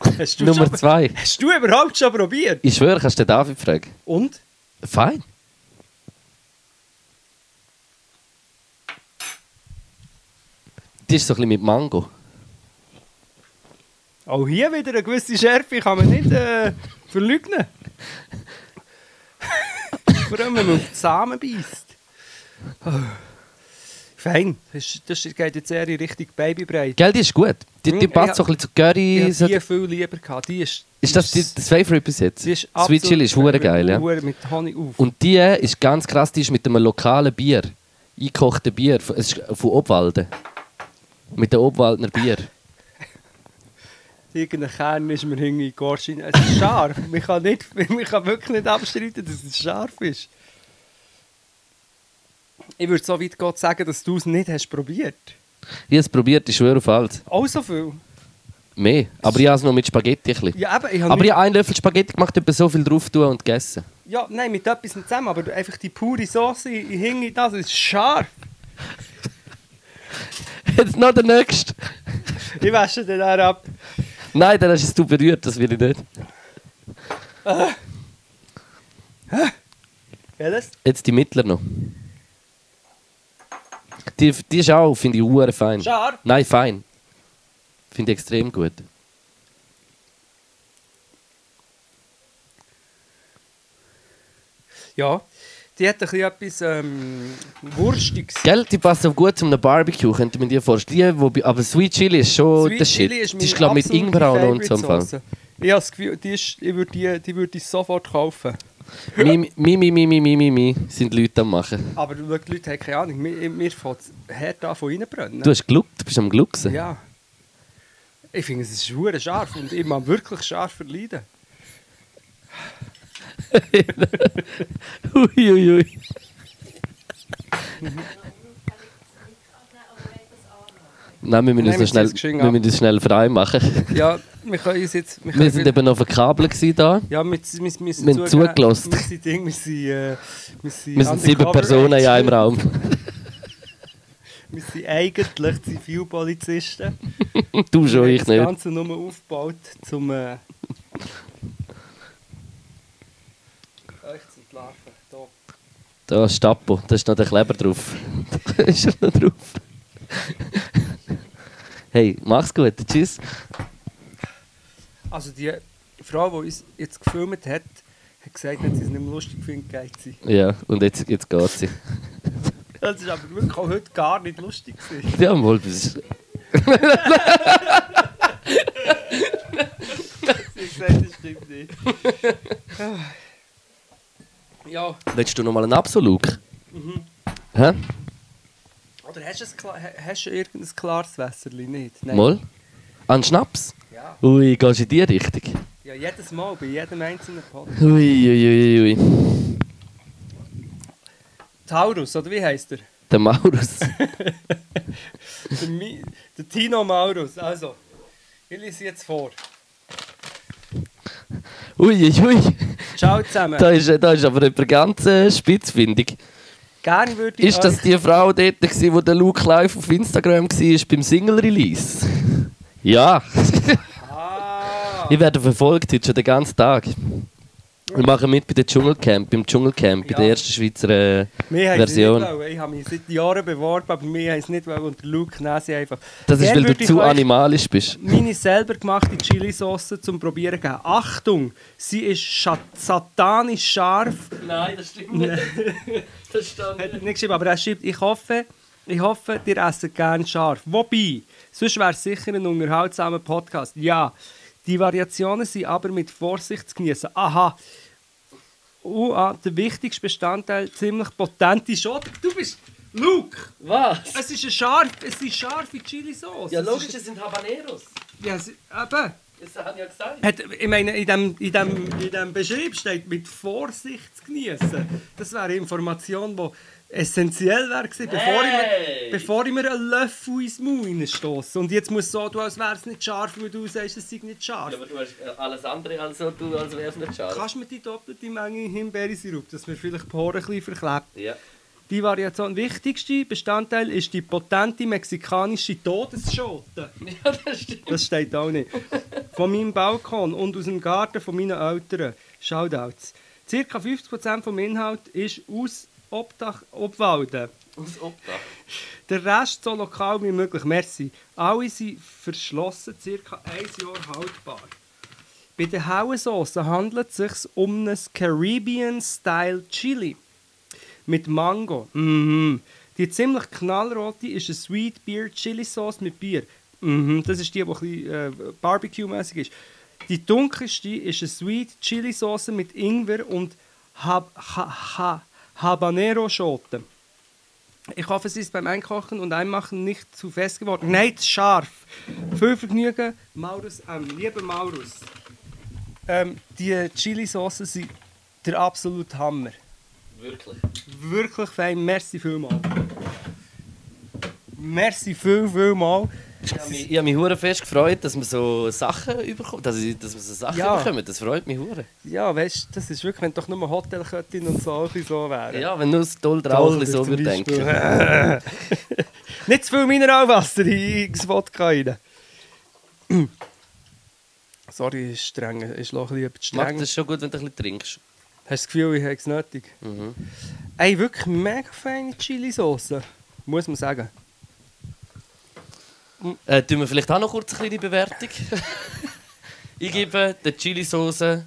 [SPEAKER 3] Hast du,
[SPEAKER 2] Nummer
[SPEAKER 3] schon,
[SPEAKER 2] zwei.
[SPEAKER 3] hast du überhaupt schon probiert?
[SPEAKER 2] Ich schwöre, kannst du den David fragen.
[SPEAKER 3] Und?
[SPEAKER 2] Fein. Das ist so ein bisschen mit Mango.
[SPEAKER 3] Auch hier wieder eine gewisse Schärfe kann man nicht äh, verleugnen. Vor allem, wenn man auf die Samen beißt. Oh. Fein, das, das geht jetzt eher in Richtung Babybreit.
[SPEAKER 2] Gell, die ist gut. Die, die
[SPEAKER 3] Mm,
[SPEAKER 2] passt
[SPEAKER 3] ja.
[SPEAKER 2] so ein bisschen zu
[SPEAKER 3] Ich
[SPEAKER 2] Curry.
[SPEAKER 3] hätte
[SPEAKER 2] So.
[SPEAKER 3] die viel lieber gehabt. Die ist,
[SPEAKER 2] Ist das die, das Favorite bis jetzt?
[SPEAKER 3] die ist
[SPEAKER 2] Sweet Chili ist hure geil, ja.
[SPEAKER 3] Hure Mit Honig auf.
[SPEAKER 2] Und die ist ganz krass, die ist mit einem lokalen Bier. Eingekochten Bier. Von- Es ist von Obwalden. Mit dem Obwaldner Bier.
[SPEAKER 3] Irgendein Kern ist mir hinten in die Gorsche rein. Es ist scharf. man, kann nicht, man kann wirklich nicht abstreiten, dass es scharf ist. Ich würde so weit Gott sagen, dass du es nicht hast probiert.
[SPEAKER 2] Ich habe es probiert, ich schwöre auf alles.
[SPEAKER 3] Auch so viel.
[SPEAKER 2] Mehr. Aber ich habe es noch mit Spaghetti. Ein bisschen.
[SPEAKER 3] Ja, eben, ich habe
[SPEAKER 2] Aber ich habe einen Löffel Spaghetti gemacht, etwa so viel drauf tun und gegessen.
[SPEAKER 3] Ja, nein, mit etwas nicht zusammen, aber einfach die pure Sauce hinge das ist scharf.
[SPEAKER 2] Jetzt noch der nächste.
[SPEAKER 3] Ich wasche den dann ab.
[SPEAKER 2] Nein, dann hast es du berührt, das will ich nicht.
[SPEAKER 3] Welches?
[SPEAKER 2] Jetzt die Mittler noch. Die, die ist auch, finde ich, hure fein.
[SPEAKER 3] Scharf?
[SPEAKER 2] Nein, fein. Finde ich extrem gut.
[SPEAKER 3] Ja. Die hat ein bisschen etwas ähm, Wurstiges.
[SPEAKER 2] Gell, die passt auch gut zu einem Barbecue, könnte man dir vorstellen. Die, wo, bi- aber Sweet Chili Oh, ist schon der Shit. die ist, glaube ich, mit
[SPEAKER 3] absolute
[SPEAKER 2] Ingwer auch noch und so. am Fall.
[SPEAKER 3] Favorite-Sauce. Ich habe das Gefühl, die, ist, ich würde die, die würde ich sofort kaufen.
[SPEAKER 2] Mi, mi, mi, mi, mi, mi, mi, mi sind die Leute am machen.
[SPEAKER 3] Aber schau, die Leute haben keine Ahnung. Mir, mir fängt es hart an, von innen brennen.
[SPEAKER 2] Du hast geluckt, du bist am Glucksen.
[SPEAKER 3] Ja. Ich finde, es ist schwer scharf und ich mag wirklich scharf verleiden.
[SPEAKER 2] Ui, ui, ui. Nein, wir müssen, uns
[SPEAKER 3] Nehmen
[SPEAKER 2] noch
[SPEAKER 3] Sie
[SPEAKER 2] schnell,
[SPEAKER 3] das Geschenk
[SPEAKER 2] wir
[SPEAKER 3] ab.
[SPEAKER 2] müssen uns schnell frei machen.
[SPEAKER 3] Ja, wir können uns jetzt...
[SPEAKER 2] Wir
[SPEAKER 3] Wir, können
[SPEAKER 2] sind eben noch verkabelt gewesen da.
[SPEAKER 3] ja, wir, wir, wir, müssen
[SPEAKER 2] Wir haben
[SPEAKER 3] zugeben,
[SPEAKER 2] zugelassen.
[SPEAKER 3] Wir sind, Ding, wir sind, äh, wir sind,
[SPEAKER 2] Wir sind sieben
[SPEAKER 3] undercover
[SPEAKER 2] Personen in einem
[SPEAKER 3] Agents.
[SPEAKER 2] Raum.
[SPEAKER 3] Wir sind eigentlich Zivilpolizisten.
[SPEAKER 2] Du schon,
[SPEAKER 3] Wir haben
[SPEAKER 2] ich
[SPEAKER 3] Das
[SPEAKER 2] nicht.
[SPEAKER 3] Ganze nur aufgebaut, um. Äh, euch zu entlarven. Da.
[SPEAKER 2] Da ist Stapo, da ist noch der Kleber drauf. da ist er noch drauf. hey, mach's gut, tschüss.
[SPEAKER 3] Also, die Frau, die uns jetzt gefilmt hat, hat gesagt, dass sie es nicht mehr lustig findet, geil zu sein.
[SPEAKER 2] Ja, und jetzt, jetzt geht's.
[SPEAKER 3] Das ist aber wirklich auch heute gar nicht lustig. Gewesen.
[SPEAKER 2] Ja, wohl, das ist...
[SPEAKER 3] Sie hat gesagt, das stimmt nicht. ja,
[SPEAKER 2] Willst du nochmal einen Absolut? Hä?
[SPEAKER 3] oder hast du, ein, kla- ha- hast du irgendein klares Wässerchen? Nicht? Nein.
[SPEAKER 2] Mal? An Schnaps?
[SPEAKER 3] Ja.
[SPEAKER 2] Ui, gehst in die Richtung?
[SPEAKER 3] ja, jedes Mal, bei jedem einzelnen Podcast.
[SPEAKER 2] Ui, ui, ui, ui, ui.
[SPEAKER 3] Taurus, oder wie heißt er?
[SPEAKER 2] Der Maurus.
[SPEAKER 3] Der, Mi der Tino Maurus. Also, ich lese jetzt vor.
[SPEAKER 2] Ui, ui, ui.
[SPEAKER 3] Ciao zusammen.
[SPEAKER 2] Da ist, da ist aber jemand ganz äh, spitzfindig.
[SPEAKER 3] Gern würde ich
[SPEAKER 2] Ist das
[SPEAKER 3] euch-
[SPEAKER 2] die Frau dort, gewesen, wo der Luke live auf Instagram war, beim Single-Release? Ja.
[SPEAKER 3] Ah,
[SPEAKER 2] Ich werde verfolgt heute schon den ganzen Tag. Wir machen mit bei dem Dschungelcamp, beim Dschungelcamp, bei der
[SPEAKER 3] Ja.
[SPEAKER 2] ersten Schweizer äh,
[SPEAKER 3] mir haben sie
[SPEAKER 2] Version.
[SPEAKER 3] nicht wollen. Ich habe mich seit Jahren beworben, aber mir haben es nicht wollen. Und der Luke Nasi einfach.
[SPEAKER 2] Das ist,
[SPEAKER 3] Gern
[SPEAKER 2] weil du
[SPEAKER 3] würde ich
[SPEAKER 2] zu
[SPEAKER 3] euch
[SPEAKER 2] animalisch bist.
[SPEAKER 3] Meine selber gemachte Chili-Sauce zum Probieren geben. Achtung, sie ist scha- satanisch scharf.
[SPEAKER 4] Nein, das stimmt nicht. Das stimmt
[SPEAKER 3] Hat er nicht geschrieben, aber er schreibt, ich hoffe, ich hoffe, ihr esst gerne scharf. Wobei, sonst wäre es sicher ein unterhaltsamer Podcast. Ja, die Variationen sind aber mit Vorsicht zu genießen. Aha. Uh, ah, der wichtigste Bestandteil, ziemlich potente Schote. Du bist, Luke,
[SPEAKER 4] Was?
[SPEAKER 3] es ist eine scharf, es ist scharfe Chili-Sauce.
[SPEAKER 4] Ja,
[SPEAKER 3] Es
[SPEAKER 4] logisch,
[SPEAKER 3] ist-
[SPEAKER 4] das sind Habaneros.
[SPEAKER 3] Ja, es- eben.
[SPEAKER 4] Das habe ich ja gesagt.
[SPEAKER 3] Hat, ich meine, in dem, in, dem, in dem Beschrieb steht mit Vorsicht zu genießen. Das wäre Information, die essentiell wäre gewesen, bevor, ich
[SPEAKER 4] Hey!
[SPEAKER 3] mir, bevor ich mir einen Löffel ins Maul reinstosse. Und jetzt muss so tun, als wäre es nicht scharf, weil du sagst, es sei nicht scharf.
[SPEAKER 4] Ja, aber du hast äh, alles andere als so, du als wärst nicht schade.
[SPEAKER 3] Kannst du mir die doppelte Menge Himbeersirup, dass mir vielleicht die Poren ein bisschen verklebt?
[SPEAKER 4] Ja.
[SPEAKER 3] Die Variation wichtigste Bestandteil ist die potente mexikanische Todesschote.
[SPEAKER 4] ja, das stimmt.
[SPEAKER 3] Das steht auch nicht. Von meinem Balkon und aus dem Garten von meinen Eltern. Shoutouts. Circa 50% vom Inhalt ist aus Obdach Obwalden.
[SPEAKER 4] Aus Obdach.
[SPEAKER 3] Der Rest so lokal wie möglich. Merci. Alle sind verschlossen, circa ein Jahr haltbar. Bei der Hauensauce handelt es sich um ein Caribbean-Style Chili mit Mango. Mhm. Die ziemlich knallrote ist eine Sweet Beer Chili Sauce mit Bier. Mhm. Das ist die, die ein bisschen äh, Barbecue-mäßig ist. Die dunkelste ist eine Sweet Chili Sauce mit Ingwer und Hab ha ha Habanero-Schoten. Ich hoffe, es ist beim Einkochen und Einmachen nicht zu fest geworden. Nein, zu scharf. Viel Vergnügen, Maurus M. Lieber Maurus, ähm, die Chili-Sauce sind der absolute Hammer.
[SPEAKER 4] Wirklich.
[SPEAKER 3] Wirklich fein. Merci vielmal. Merci viel, vielmal.
[SPEAKER 2] Ich habe mich, ich hab mich hure fest gefreut, dass wir so Sachen überkommen, dass, ich, dass wir so Sachen
[SPEAKER 3] Ja.
[SPEAKER 2] bekommen. Das freut mich hure.
[SPEAKER 3] Ja, weißt du, das ist wirklich, wenn doch nur Hotelköttin und so, ein bisschen so wären.
[SPEAKER 2] Ja, wenn nur das toll
[SPEAKER 3] Toll,
[SPEAKER 2] drauf so
[SPEAKER 3] zum
[SPEAKER 2] würde denken.
[SPEAKER 3] Beispiel. Nicht zu viel Mineralwasser in ins Wodka rein. Sorry, ist streng. Ist noch ein bisschen über die
[SPEAKER 4] Mag
[SPEAKER 3] streng.
[SPEAKER 4] das schon gut, wenn du ein bisschen trinkst.
[SPEAKER 3] Hast du das Gefühl, ich habe es nötig?
[SPEAKER 4] Mhm.
[SPEAKER 3] Ey, wirklich mega feine Chili-Sauce. Muss man sagen.
[SPEAKER 4] Äh, tun wir vielleicht auch noch kurz eine kleine Bewertung. ich gebe der Chili-Sauce ein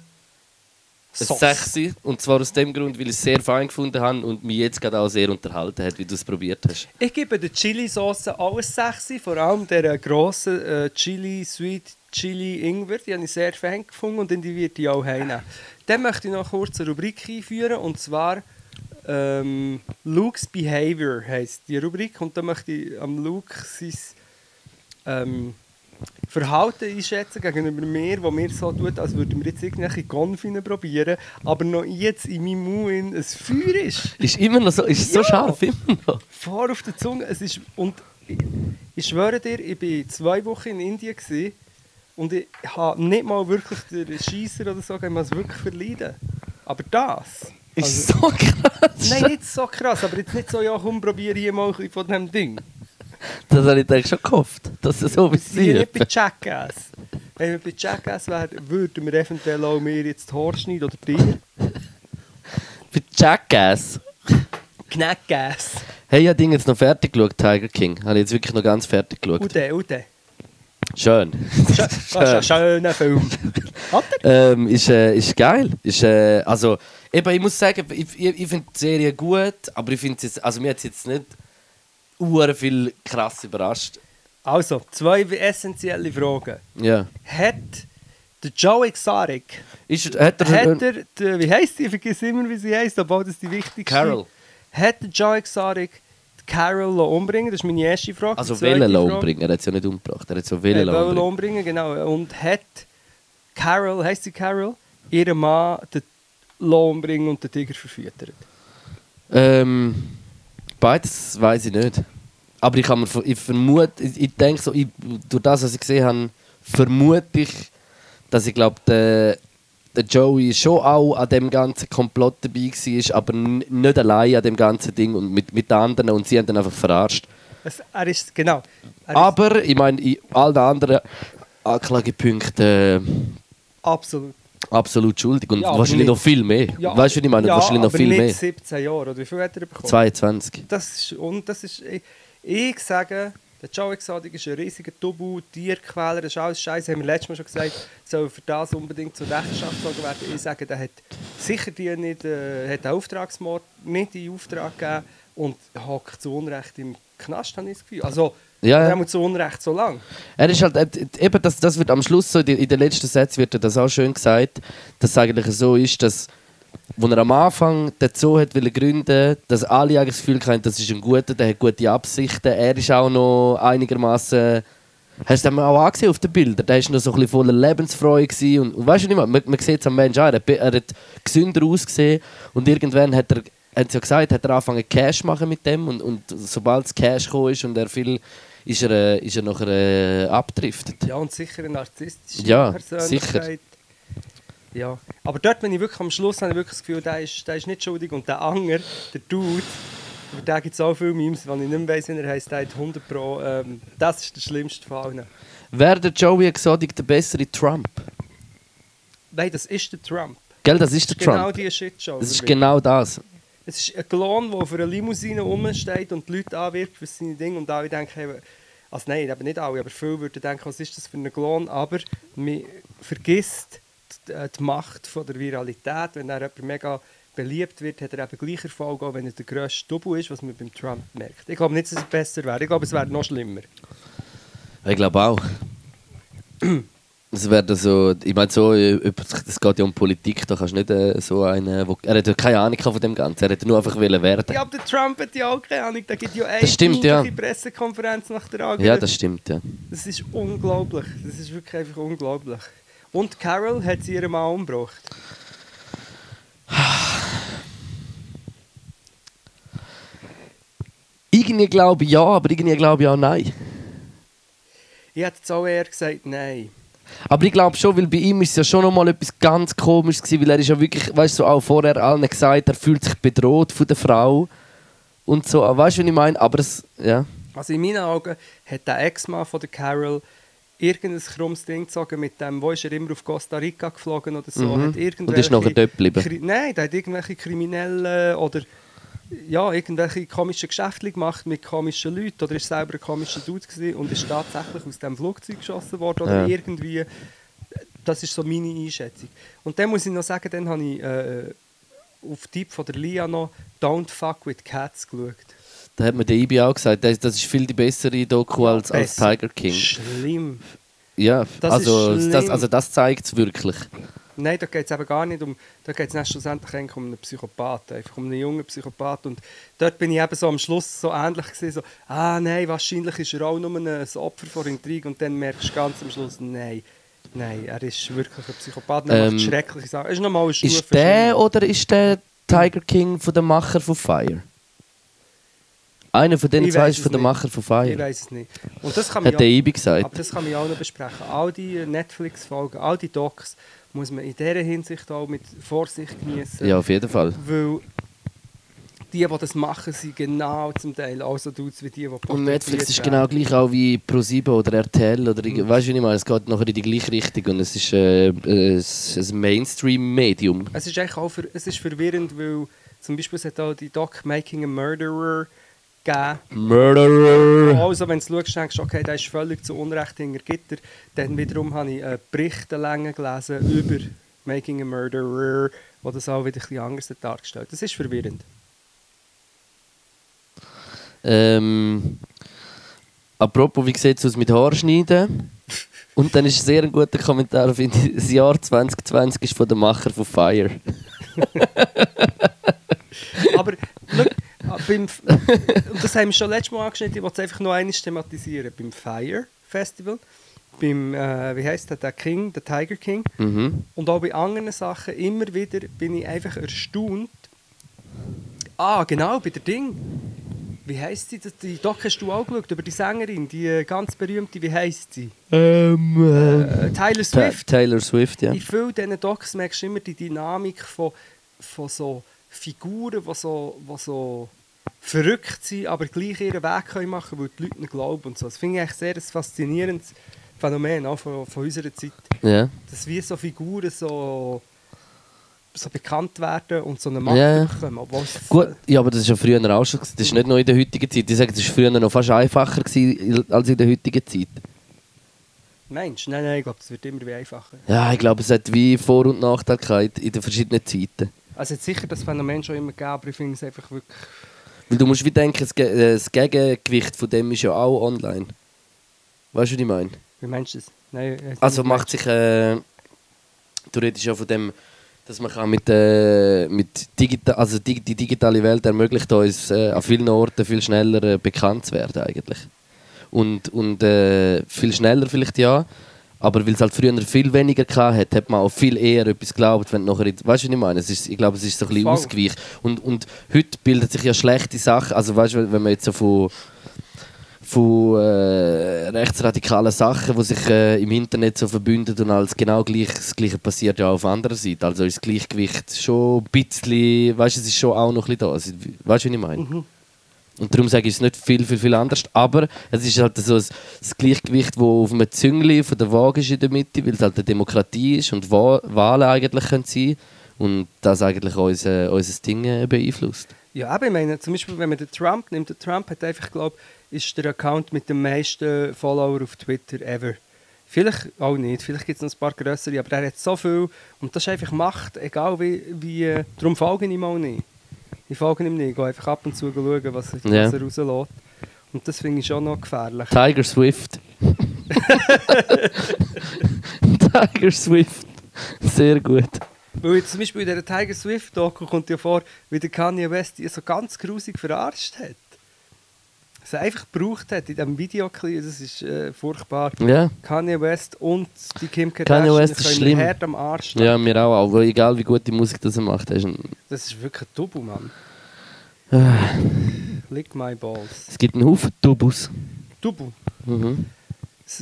[SPEAKER 4] 6. Und zwar aus dem Grund, weil ich es sehr fein gefunden habe und mich jetzt gerade auch sehr unterhalten hat, wie du es probiert hast.
[SPEAKER 3] Ich gebe der Chili-Sauce alles 6, vor allem der grossen äh, Chili Sweet Chili Ingwer, die habe ich sehr fan gefunden und dann die wird die auch heimnehmen. Dann möchte ich noch kurz eine Rubrik einführen und zwar ähm, Luke's Behavior heisst die Rubrik und da möchte ich am Luke sein ähm, Verhalten einschätzen gegenüber mir, wo mir so tut, als würden wir jetzt irgendwelche Konfine probieren, aber noch jetzt in meinem Mund ein Feuer ist.
[SPEAKER 2] Ist immer noch so, ist so
[SPEAKER 3] Ja.
[SPEAKER 2] scharf, immer noch.
[SPEAKER 3] Vor auf der Zunge. Es ist, und ich, ich schwöre dir, ich war zwei Wochen in Indien gewesen, und ich habe nicht mal wirklich den Scheisser oder so, ich es wirklich verleiden. Aber das.
[SPEAKER 2] Ist
[SPEAKER 4] Also,
[SPEAKER 2] so krass.
[SPEAKER 3] Nein, nicht so krass, aber jetzt nicht so, ja komm, probiere hier mal ein bisschen von dem Ding.
[SPEAKER 2] Das habe ich eigentlich schon gehofft, dass es so
[SPEAKER 3] Das sind ja
[SPEAKER 2] passiert.
[SPEAKER 3] nicht bei Jackass. Wenn wir bei Jackass wären, würden wir eventuell auch mir jetzt das Haar schneiden oder dir.
[SPEAKER 2] Bei Jackass.
[SPEAKER 3] Knackass.
[SPEAKER 2] Hey, ich habe Ding jetzt noch fertig geschaut, Tiger King. Habe ich jetzt wirklich noch ganz fertig geschaut.
[SPEAKER 3] Ude, Ude.
[SPEAKER 2] Schön.
[SPEAKER 3] Schön, schön, schöner Film. Hat er?
[SPEAKER 2] ähm, ist, äh, ist geil. Ist, äh, also, eben, ich muss sagen, ich, ich, ich finde die Serie gut, aber ich finde jetzt, also mir hat jetzt nicht uhr viel krass überrascht.
[SPEAKER 3] Also, zwei essentielle Fragen.
[SPEAKER 2] Ja.
[SPEAKER 3] hat der Joe Exotic,
[SPEAKER 2] Ist, hat er,
[SPEAKER 3] hat er, die, wie heißt die, ich vergesse immer, wie sie heißt, obwohl das die wichtigste
[SPEAKER 2] Carol.
[SPEAKER 3] Hat der Joe Exotic die Carol lassen umbringen? Das ist meine erste Frage.
[SPEAKER 2] also
[SPEAKER 3] Die zweite
[SPEAKER 2] Wellen
[SPEAKER 3] Frage-
[SPEAKER 2] umbringen, er hat es ja nicht umgebracht, er hat so
[SPEAKER 3] Er
[SPEAKER 2] Wellen
[SPEAKER 3] wollte
[SPEAKER 2] umbringen.
[SPEAKER 3] umbringen, genau. Und hat Carol, heißt sie Carol, ihren Mann den lassen umbringen und den Tiger verfüttert.
[SPEAKER 2] Ähm, beides weiß ich nicht. Aber ich, kann mir, vor- ich vermute, ich, ich denke so, ich, durch das, was ich gesehen habe, vermute ich, dass ich glaube, der, der Joey schon auch an dem ganzen Komplott dabei war, aber n- nicht allein an dem ganzen Ding und mit, mit den anderen und sie haben dann einfach verarscht.
[SPEAKER 3] Es, er ist, genau. Er ist
[SPEAKER 2] Aber ich meine, in allen anderen Anklagepunkten
[SPEAKER 3] absolut.
[SPEAKER 2] äh, absolut schuldig und
[SPEAKER 3] Ja, aber
[SPEAKER 2] wahrscheinlich
[SPEAKER 3] nicht-
[SPEAKER 2] noch viel mehr.
[SPEAKER 3] Ja,
[SPEAKER 2] weißt du, wie ich meine?
[SPEAKER 3] ja,
[SPEAKER 2] wahrscheinlich noch
[SPEAKER 3] aber
[SPEAKER 2] viel
[SPEAKER 3] nicht
[SPEAKER 2] mehr.
[SPEAKER 3] 17 Jahre, oder wie viel hat er bekommen?
[SPEAKER 2] 22.
[SPEAKER 3] Das ist, und das ist, ich, ich sage, der Joe Exotic ist ein riesiger Tubu, Tierquäler, das ist alles Scheiße. Haben wir letztes Mal schon gesagt, soll für das unbedingt zur Rechenschaft gezogen werden. Ich sage, der hat sicher die nicht, äh, hat den Auftragsmord nicht in Auftrag gegeben und hockt zu Unrecht im Knast, habe ich das Gefühl. Also,
[SPEAKER 2] Ja, ja.
[SPEAKER 3] er muss zu Unrecht so lang.
[SPEAKER 2] Er ist halt, et- et- eben das, das wird am Schluss so, in den- in den letzten Sätzen wird er das auch schön gesagt, dass es eigentlich so ist, dass, wo er am Anfang den Zoo hat wollen gründen, dass alle eigentlich das Gefühl hatten, das ist ein guter, der hat gute Absichten, er ist auch noch einigermaßen Hast du den auch angesehen auf den Bildern? Der war noch so ein bisschen voller Lebensfreude. gewesen Und, und weißt du nicht mal, man, man sieht es am Menschen auch, er, hat- er hat gesünder ausgesehen. Und irgendwann hat er, haben sie ja gesagt, hat er angefangen Cash zu machen mit dem. Und, und sobald das Cash gekommen ist und er viel, ist er, äh, ist er nachher äh, abgedriftet.
[SPEAKER 3] Ja, und sicher eine narzisstische
[SPEAKER 2] Ja,
[SPEAKER 3] Persönlichkeit. Ja, aber dort bin ich wirklich am Schluss, habe ich wirklich das Gefühl, der ist, der ist nicht schuldig. Und der Anger, der Dude, über den gibt es auch viele Memes, wenn ich nicht mehr weiss, wie er heisst, der hat 100 Pro. Ähm, das ist der schlimmste von allen.
[SPEAKER 2] Wäre der Joey Exotic der bessere Trump?
[SPEAKER 3] Nein, das ist der Trump.
[SPEAKER 2] Gell, das ist der
[SPEAKER 3] Genau
[SPEAKER 2] Trump.
[SPEAKER 3] diese Shitshow.
[SPEAKER 2] Das ist
[SPEAKER 3] wirklich.
[SPEAKER 2] genau das.
[SPEAKER 3] Es ist ein Clown, der auf einer Limousine rumsteht und die Leute anwirbt für seine Dinge und alle denken, eben- also nein, eben nicht alle, aber viele würden denken, was ist das für ein Clown, aber man vergisst die, äh, die Macht von der Viralität, wenn er jemand mega beliebt wird, hat er eben gleich Erfolg, auch wenn er der grösste Double ist, was man beim Trump merkt. Ich glaube nicht, dass es besser wäre, ich glaube, es wäre noch schlimmer.
[SPEAKER 2] Ich glaube auch. Es wäre so, ich meine, so, äh, über- es geht ja um Politik, da kannst du nicht äh, so einen, wo, er hat ja keine Ahnung gehabt von dem Ganzen, er hat nur einfach wollen werden.
[SPEAKER 3] Ja, aber der Trump hat ja auch keine Ahnung, da gibt ja eine
[SPEAKER 2] Das stimmt, ja.
[SPEAKER 3] peinliche Pressekonferenz nach der anderen.
[SPEAKER 2] Ja, das stimmt, ja.
[SPEAKER 3] Das ist unglaublich. Das ist wirklich einfach unglaublich. Und Carol hat sie ihren Mann umgebracht.
[SPEAKER 2] Irgendwie glaube ich ja, aber irgendwie glaube ich auch nein.
[SPEAKER 3] Ich hätte jetzt auch eher gesagt, nein.
[SPEAKER 2] Aber ich glaube schon, weil bei ihm ist es ja schon nochmal etwas ganz komisches gewesen, weil er ist ja wirklich, weißt du, so auch vorher allen gesagt, er fühlt sich bedroht von der Frau und so, weißt du, was ich meine? Aber es, ja.
[SPEAKER 3] Also in meinen Augen hat der Ex-Mann von der Carol irgendein krummes Ding gezogen mit dem, wo ist er immer auf Costa Rica geflogen oder so.
[SPEAKER 2] Mhm. Und
[SPEAKER 3] Hat
[SPEAKER 2] ist nachher
[SPEAKER 3] irgendwelche-
[SPEAKER 2] dort geblieben?
[SPEAKER 3] Kri Nein, der hat irgendwelche Kriminellen oder ja, irgendwelche komischen Geschäfte gemacht mit komischen Leuten oder ist selber ein komischer Dude gewesen und ist tatsächlich aus dem Flugzeug geschossen worden oder
[SPEAKER 2] Ja.
[SPEAKER 3] irgendwie. Das ist so meine Einschätzung. Und dann muss ich noch sagen, dann habe ich äh, auf Tipp von der Lia noch «Don't fuck with cats» geschaut.
[SPEAKER 2] Da hat mir der IBI auch gesagt, das, das ist viel die bessere Doku als, als
[SPEAKER 3] Besser.
[SPEAKER 2] Tiger King.
[SPEAKER 3] Schlimm.
[SPEAKER 2] Ja,
[SPEAKER 3] Das
[SPEAKER 2] also
[SPEAKER 3] ist
[SPEAKER 2] das,
[SPEAKER 3] schlimm.
[SPEAKER 2] also das zeigt es wirklich.
[SPEAKER 3] Nein, da geht es eben gar nicht um. Da geht es schlussendlich eigentlich um einen Psychopathen, einfach um einen jungen Psychopathen. Und dort bin ich eben so am Schluss so ähnlich gewesen, so, ah nein, wahrscheinlich ist er auch nur ein ein Opfer von Intrigue. Und dann merkst du ganz am Schluss, nein, nein, er ist wirklich ein Psychopath. Er
[SPEAKER 2] Ähm,
[SPEAKER 3] macht schreckliche Sachen. Er ist nochmal eine Stufe.
[SPEAKER 2] Ist der
[SPEAKER 3] schlimmer.
[SPEAKER 2] oder ist der Tiger King von den Macher von Fire? Einer von den
[SPEAKER 3] Ich
[SPEAKER 2] zwei
[SPEAKER 3] weiss
[SPEAKER 2] ist
[SPEAKER 3] es
[SPEAKER 2] von den
[SPEAKER 3] nicht.
[SPEAKER 2] Macher von
[SPEAKER 3] Ich
[SPEAKER 2] Fire.
[SPEAKER 3] weiß es nicht. Und das kann man
[SPEAKER 2] Hat der IBI gesagt.
[SPEAKER 3] Aber das kann man ja auch noch besprechen. All die äh, Netflix-Folgen, all die Docs muss man in dieser Hinsicht auch mit Vorsicht genießen.
[SPEAKER 2] Ja, auf jeden Fall.
[SPEAKER 3] Weil die, die das machen, sind genau zum Teil auch so Dudes wie die, die
[SPEAKER 2] Und Netflix ist
[SPEAKER 3] porträtiert
[SPEAKER 2] genau
[SPEAKER 3] werden.
[SPEAKER 2] gleich auch wie ProSieben oder RTL oder mhm. weißt du wie ich meine, es geht nachher in die gleiche Richtung und es ist äh, äh, es- ein Mainstream-Medium.
[SPEAKER 3] Es ist eigentlich auch ver es ist verwirrend, weil zum Beispiel es hat auch die Doc Making a Murderer gegeben.
[SPEAKER 2] Murderer!
[SPEAKER 3] Also, wenn du schaust, denkst du, okay, der ist völlig zu Unrecht hinter Gitter. Dann wiederum habe ich äh, Berichte länger gelesen über Making a Murderer, wo das auch wieder ein bisschen anders hat dargestellt Das ist verwirrend.
[SPEAKER 2] Ähm, apropos, wie sieht es aus mit Haarschneiden? Und dann ist ein sehr ein guter Kommentar, finde ich, das Jahr 2020 ist von den Macher von Fire.
[SPEAKER 3] Aber schau, beim, F- und das haben wir schon letztes Mal angeschnitten, ich wollte es einfach noch einmal thematisieren. Beim Fire Festival, beim, äh, wie heißt der, der King, der Tiger King.
[SPEAKER 2] Mhm.
[SPEAKER 3] Und auch bei anderen Sachen immer wieder bin ich einfach erstaunt. Ah, genau, bei der Ding. Wie heisst sie? Das- Die Doc hast du auch geschaut, über die Sängerin, die äh, ganz berühmte, wie heisst sie? Äh, Tyler
[SPEAKER 2] Ta
[SPEAKER 3] Swift.
[SPEAKER 2] Taylor Swift, ja.
[SPEAKER 3] In vielen diesen Docs merkst du immer die Dynamik von, von so Figuren, die so, die so verrückt sind, aber gleich ihren Weg können machen können, weil die Leute nicht glauben. Und so. Das finde ich eigentlich sehr ein faszinierendes Phänomen auch von, von unserer Zeit,
[SPEAKER 2] ja.
[SPEAKER 3] dass wir so Figuren so, so bekannt werden und so eine Macht
[SPEAKER 2] Ja, ja.
[SPEAKER 3] bekommen. Obwohl es-
[SPEAKER 2] Gut, ja, aber das ist ja früher auch schon, gewesen. das ist nicht nur in der heutigen Zeit. Ich sage, das war früher noch fast einfacher gewesen als in der heutigen Zeit.
[SPEAKER 3] Mensch, nein, nein, ich glaube, das wird immer wie einfacher.
[SPEAKER 2] Ja, ich glaube, es hat wie Vor- und Nachteile gehabt in den verschiedenen Zeiten.
[SPEAKER 3] Also es hat sicher das Phänomen schon immer gegeben, aber ich finde es einfach wirklich...
[SPEAKER 2] Weil du musst wie denken, das Ge- äh, das Gegengewicht von dem ist ja auch online. Weißt du, was ich meine?
[SPEAKER 3] Wie meinst du das? Nein, ich-
[SPEAKER 2] Also macht sich. Äh, du redest ja von dem, dass man kann mit, äh, mit digital, also dig, die digitale Welt ermöglicht uns äh, an vielen Orten viel schneller äh, bekannt zu werden eigentlich. Und, und äh, viel schneller vielleicht ja, aber weil es halt früher viel weniger gehabt hat, hat man auch viel eher etwas geglaubt, wenn du nachher, weißt du, was ich meine? Es ist, ich glaube, es ist so ein bisschen
[SPEAKER 3] Voll.
[SPEAKER 2] ausgeweicht. Und, und heute bildet sich ja schlechte Sachen, also weißt du, wenn man jetzt so von von äh, rechtsradikalen Sachen, die sich äh, im Internet so verbünden und als genau gleich, das Gleiche passiert ja auch auf anderer Seite. Also ist das Gleichgewicht schon ein bisschen, weißt du, es ist schon auch noch ein bisschen da. Also, weißt du, was ich meine? Und darum sage ich es ist nicht viel, viel, viel anders. Aber es ist halt so ein- das Gleichgewicht, das auf einem Züngli von der Waage ist in der Mitte, weil es halt eine Demokratie ist und Wa- Wahlen eigentlich können sein und das eigentlich unser, unser Ding äh, beeinflusst.
[SPEAKER 3] Ja, aber ich meine, zum Beispiel, wenn man den Trump nimmt, der Trump hat einfach, glaube ist der Account mit den meisten Followern auf Twitter ever. Vielleicht auch nicht, vielleicht gibt es noch ein paar größere, aber er hat so viel und das ist einfach Macht, egal wie. wie äh, darum folge ich ihm auch nicht. Ich folge ihm nicht, ich gehe einfach ab und zu schauen, was,
[SPEAKER 2] Ja.
[SPEAKER 3] was er rauslässt. Und das finde ich schon noch gefährlich.
[SPEAKER 2] Tiger Swift. Tiger Swift. Sehr gut.
[SPEAKER 3] Weil jetzt zum Beispiel in dieser Tiger Swift-Doku kommt ja vor, wie der Kanye West die so ganz grusig verarscht hat. Was er einfach gebraucht hat in diesem Videoclip, das ist äh, furchtbar.
[SPEAKER 2] Ja,
[SPEAKER 3] Kanye West und die Kim Kardashian
[SPEAKER 2] Kanye West ist
[SPEAKER 3] können
[SPEAKER 2] schlimm.
[SPEAKER 3] hart am Arsch stehen.
[SPEAKER 2] ja mir auch. Aber egal wie gut die Musik das er macht, hast du einen-
[SPEAKER 3] Das ist wirklich ein Double, Mann.
[SPEAKER 2] Äh.
[SPEAKER 3] Lick my balls.
[SPEAKER 2] es gibt einen Haufen Tubus.
[SPEAKER 3] Double.
[SPEAKER 2] Mhm.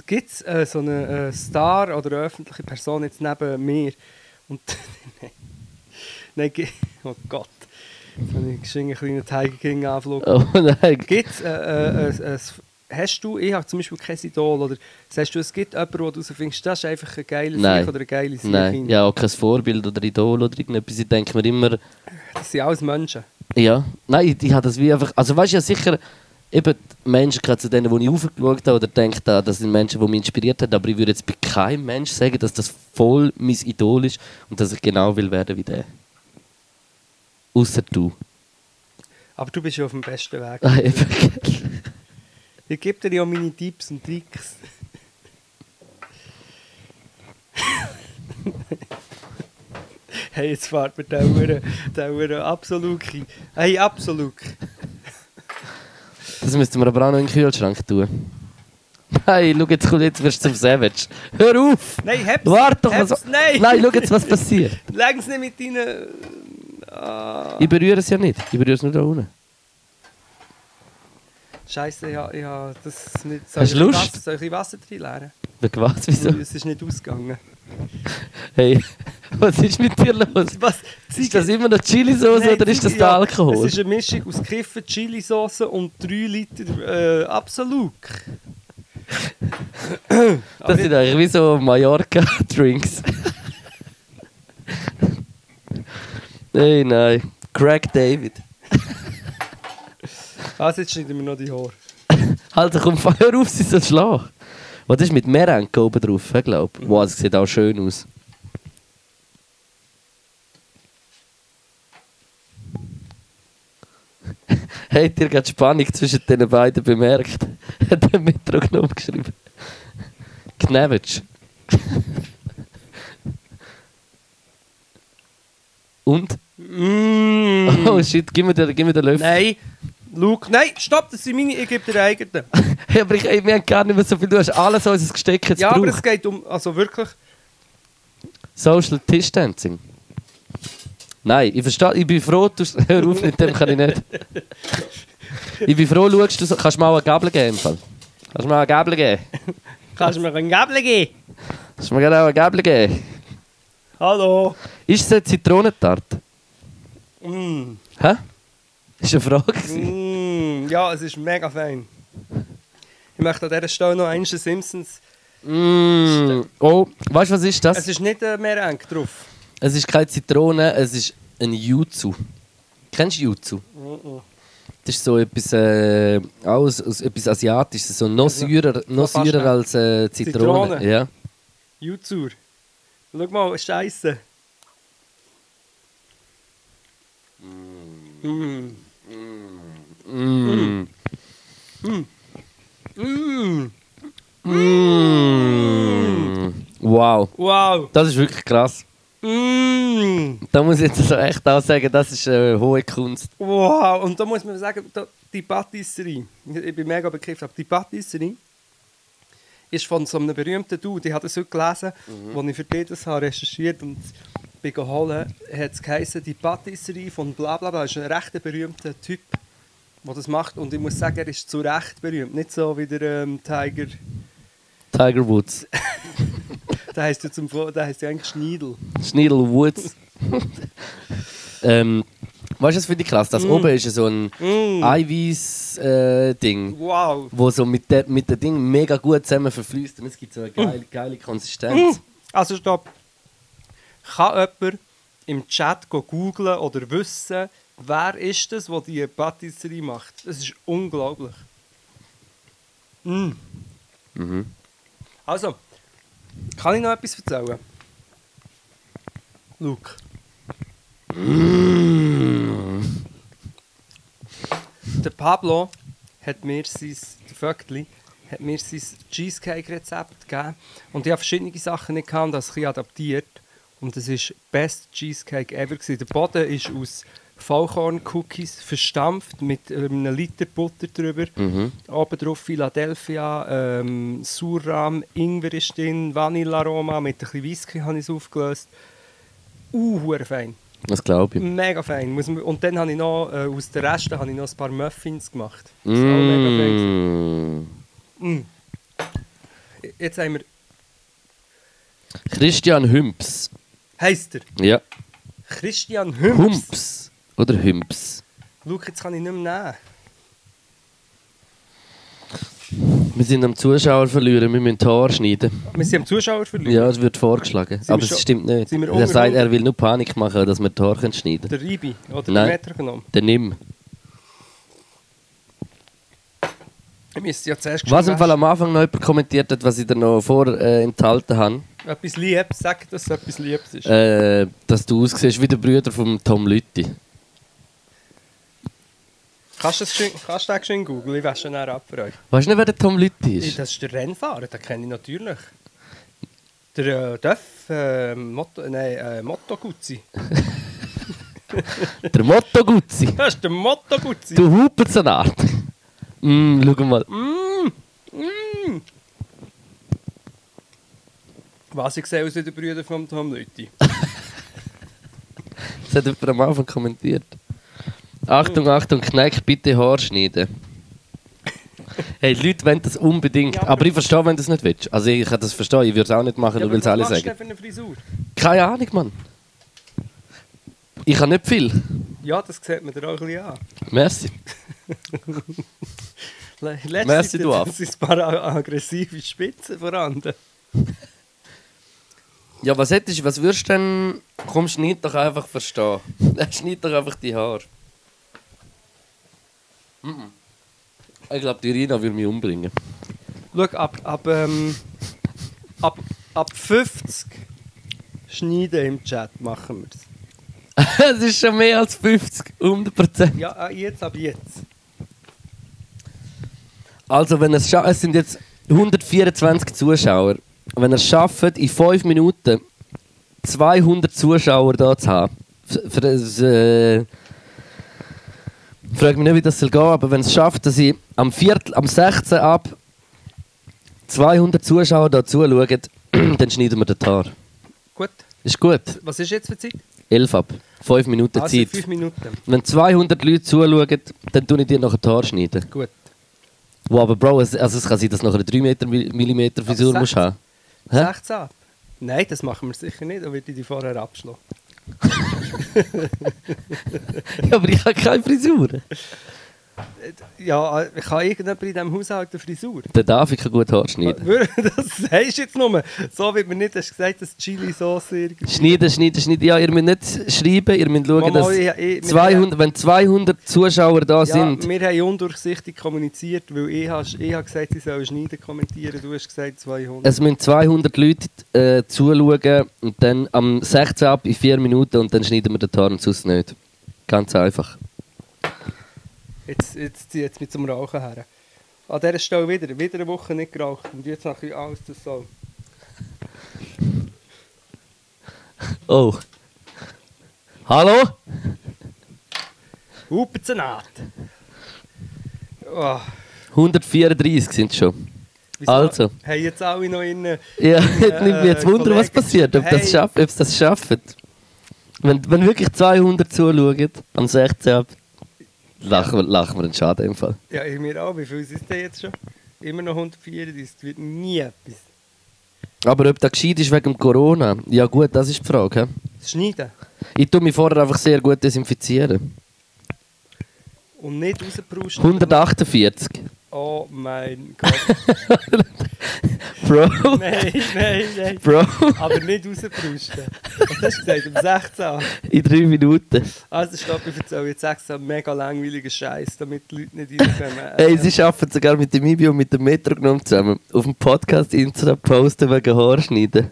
[SPEAKER 3] Gibt es äh, so eine äh, Star oder eine öffentliche Person jetzt neben mir? Und nein. nein, ge- oh Gott. Jetzt habe ich geschwind einen kleinen Tiger King anflug.
[SPEAKER 2] Oh nein.
[SPEAKER 3] Gibt es äh, äh, äh, äh, hast du, ich habe zum Beispiel kein Idol, oder sagst du, es gibt jemanden, wo du so findest, das ist einfach ein geiler
[SPEAKER 2] Nein.
[SPEAKER 3] Sieg oder ein geiler Sieg.
[SPEAKER 2] Nein, ja, auch kein Vorbild oder Idol oder irgendetwas. Ich denke mir immer,
[SPEAKER 3] Das sind alles Menschen.
[SPEAKER 2] ja, nein, ich, ich habe das wie einfach. Also, weißt du ja sicher, eben die Menschen, gerade zu denen, die ich aufgeschaut habe oder denkt, das sind Menschen, die mich inspiriert haben, aber ich würde jetzt bei keinem Menschen sagen, dass das voll mein Idol ist und dass ich genau will werden wie der. Außer du.
[SPEAKER 3] Aber du bist ja auf dem besten Weg.
[SPEAKER 2] Ah, eben, gell.
[SPEAKER 3] Ich gebe dir ja meine Tipps und Tricks. hey, jetzt fährt mir der Uhren, der Uhren Absoluki. Hey, Absolut.
[SPEAKER 2] das müssten wir aber auch noch in den Kühlschrank tun. Nein, schau, jetzt, komm, jetzt wirst du zum Savage. Hör auf!
[SPEAKER 3] Nein, hab's!
[SPEAKER 2] Warte doch!
[SPEAKER 3] hab's,
[SPEAKER 2] Was,
[SPEAKER 3] nein!
[SPEAKER 2] nein, schau jetzt, was passiert.
[SPEAKER 3] Leg's nicht mit deinen... Ah.
[SPEAKER 2] Ich berühre es ja nicht. Ich berühre es nur da unten.
[SPEAKER 3] Scheiße, ja, ja, das nicht...
[SPEAKER 2] Hast
[SPEAKER 3] ich
[SPEAKER 2] du Lust?
[SPEAKER 3] Wasser, soll ich ein Wasser reinleeren?
[SPEAKER 2] Wegen Was? Wieso?
[SPEAKER 3] Es ist nicht ausgegangen.
[SPEAKER 2] Hey, was ist mit dir los?
[SPEAKER 3] Was?
[SPEAKER 2] Ist das immer noch Chili-Sauce
[SPEAKER 3] Nein,
[SPEAKER 2] oder ist das
[SPEAKER 3] Ziege,
[SPEAKER 2] der
[SPEAKER 3] ja.
[SPEAKER 2] Alkohol?
[SPEAKER 3] Es ist eine Mischung aus Kiffen, Chili-Sauce und 3 Liter äh, Absolut.
[SPEAKER 2] das sind eigentlich wie so Mallorca-Drinks. hey, nein. Craig David.
[SPEAKER 3] Also jetzt schneiden wir noch die Haare.
[SPEAKER 2] Halt, komm, hör auf, sie soll schlagen. Was ist mit Merenke oben drauf, glaube
[SPEAKER 3] Mhm.
[SPEAKER 2] ich. Wow, das sieht auch schön aus. Hey, dir gerade Spannung zwischen den beiden bemerkt. Hat der Metronom geschrieben. Knevitsch. Und? Oh shit, gib mir den, gib mir den Löffel.
[SPEAKER 3] Mhm. Mm. Nein, Luke, nein, stopp, das sind meine, ich gebe dir eigenen.
[SPEAKER 2] Hey, aber ich, ey, wir haben gar nicht mehr so viel. Du hast alles unseres Gesteck jetzt
[SPEAKER 3] Ja, aber es
[SPEAKER 2] gebraucht.
[SPEAKER 3] geht um, also wirklich,
[SPEAKER 2] Social Distancing. Nein, ich verstehe, ich bin froh, du hör auf, mit dem kann ich nicht. Ich bin froh, schaust du so, kannst du mir auch eine Gabel geben im Fall. Kannst du mir auch eine Gabel geben?
[SPEAKER 3] kannst du mir einen Gabel geben?
[SPEAKER 2] Kannst du mir gerne auch eine Gabel geben?
[SPEAKER 3] Hallo.
[SPEAKER 2] Ist es eine Zitronentarte?
[SPEAKER 3] Mm.
[SPEAKER 2] Hä? Ist eine Frage gewesen.
[SPEAKER 3] Mm. Ja, es ist mega fein. Ich möchte an dieser Stelle noch einen Simpsons.
[SPEAKER 2] Mm. Oh, weißt du, was ist
[SPEAKER 3] Es
[SPEAKER 2] das?
[SPEAKER 3] ist nicht äh, mehr eng drauf.
[SPEAKER 2] Es ist keine Zitrone, es ist ein Jutsu. Kennst du Jutsu? Das ist so etwas, äh, auch aus, aus etwas Asiatisches, so noch sürer, noch
[SPEAKER 3] fast
[SPEAKER 2] sürer
[SPEAKER 3] nicht.
[SPEAKER 2] als äh, Zitrone.
[SPEAKER 3] Zitrone.
[SPEAKER 2] Ja.
[SPEAKER 3] Jutsur. Schau mal, Scheiße. Mm.
[SPEAKER 2] Mm.
[SPEAKER 3] Mm.
[SPEAKER 2] Mm. Wow,
[SPEAKER 3] Wow.
[SPEAKER 2] das ist wirklich krass.
[SPEAKER 3] Mm.
[SPEAKER 2] Da muss ich jetzt also echt auch sagen, das ist äh, hohe Kunst.
[SPEAKER 3] Wow, und da muss man sagen, da, die Patisserie, ich bin mega bekifft, aber die Patisserie ist von so einem berühmten Dude, ich habe das heute gelesen, wo ich für die das habe recherchiert und bin geholt, hat es geheißen, die Patisserie von bla bla bla, ist ein recht berühmter Typ, der das macht und ich muss sagen, er ist zu Recht berühmt, nicht so wie der ähm, Tiger,
[SPEAKER 2] Tiger Woods.
[SPEAKER 3] der heisst ja, zum, Vor- der heisst ja eigentlich Schniedel.
[SPEAKER 2] Schniedel Woods. ähm, weißt du, was finde ich krass? Das oben ist ja so ein äh,
[SPEAKER 3] Mm.
[SPEAKER 2] Eiweiß-Ding.
[SPEAKER 3] Wow.
[SPEAKER 2] wo so mit, der, mit dem Ding mega gut zusammen verfließt und es gibt so eine geile, geile Konsistenz.
[SPEAKER 3] Also stopp. Kann jemand im Chat go googlen oder wissen, wer ist das, der die Patisserie macht? Das ist unglaublich. Mm. Also, kann ich noch etwas erzählen? Luke. Der Pablo hat mir sein der Vögtli, hat mir sein Cheesecake-Rezept gegeben. Und ich habe verschiedene Sachen nicht gehabt, und das ein bisschen adaptiert. Und es ist best Cheesecake ever. Gewesen. Der Boden ist aus Vollkorn-Cookies verstampft mit ähm, einem Liter Butter drüber. Oben drauf Philadelphia, ähm, Surram, Ingwer ist drin, Vanillaroma, mit ein bisschen Whisky habe ich es aufgelöst. Uh, huere fein.
[SPEAKER 2] Das glaube ich.
[SPEAKER 3] Mega fein. Muss man- Und dann habe ich noch, äh, aus den Resten habe ich noch ein paar Muffins gemacht. Das ist auch mega fein. gewesen.
[SPEAKER 2] Mm.
[SPEAKER 3] Jetzt haben wir,
[SPEAKER 2] Christian Hümps.
[SPEAKER 3] heisst er,
[SPEAKER 2] Ja.
[SPEAKER 3] Christian Hümps.
[SPEAKER 2] Humps. Oder Hümps.
[SPEAKER 3] Schau, jetzt kann ich nicht mehr nehmen.
[SPEAKER 2] Wir sind am Zuschauer verlieren, wir müssen die Haare schneiden.
[SPEAKER 3] Wir sind am Zuschauer verloren.
[SPEAKER 2] Ja, es wird vorgeschlagen.
[SPEAKER 3] wir
[SPEAKER 2] aber
[SPEAKER 3] schon-
[SPEAKER 2] es stimmt nicht.
[SPEAKER 3] sind wir
[SPEAKER 2] Er sagt,
[SPEAKER 3] unter-
[SPEAKER 2] er will nur Panik machen, dass wir die Haare können schneiden können.
[SPEAKER 3] Der Ribi oder
[SPEAKER 2] Nein.
[SPEAKER 3] der Metronom.
[SPEAKER 2] Dann nimm.
[SPEAKER 3] Ich müsste ja zuerst
[SPEAKER 2] Was im
[SPEAKER 3] geschrieben
[SPEAKER 2] Fall am Anfang noch jemand kommentiert hat, was ich dir noch vor äh, enthalten habe,
[SPEAKER 3] hast, Etwas Liebes, sag, dass es etwas Liebes ist.
[SPEAKER 2] äh, dass du aussiehst wie der Bruder von Tom Lütti.
[SPEAKER 3] Kannst du das schön- kannst du das schön googeln? Ich wasche ihn dann ab für euch.
[SPEAKER 2] Weißt du nicht, wer der Tom Lütti
[SPEAKER 3] Ich,
[SPEAKER 2] ist?
[SPEAKER 3] das ist der Rennfahrer, den kenne ich natürlich. Der äh, Döff, äh, Motto, nein, äh, Motto Guzzi.
[SPEAKER 2] Der Motto Guzzi.
[SPEAKER 3] Das ist der Motto Guzzi.
[SPEAKER 2] Du Hupenzenart. mm, schau mal.
[SPEAKER 3] Mm. Was ich sehe aus den Brüdern von Tom Lüthi.
[SPEAKER 2] Das hat jemand am Anfang kommentiert. Achtung, Achtung, Kneck, bitte Haar schneiden. Hey, die Leute wollen das unbedingt.
[SPEAKER 3] Ja, aber-
[SPEAKER 2] aber, ich verstehe, wenn du es nicht willst. Also ich kann das verstehen, ich würde es auch nicht machen, du willst alle
[SPEAKER 3] Was machst
[SPEAKER 2] sagen.
[SPEAKER 3] du denn für eine Frisur?
[SPEAKER 2] Keine Ahnung, Mann. Ich habe nicht viel.
[SPEAKER 3] Ja, das sieht man dir auch ein bisschen an.
[SPEAKER 2] Merci.
[SPEAKER 3] Le- Letzte
[SPEAKER 2] Merci,
[SPEAKER 3] Zeit
[SPEAKER 2] du
[SPEAKER 3] sind-
[SPEAKER 2] Aff.
[SPEAKER 3] sind ein paar a- aggressive Spitzen vorhanden.
[SPEAKER 2] Ja, was hättest du, was würdest du denn... Komm, schneid doch einfach verstehen. schneid doch einfach die Haare. Mhm. Ich glaube, die Irina will mich umbringen.
[SPEAKER 3] Schau, ab, ab, ähm, ab, ab 50 schneiden im Chat machen wir es.
[SPEAKER 2] Es ist schon mehr als 50, 100%.
[SPEAKER 3] Ja, äh, jetzt ab jetzt.
[SPEAKER 2] Also, wenn es scha- es sind jetzt 124 Zuschauer. Wenn ihr es schafft, in 5 Minuten 200 Zuschauer da zu haben, f- für das, äh, frage mich nicht, wie das soll gehen, aber wenn es schafft, dass ich am, Viertel, am 16 ab 200 Zuschauer da zuschauen, dann schneiden wir den Tar.
[SPEAKER 3] Gut,
[SPEAKER 2] Ist gut.
[SPEAKER 3] was ist jetzt für Zeit?
[SPEAKER 2] 11 ab. 5 Minuten
[SPEAKER 3] Also
[SPEAKER 2] Zeit.
[SPEAKER 3] 5 Minuten.
[SPEAKER 2] Wenn 200 Leute zuschauen, dann tue ich dir noch ein Tar schneiden.
[SPEAKER 3] Gut.
[SPEAKER 2] Wow, aber Bro, es, also es kann sein, dass du noch eine 3 Meter, Millimeter Frisur
[SPEAKER 3] Aber
[SPEAKER 2] musst haben. Hä?
[SPEAKER 3] 16 ab. Nein, das machen wir sicher nicht, dann würde ich die vorher abschlagen.
[SPEAKER 2] Ja, aber ich habe keine Frisur.
[SPEAKER 3] Ja, äh, kann irgendjemand in diesem Haushalt eine Frisur?
[SPEAKER 2] Der darf ich kann gut Haar schneiden.
[SPEAKER 3] Wür- Das sagst du jetzt nur. So wie mir nicht hast gesagt, dass Chili-Sauce irgendwie...
[SPEAKER 2] Schneiden, schneiden, schneiden. Ja, ihr müsst nicht schreiben, ihr müsst schauen,
[SPEAKER 3] Mama,
[SPEAKER 2] dass
[SPEAKER 3] ich- ich-
[SPEAKER 2] 200, wenn 200 Zuschauer da
[SPEAKER 3] Ja,
[SPEAKER 2] sind.
[SPEAKER 3] wir haben undurchsichtig kommuniziert, weil ich, has, ich habe gesagt, sie sollen schneiden kommentieren, du hast gesagt 200.
[SPEAKER 2] Es müssen 200 Leute äh, zuschauen und dann am 16 ab in 4 Minuten und dann schneiden wir den Haar und sonst nicht. Ganz einfach.
[SPEAKER 3] Jetzt, jetzt zieht es mich zum Rauchen her. An dieser Stelle wieder, wieder eine Woche nicht geraucht und jetzt mache ich alles das so.
[SPEAKER 2] Oh. Hallo?
[SPEAKER 3] Hupenzenat! Oh,
[SPEAKER 2] 134 sind schon.
[SPEAKER 3] wieso
[SPEAKER 2] Also.
[SPEAKER 3] Haben jetzt alle noch innen...
[SPEAKER 2] Ja, jetzt nimmt mich jetzt
[SPEAKER 3] Äh,
[SPEAKER 2] Wunder, was
[SPEAKER 3] Kollege,
[SPEAKER 2] passiert, ob
[SPEAKER 3] hey.
[SPEAKER 2] das schaff, ob's das schaffen. Wenn, wenn wirklich 200 zuschauen, am 16. ab, lachen, wir- lachen wir einen Schaden im Fall.
[SPEAKER 3] Ja, ich mir auch. Wie viel sind es denn jetzt schon? Immer noch 134, wird nie etwas.
[SPEAKER 2] Aber ob das gescheit ist wegen Corona, ja gut, das ist die Frage. hä?
[SPEAKER 3] Das Schneiden
[SPEAKER 2] Ich tue mich vorher einfach sehr gut desinfizieren.
[SPEAKER 3] und nicht rausbrusten.
[SPEAKER 2] 148.
[SPEAKER 3] Oh mein Gott.
[SPEAKER 2] Bro,
[SPEAKER 3] nein, nein, nein.
[SPEAKER 2] Bro,
[SPEAKER 3] Aber nicht rausbrusten. Was hast du gesagt? Um 16 Uhr.
[SPEAKER 2] in drei Minuten.
[SPEAKER 3] Also stopp, ich erzähle jetzt 16 Uhr mega langweiligen Scheiß, damit die Leute nicht reinkommen.
[SPEAKER 2] Hey, sie arbeiten sogar mit dem Ibi und mit dem Metro genommen zusammen. Auf dem Podcast Insta posten wegen Haarschneiden.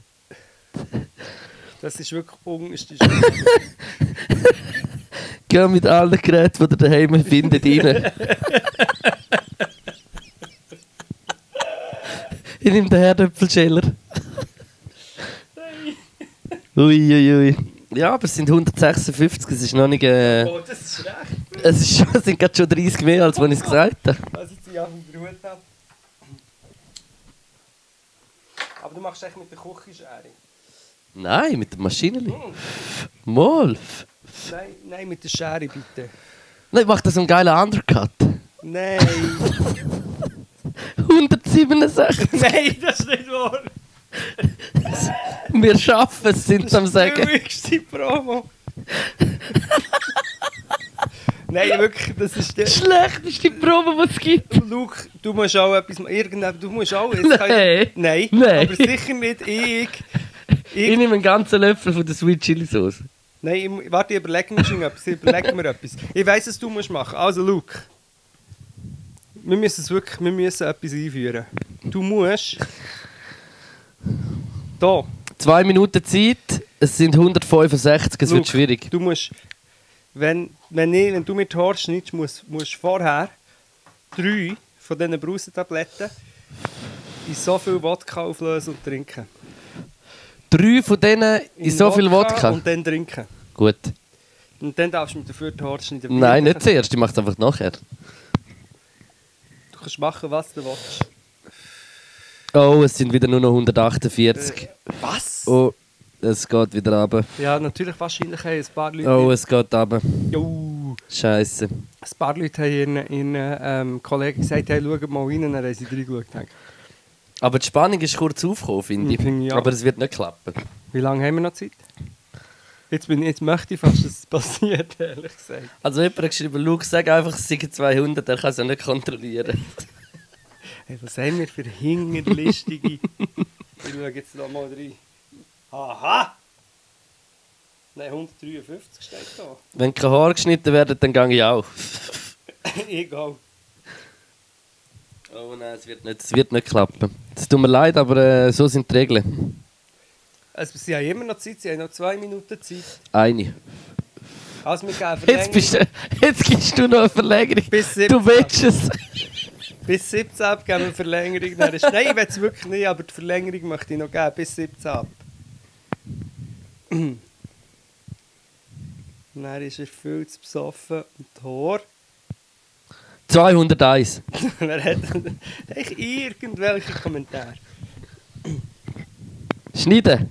[SPEAKER 3] Das ist wirklich unterste Scheiße.
[SPEAKER 2] Geh mit allen Geräten, die ihr daheim findet, rein. ich nehme den Herdöpfelschäler. Uiuiui. Ui, ui. Ja, aber es sind 156, es ist noch nicht... Äh,
[SPEAKER 3] Oh, das ist recht.
[SPEAKER 2] es, ist schon, es sind gerade schon 30 mehr, als wenn ich es gesagt habe.
[SPEAKER 3] Also jetzt ziehe ich den Brut ab. Aber du machst echt mit der Küchenschere.
[SPEAKER 2] Nein, mit der Maschine. Mal.
[SPEAKER 3] Nein, nein, mit der Schere bitte.
[SPEAKER 2] Nein, ich mache das einen geilen Undercut.
[SPEAKER 3] Nein.
[SPEAKER 2] 167.
[SPEAKER 3] Nein, das ist nicht wahr.
[SPEAKER 2] Wir schaffen es, sind sie am
[SPEAKER 3] Das ist die
[SPEAKER 2] sagen.
[SPEAKER 3] billigste Promo. Nein, wirklich, das ist der.
[SPEAKER 5] Schlechteste Probe, die es gibt.
[SPEAKER 3] Luke, du musst auch etwas machen. Irgendetwas, du musst auch. es kann-
[SPEAKER 5] Nein.
[SPEAKER 3] Nein.
[SPEAKER 5] Nein.
[SPEAKER 3] Aber sicher nicht ich.
[SPEAKER 5] Ich
[SPEAKER 3] ich
[SPEAKER 5] nehme einen ganzen Löffel von der Sweet Chili Sauce.
[SPEAKER 3] nein, ich, mu- warte, ich überlege mir schon etwas. Ich überlege mir etwas. Ich weiss, was du musst machen. Also, Luke. Wir müssen es wirklich, wir müssen etwas einführen. Du musst. Da.
[SPEAKER 2] Zwei Minuten Zeit, es sind 165, es wird
[SPEAKER 3] Luke,
[SPEAKER 2] schwierig.
[SPEAKER 3] Du musst, wenn, wenn, ich, wenn du mir die Haare schneidest, musst, musst du vorher drei von diesen Brausetabletten in so viel Wodka auflösen und trinken.
[SPEAKER 2] Drei von denen in so viel Wodka.
[SPEAKER 3] Und dann trinken.
[SPEAKER 2] Gut.
[SPEAKER 3] Und dann darfst du mir dafür die Haare schneiden.
[SPEAKER 2] Nein, nicht zuerst, ich mache es einfach nachher.
[SPEAKER 3] Du kannst machen, was du willst.
[SPEAKER 2] Oh, es sind wieder nur noch 148.
[SPEAKER 3] Was?
[SPEAKER 2] Oh, es geht wieder runter.
[SPEAKER 3] Ja, natürlich, wahrscheinlich haben ein paar Leute...
[SPEAKER 2] Oh, es geht runter.
[SPEAKER 3] Jo.
[SPEAKER 2] Scheiße.
[SPEAKER 3] Ein paar Leute haben ihren, ihren ähm, Kollegen gesagt, hey, schau mal rein, dann haben sie reingeschaut. haben.
[SPEAKER 2] Aber die Spannung ist kurz aufgekommen, finde ich.
[SPEAKER 3] Finde ich auch.
[SPEAKER 2] Aber es wird nicht klappen.
[SPEAKER 3] Wie lange haben wir noch Zeit? Jetzt, bin, jetzt möchte ich fast, dass es passiert, ehrlich gesagt.
[SPEAKER 2] Also jemand hat geschrieben, Luke, sag einfach, es sind 200, er kann es ja nicht kontrollieren.
[SPEAKER 3] Hey, was haben wir für Hingerlistige? ich schaue jetzt da mal rein. Aha! Nein, 153 steht da.
[SPEAKER 2] Wenn keine Haare geschnitten werden, dann gehe ich auch.
[SPEAKER 3] Egal.
[SPEAKER 2] Oh nein, es wird nicht, es wird nicht klappen. Es tut mir leid, aber äh, so sind die Regeln.
[SPEAKER 3] Also, sie haben immer noch Zeit, sie haben noch zwei Minuten Zeit.
[SPEAKER 2] Eine.
[SPEAKER 3] Also, wir geben
[SPEAKER 2] Jetzt,
[SPEAKER 3] Verlängerung.
[SPEAKER 2] bist, du- jetzt gibst du noch eine Verlängerung.
[SPEAKER 3] Bis
[SPEAKER 2] Du willst es.
[SPEAKER 3] Bis 17 ab geben wir Verlängerung. Dann ist, nein, ich will es wirklich nicht, aber die Verlängerung möchte ich noch geben. Bis 17 ab. Dann ist er viel zu besoffen und Tor.
[SPEAKER 2] 201.
[SPEAKER 3] Wer hat Echt irgendwelche Kommentare?
[SPEAKER 2] Schneiden.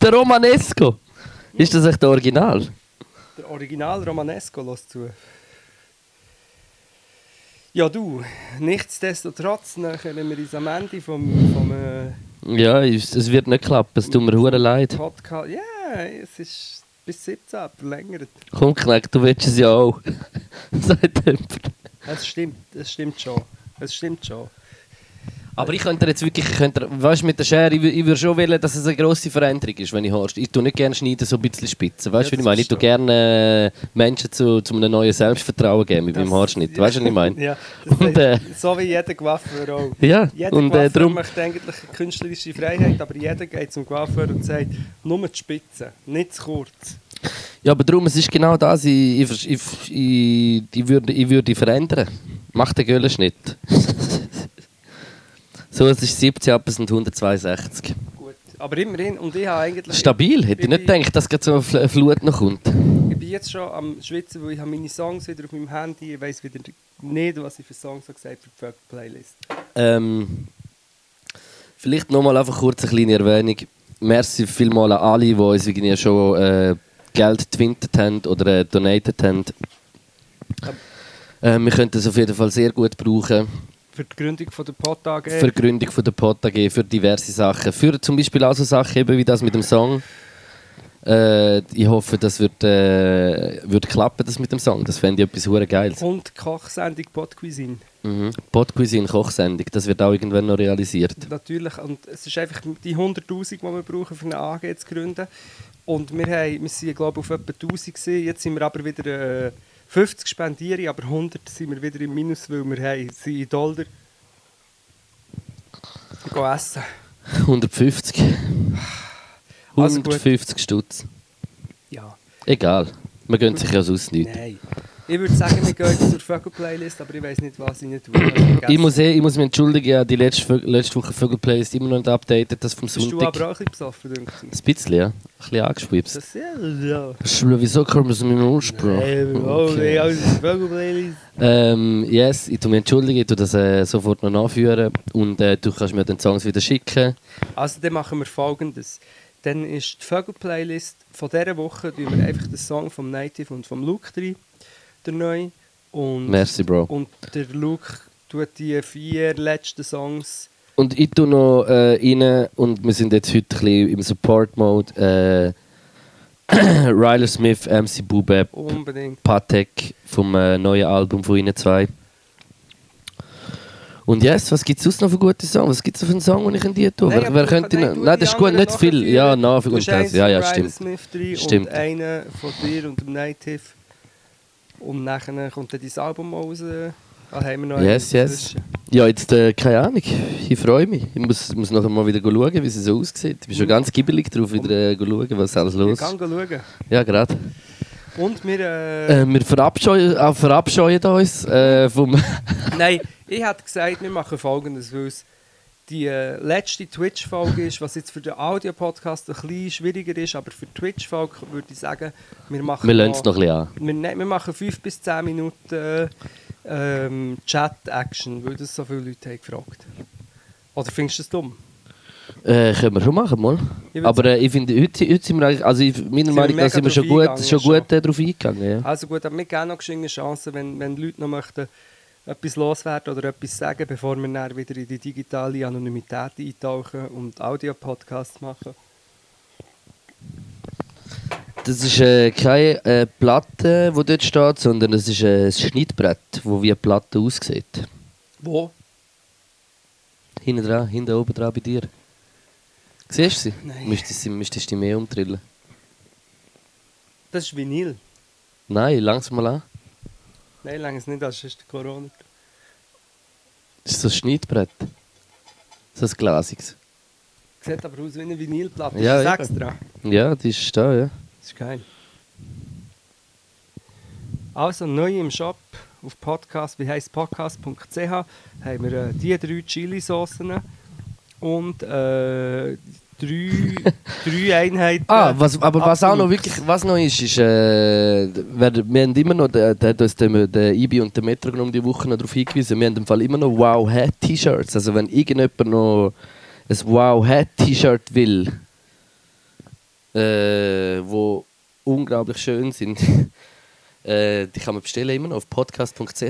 [SPEAKER 2] Der Romanesco. Ist das echt der Original?
[SPEAKER 3] Der Original Romanesco lässt zu. Ja, du, nichtsdestotrotz nähern wir uns am Ende vom, vom äh,
[SPEAKER 2] Ja, es es wird nicht klappen. Es tut mir hure leid.
[SPEAKER 3] Podcast. Ja, es ist bis 17 ab, verlängert.
[SPEAKER 2] Komm, Kneck, du willst es ja auch. Sagt jemand.
[SPEAKER 3] Es stimmt, es stimmt schon. Es stimmt schon.
[SPEAKER 2] Aber ich könnte jetzt wirklich, ich könnte, weißt, mit der Schere, ich, wü- ich würde schon wollen, dass es eine grosse Veränderung ist, wenn ich horst. Ich tue nicht gerne schneiden, so ein bisschen spitze. Weißt du,
[SPEAKER 3] Ja,
[SPEAKER 2] wie ich
[SPEAKER 3] das
[SPEAKER 2] meine? Ich tue gerne äh, Menschen zu, zu einem neuen Selbstvertrauen geben mit meinem Haarschnitt. Weißt du, was ich meine?
[SPEAKER 3] Ja, das
[SPEAKER 2] Und, äh,
[SPEAKER 3] so wie jeder Coiffeur auch.
[SPEAKER 2] Ja,
[SPEAKER 3] Jeder
[SPEAKER 2] und äh,
[SPEAKER 3] Coiffeur
[SPEAKER 2] darum.
[SPEAKER 3] möchte eigentlich eine künstlerische Freiheit, aber jeder geht zum Coiffeur und sagt, nur die Spitze, nicht zu kurz.
[SPEAKER 2] Ja, aber darum, es ist genau das, ich, ich, versch- ich, ich, ich, würde, ich würde verändern. Mach den Göllenschnitt. so, es ist 17 ab, es sind 162.
[SPEAKER 3] Gut. Aber immerhin, und ich habe eigentlich...
[SPEAKER 2] Stabil, hätte ich nicht gedacht, dass gerade so eine Fl- Flut noch kommt.
[SPEAKER 3] Ich bin jetzt schon am Schwitzen, weil ich habe meine Songs wieder auf meinem Handy. Ich weiß wieder nicht, was ich für Songs habe gesagt für die Fuck Playlist.
[SPEAKER 2] Ähm, vielleicht nochmal einfach kurz eine kleine Erwähnung. Merci vielmals an alle, die uns irgendwie schon äh, Geld gewintet haben oder äh, donated haben. Ähm, wir könnten es auf jeden Fall sehr gut brauchen.
[SPEAKER 3] Für die Gründung von der Pod AG.
[SPEAKER 2] Für die Gründung von der Pod AG, für diverse Sachen. Für zum Beispiel auch so Sachen eben wie das mit dem Song. Äh, ich hoffe, das wird, äh, wird klappen, das mit dem Song. Das fände ich etwas hure Geiles.
[SPEAKER 3] und Kochsendung Pod Cuisine.
[SPEAKER 2] Mhm. Podcuisine Kochsendung, das wird auch irgendwann noch realisiert.
[SPEAKER 3] Natürlich, und es ist einfach die 100'000, die wir brauchen, für eine AG zu gründen. Und wir, haben, wir sind, glaube ich, auf etwa 1000 gewesen. Jetzt sind wir aber wieder äh, 50 spendiere, aber 100 sind wir wieder im Minus, weil wir haben, sind in Dollar. Gehen essen.
[SPEAKER 2] 150.
[SPEAKER 3] Also gut.
[SPEAKER 2] 150 Stutz.
[SPEAKER 3] Ja.
[SPEAKER 2] Egal. Man gönnt sich ja sonst nichts.
[SPEAKER 3] Nein. Ich würde sagen, wir gehen jetzt zur Vögel-Playlist, aber ich weiß nicht, was ich nicht tue. Also, vergessen.
[SPEAKER 2] Ich muss, eh, ich muss mich entschuldigen, ja, die letzte, Vögel- letzte Woche Vögelplay ist immer noch nicht updated, das vom
[SPEAKER 3] Bist du
[SPEAKER 2] Sonntag.
[SPEAKER 3] aber auch ein bisschen besoffen, denke ich.
[SPEAKER 2] Ein bisschen, ja. Ein bisschen angeschwipst.
[SPEAKER 3] Das ja, ja.
[SPEAKER 2] Schwule, wieso kommen wir so mit dem Ursprung?
[SPEAKER 3] Oh,
[SPEAKER 2] Okay.
[SPEAKER 3] nee, also die Vögel-Playlist.
[SPEAKER 2] Ähm, yes, ich tue mich entschuldigen, ich tue das äh, sofort noch nachführen und äh, du kannst mir den Songs wieder schicken.
[SPEAKER 3] Also dann machen wir folgendes. Dann ist die Vögel-Playlist von dieser Woche, tun wir einfach den Song vom Native und vom Luke rein, der neue. Und,
[SPEAKER 2] Merci, Bro.
[SPEAKER 3] und der Luke tut die vier letzten Songs.
[SPEAKER 2] Und ich tue noch äh, rein, und wir sind jetzt heute ein bisschen im Support-Mode, äh, Ryler Smith, MC Bubeb,
[SPEAKER 3] Unbedingt.
[SPEAKER 2] Patek vom äh, neuen Album von ihnen zwei. Und yes, was gibt es sonst noch für gute Songs? Was gibt es für einen Song, den ich in die tue?
[SPEAKER 3] Nein,
[SPEAKER 2] wer,
[SPEAKER 3] aber
[SPEAKER 2] wer
[SPEAKER 3] du-
[SPEAKER 2] könnte
[SPEAKER 3] nein,
[SPEAKER 2] noch-
[SPEAKER 3] du
[SPEAKER 2] Nein,
[SPEAKER 3] die
[SPEAKER 2] das ist gut,
[SPEAKER 3] anderen
[SPEAKER 2] nicht viel.
[SPEAKER 3] nachführen.
[SPEAKER 2] Ja, na, für
[SPEAKER 3] Du
[SPEAKER 2] und
[SPEAKER 3] hast eins
[SPEAKER 2] das. Ja, ja,
[SPEAKER 3] von Ryan
[SPEAKER 2] stimmt.
[SPEAKER 3] Smith drin
[SPEAKER 2] Stimmt.
[SPEAKER 3] Und einen von dir und dem Native. Und nachher kommt dann dein Album mal raus. Ah, haben wir noch
[SPEAKER 2] Yes,
[SPEAKER 3] einen
[SPEAKER 2] yes.
[SPEAKER 3] dazwischen?
[SPEAKER 2] Ja, jetzt, äh, keine Ahnung. Ich freue mich. Ich muss, muss nachher mal wieder schauen, wie es so aussieht. Ich bin
[SPEAKER 3] Mhm.
[SPEAKER 2] schon ganz gibbelig drauf, wieder äh, schauen, was alles
[SPEAKER 3] Wir
[SPEAKER 2] los
[SPEAKER 3] gehen
[SPEAKER 2] ist.
[SPEAKER 3] schauen.
[SPEAKER 2] Ja, gerade.
[SPEAKER 3] Und wir. Äh,
[SPEAKER 2] Äh, wir verabscheuen, auch verabscheuen uns äh, vom...
[SPEAKER 3] Nein, ich hätte gesagt, wir machen folgendes, weil es die äh, letzte Twitch-Folge ist, was jetzt für den Audio-Podcast ein bisschen schwieriger ist, aber für die Twitch-Folge würde ich sagen, wir machen.
[SPEAKER 2] wir lassen es noch ein bisschen an.
[SPEAKER 3] Wir, ne- wir machen 5 bis 10 Minuten äh, ähm, Chat-Action, weil das so viele Leute haben gefragt Oder findest du das dumm?
[SPEAKER 2] Äh, können wir schon machen, mal.
[SPEAKER 3] Ich würd
[SPEAKER 2] Aber äh, ich finde, heute, heute sind wir eigentlich, also ich, meiner
[SPEAKER 3] wir
[SPEAKER 2] Meinung
[SPEAKER 3] mega
[SPEAKER 2] nach sind wir schon
[SPEAKER 3] drauf
[SPEAKER 2] gut,
[SPEAKER 3] eingegangen,
[SPEAKER 2] schon
[SPEAKER 3] schon.
[SPEAKER 2] gut äh, darauf eingegangen. Ja.
[SPEAKER 3] Also gut, aber wir geben noch eine Chance, wenn, wenn die Leute noch möchten, etwas loswerden oder etwas sagen, bevor wir dann wieder in die digitale Anonymität eintauchen und Audio-Podcasts machen.
[SPEAKER 2] Das ist äh, keine äh, Platte, die dort steht, sondern es ist äh, ein Schnittbrett, wo wie eine Platte aussieht.
[SPEAKER 3] Wo?
[SPEAKER 2] Hinten dran, hinten oben dran bei dir. Siehst du sie?
[SPEAKER 3] Nein.
[SPEAKER 2] Müsstest du müsstest du mehr umtrillen?
[SPEAKER 3] Das ist Vinyl.
[SPEAKER 2] Nein, langsam mal an.
[SPEAKER 3] Nein, lange es nicht, das ist Corona.
[SPEAKER 2] Das ist so ein Schnittbrett. So ein glasiges.
[SPEAKER 3] Sieht aber aus wie eine Vinylplatte.
[SPEAKER 2] Ja,
[SPEAKER 3] ist
[SPEAKER 2] eben.
[SPEAKER 3] das extra.
[SPEAKER 2] Ja, die ist da, ja.
[SPEAKER 3] Das ist geil. Also neu im Shop auf Podcast, wie heisst podcast.ch, haben wir äh, die drei Chili-Saucen und äh, drei, drei Einheiten.
[SPEAKER 2] Ah, was, aber was auch noch
[SPEAKER 3] Absolut.
[SPEAKER 2] wirklich was noch ist, ist, äh, wer, wir haben immer noch, der, der hat uns den, der Ibi und der Metronom die Woche noch darauf hingewiesen, wir haben im Fall immer noch Wow Hat T-Shirts. Also wenn irgendjemand noch ein Wow Hat T-Shirt will, äh, wo unglaublich schön sind, äh, die kann man bestellen immer noch auf podcast.ch.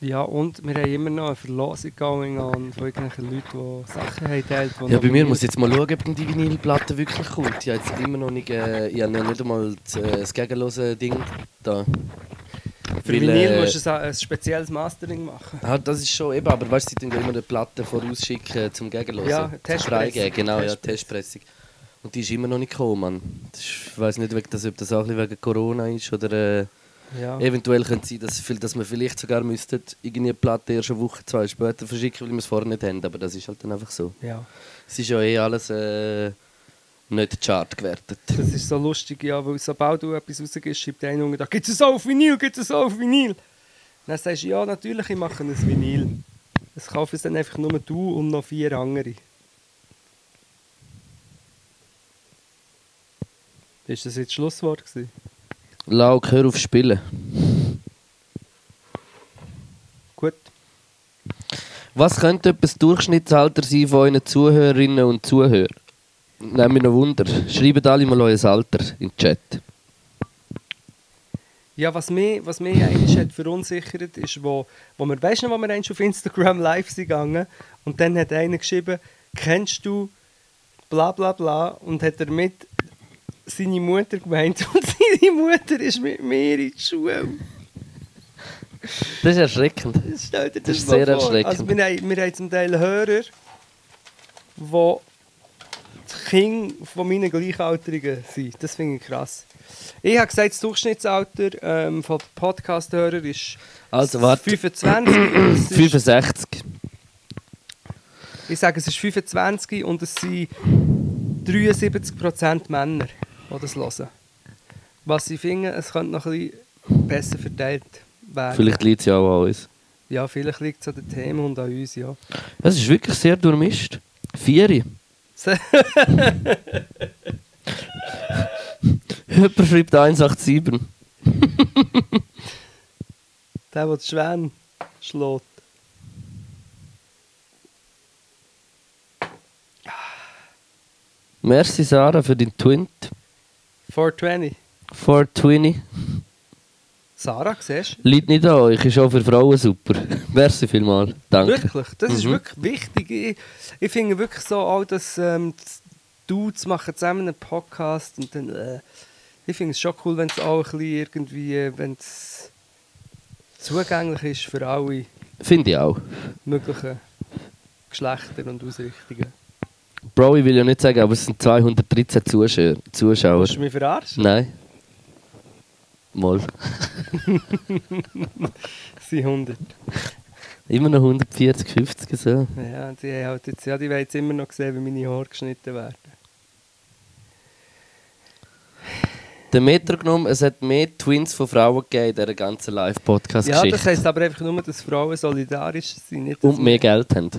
[SPEAKER 3] Ja, und wir haben immer noch eine Verlosung going on von irgendwelchen Leuten, die Sachen haben teilt.
[SPEAKER 2] Ja, bei mir muss ich jetzt mal schauen, ob die Vinylplatte wirklich kommt. Ich habe jetzt immer noch nicht, äh, ich habe noch nicht einmal das, äh, das gegenlose Ding da.
[SPEAKER 3] Für
[SPEAKER 2] weil,
[SPEAKER 3] Vinyl
[SPEAKER 2] äh,
[SPEAKER 3] musst du ein, ein spezielles Mastering machen.
[SPEAKER 2] Ah, das ist schon eben, aber weißt du, sie tun ja immer eine Platte vorausschicken äh, zum Gegenlosen.
[SPEAKER 3] Ja,
[SPEAKER 2] Zum
[SPEAKER 3] Testpressung.
[SPEAKER 2] Freigeben, genau, ja,
[SPEAKER 3] Testpressung.
[SPEAKER 2] Testpressung. Und die ist immer noch nicht gekommen, Mann. Das ist- Ich weiß nicht, ob das, ob das auch ein bisschen wegen Corona ist oder äh,
[SPEAKER 3] Ja.
[SPEAKER 2] eventuell könnte es sein, dass, viel- dass wir vielleicht sogar müssten, irgendeine Platte erst eine Woche, zwei später verschicken, weil wir es vorher nicht haben. Aber das ist halt dann einfach so.
[SPEAKER 3] ja.
[SPEAKER 2] Es ist ja eh alles äh, nicht chart gewertet.
[SPEAKER 3] Das ist so lustig, ja, weil sobald du etwas rausgibst, schreibt einer unten da, gibt es auf Vinyl, gibt es auf Vinyl? Dann sagst du, ja, natürlich, ich mache ein Vinyl. Es kaufen es dann einfach nur du und noch vier andere. Ist das jetzt das Schlusswort gewesen?
[SPEAKER 2] Lauk, hör auf spielen.
[SPEAKER 3] Gut.
[SPEAKER 2] Was könnte etwas Durchschnittsalter sein von euren Zuhörerinnen und Zuhörern? Nehmen wir noch Wunder. Schreibt alle mal euer Alter in den Chat.
[SPEAKER 3] Ja, was mich, was mich eigentlich hat verunsichert, ist, wo, wo wir, weißt du noch, wo wir einst auf Instagram live sind gegangen und dann hat einer geschrieben, kennst du bla bla bla und hat damit seine Mutter gemeint und seine Mutter ist mit mir in die Schule.
[SPEAKER 2] Das ist erschreckend.
[SPEAKER 3] Das, stell dir
[SPEAKER 2] Das ist
[SPEAKER 3] mal
[SPEAKER 2] sehr
[SPEAKER 3] vor.
[SPEAKER 2] erschreckend.
[SPEAKER 3] Also wir, haben, wir haben zum Teil Hörer, wo die Kinder von meinen Gleichaltrigen sind. Das finde ich krass. Ich habe gesagt, das Durchschnittsalter ähm, von Podcast-Hörern ist
[SPEAKER 2] Also, warte.
[SPEAKER 3] 25. Es ist,
[SPEAKER 2] 65.
[SPEAKER 3] ich sage, es ist 25 und es sind 73% Männer, die das hören. Was ich finde, es könnte noch ein bisschen besser verteilt werden.
[SPEAKER 2] Vielleicht liegt es ja auch an uns.
[SPEAKER 3] Ja, vielleicht liegt es an den Themen und an uns, ja.
[SPEAKER 2] Es ist wirklich sehr durchmischt. Vieri.
[SPEAKER 3] So-
[SPEAKER 2] Jemand schreibt 187.
[SPEAKER 3] Der, der die Schwäne schlägt.
[SPEAKER 2] Merci Sarah für den Twint.
[SPEAKER 3] 420.
[SPEAKER 2] 420.
[SPEAKER 3] Sarah, siehst du?
[SPEAKER 2] Leid nicht an euch, ist auch für Frauen super. Merci vielmals. Danke.
[SPEAKER 3] Wirklich, das ist
[SPEAKER 2] Mhm.
[SPEAKER 3] wirklich wichtig. Ich, ich finde wirklich so, all das ähm, das Dudes machen zusammen einen Podcast und dann. Äh, ich finde es schon cool, wenn es auch ein bisschen irgendwie, wenn es zugänglich ist für alle
[SPEAKER 2] Finde ich auch.
[SPEAKER 3] möglichen Geschlechter und Ausrichtungen.
[SPEAKER 2] Bro, ich will ja nicht sagen, aber es sind 213 Zuschauer. Zuschauer.
[SPEAKER 3] Hast du mich verarscht?
[SPEAKER 2] Nein. Mal. Hm.
[SPEAKER 3] Es sind 100.
[SPEAKER 2] Immer noch 140, 50 so.
[SPEAKER 3] Ja, die haben halt jetzt, ja, die wollen jetzt immer noch sehen, wie meine Haare geschnitten werden.
[SPEAKER 2] Der Metro genommen, es hat mehr Twins von Frauen gegeben in dieser ganzen
[SPEAKER 3] Ja,
[SPEAKER 2] Live-Podcast-Geschichte.
[SPEAKER 3] das heisst aber einfach nur, dass Frauen solidarisch sind. Nicht, dass
[SPEAKER 2] und mehr Geld haben.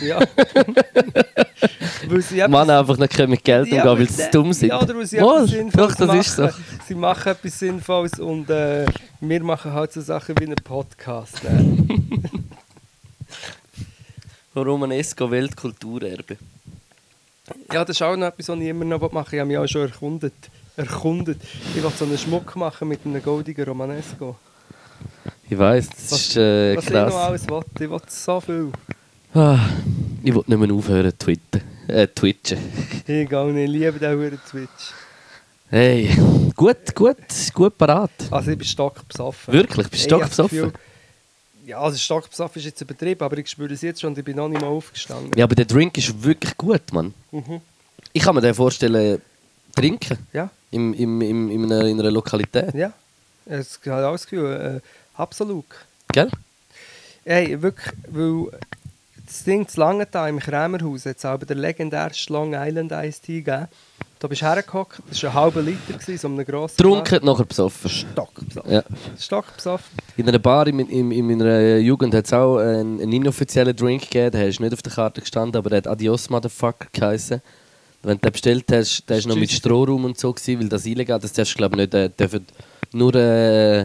[SPEAKER 3] wir- Ja. weil sie etwas-
[SPEAKER 2] Männer einfach nicht können mit Geld umgehen, weil sie
[SPEAKER 3] aber-
[SPEAKER 2] dumm sind.
[SPEAKER 3] Ja, oder weil sie
[SPEAKER 2] Mal,
[SPEAKER 3] etwas
[SPEAKER 2] Doch,
[SPEAKER 3] Sinnvolles
[SPEAKER 2] das
[SPEAKER 3] machen.
[SPEAKER 2] ist so.
[SPEAKER 3] Sie machen etwas Sinnvolles und äh, wir machen halt so Sachen wie einen Podcast. Ne?
[SPEAKER 2] Romanesco Weltkulturerbe.
[SPEAKER 3] Ja, das ist auch noch etwas, was ich immer noch machen will. Ich habe mich auch schon erkundet. erkundet. Ich will so einen Schmuck machen mit einem goldigen Romanesco.
[SPEAKER 2] Ich weiß, das
[SPEAKER 3] Was-
[SPEAKER 2] ist äh,
[SPEAKER 3] Was ich noch
[SPEAKER 2] krass.
[SPEAKER 3] alles will. Ich will so viel.
[SPEAKER 2] Ah, ich will nicht mehr aufhören zu twittern. Äh, twitchen.
[SPEAKER 3] Ich gehe nicht. Ich liebe den Huren Twitch.
[SPEAKER 2] Hey, gut, gut, gut parat.
[SPEAKER 3] Also ich bin stark besoffen.
[SPEAKER 2] Wirklich, bist
[SPEAKER 3] Ich
[SPEAKER 2] du
[SPEAKER 3] habe
[SPEAKER 2] stark
[SPEAKER 3] das Gefühl-
[SPEAKER 2] besoffen?
[SPEAKER 3] Ja, also stark besoffen ist jetzt übertrieben, aber ich spüre es jetzt schon und ich bin noch nicht mal aufgestanden.
[SPEAKER 2] Ja, aber der Drink ist wirklich gut, Mann.
[SPEAKER 3] Mhm.
[SPEAKER 2] Ich kann mir den vorstellen, trinken
[SPEAKER 3] Ja,
[SPEAKER 2] im, im, im, in, einer, in einer Lokalität.
[SPEAKER 3] ja. Es hat auch das Gefühl, äh, absolut.
[SPEAKER 2] Gell?
[SPEAKER 3] Ey, wirklich, weil das Ding zu Langenthal im Krämerhaus hat es aber der legendärste Long Island Iced Tea gegeben. Da bist du hergehockt, das war ein halber Liter, gewesen, so einem grossen...
[SPEAKER 2] Trunken, nachher besoffen.
[SPEAKER 3] Stock besoffen.
[SPEAKER 2] Ja.
[SPEAKER 3] Stock besoffen.
[SPEAKER 2] In einer Bar in, in, in meiner Jugend hat es auch einen, einen inoffiziellen Drink gegeben, der ist nicht auf der Karte gestanden, aber der hat Adios Motherfucker geheißen. Wenn du den bestellt hast, der war noch mit Strohraum und so, gewesen, weil das illegal das darfst du glaube nicht, äh, dürfen nur äh,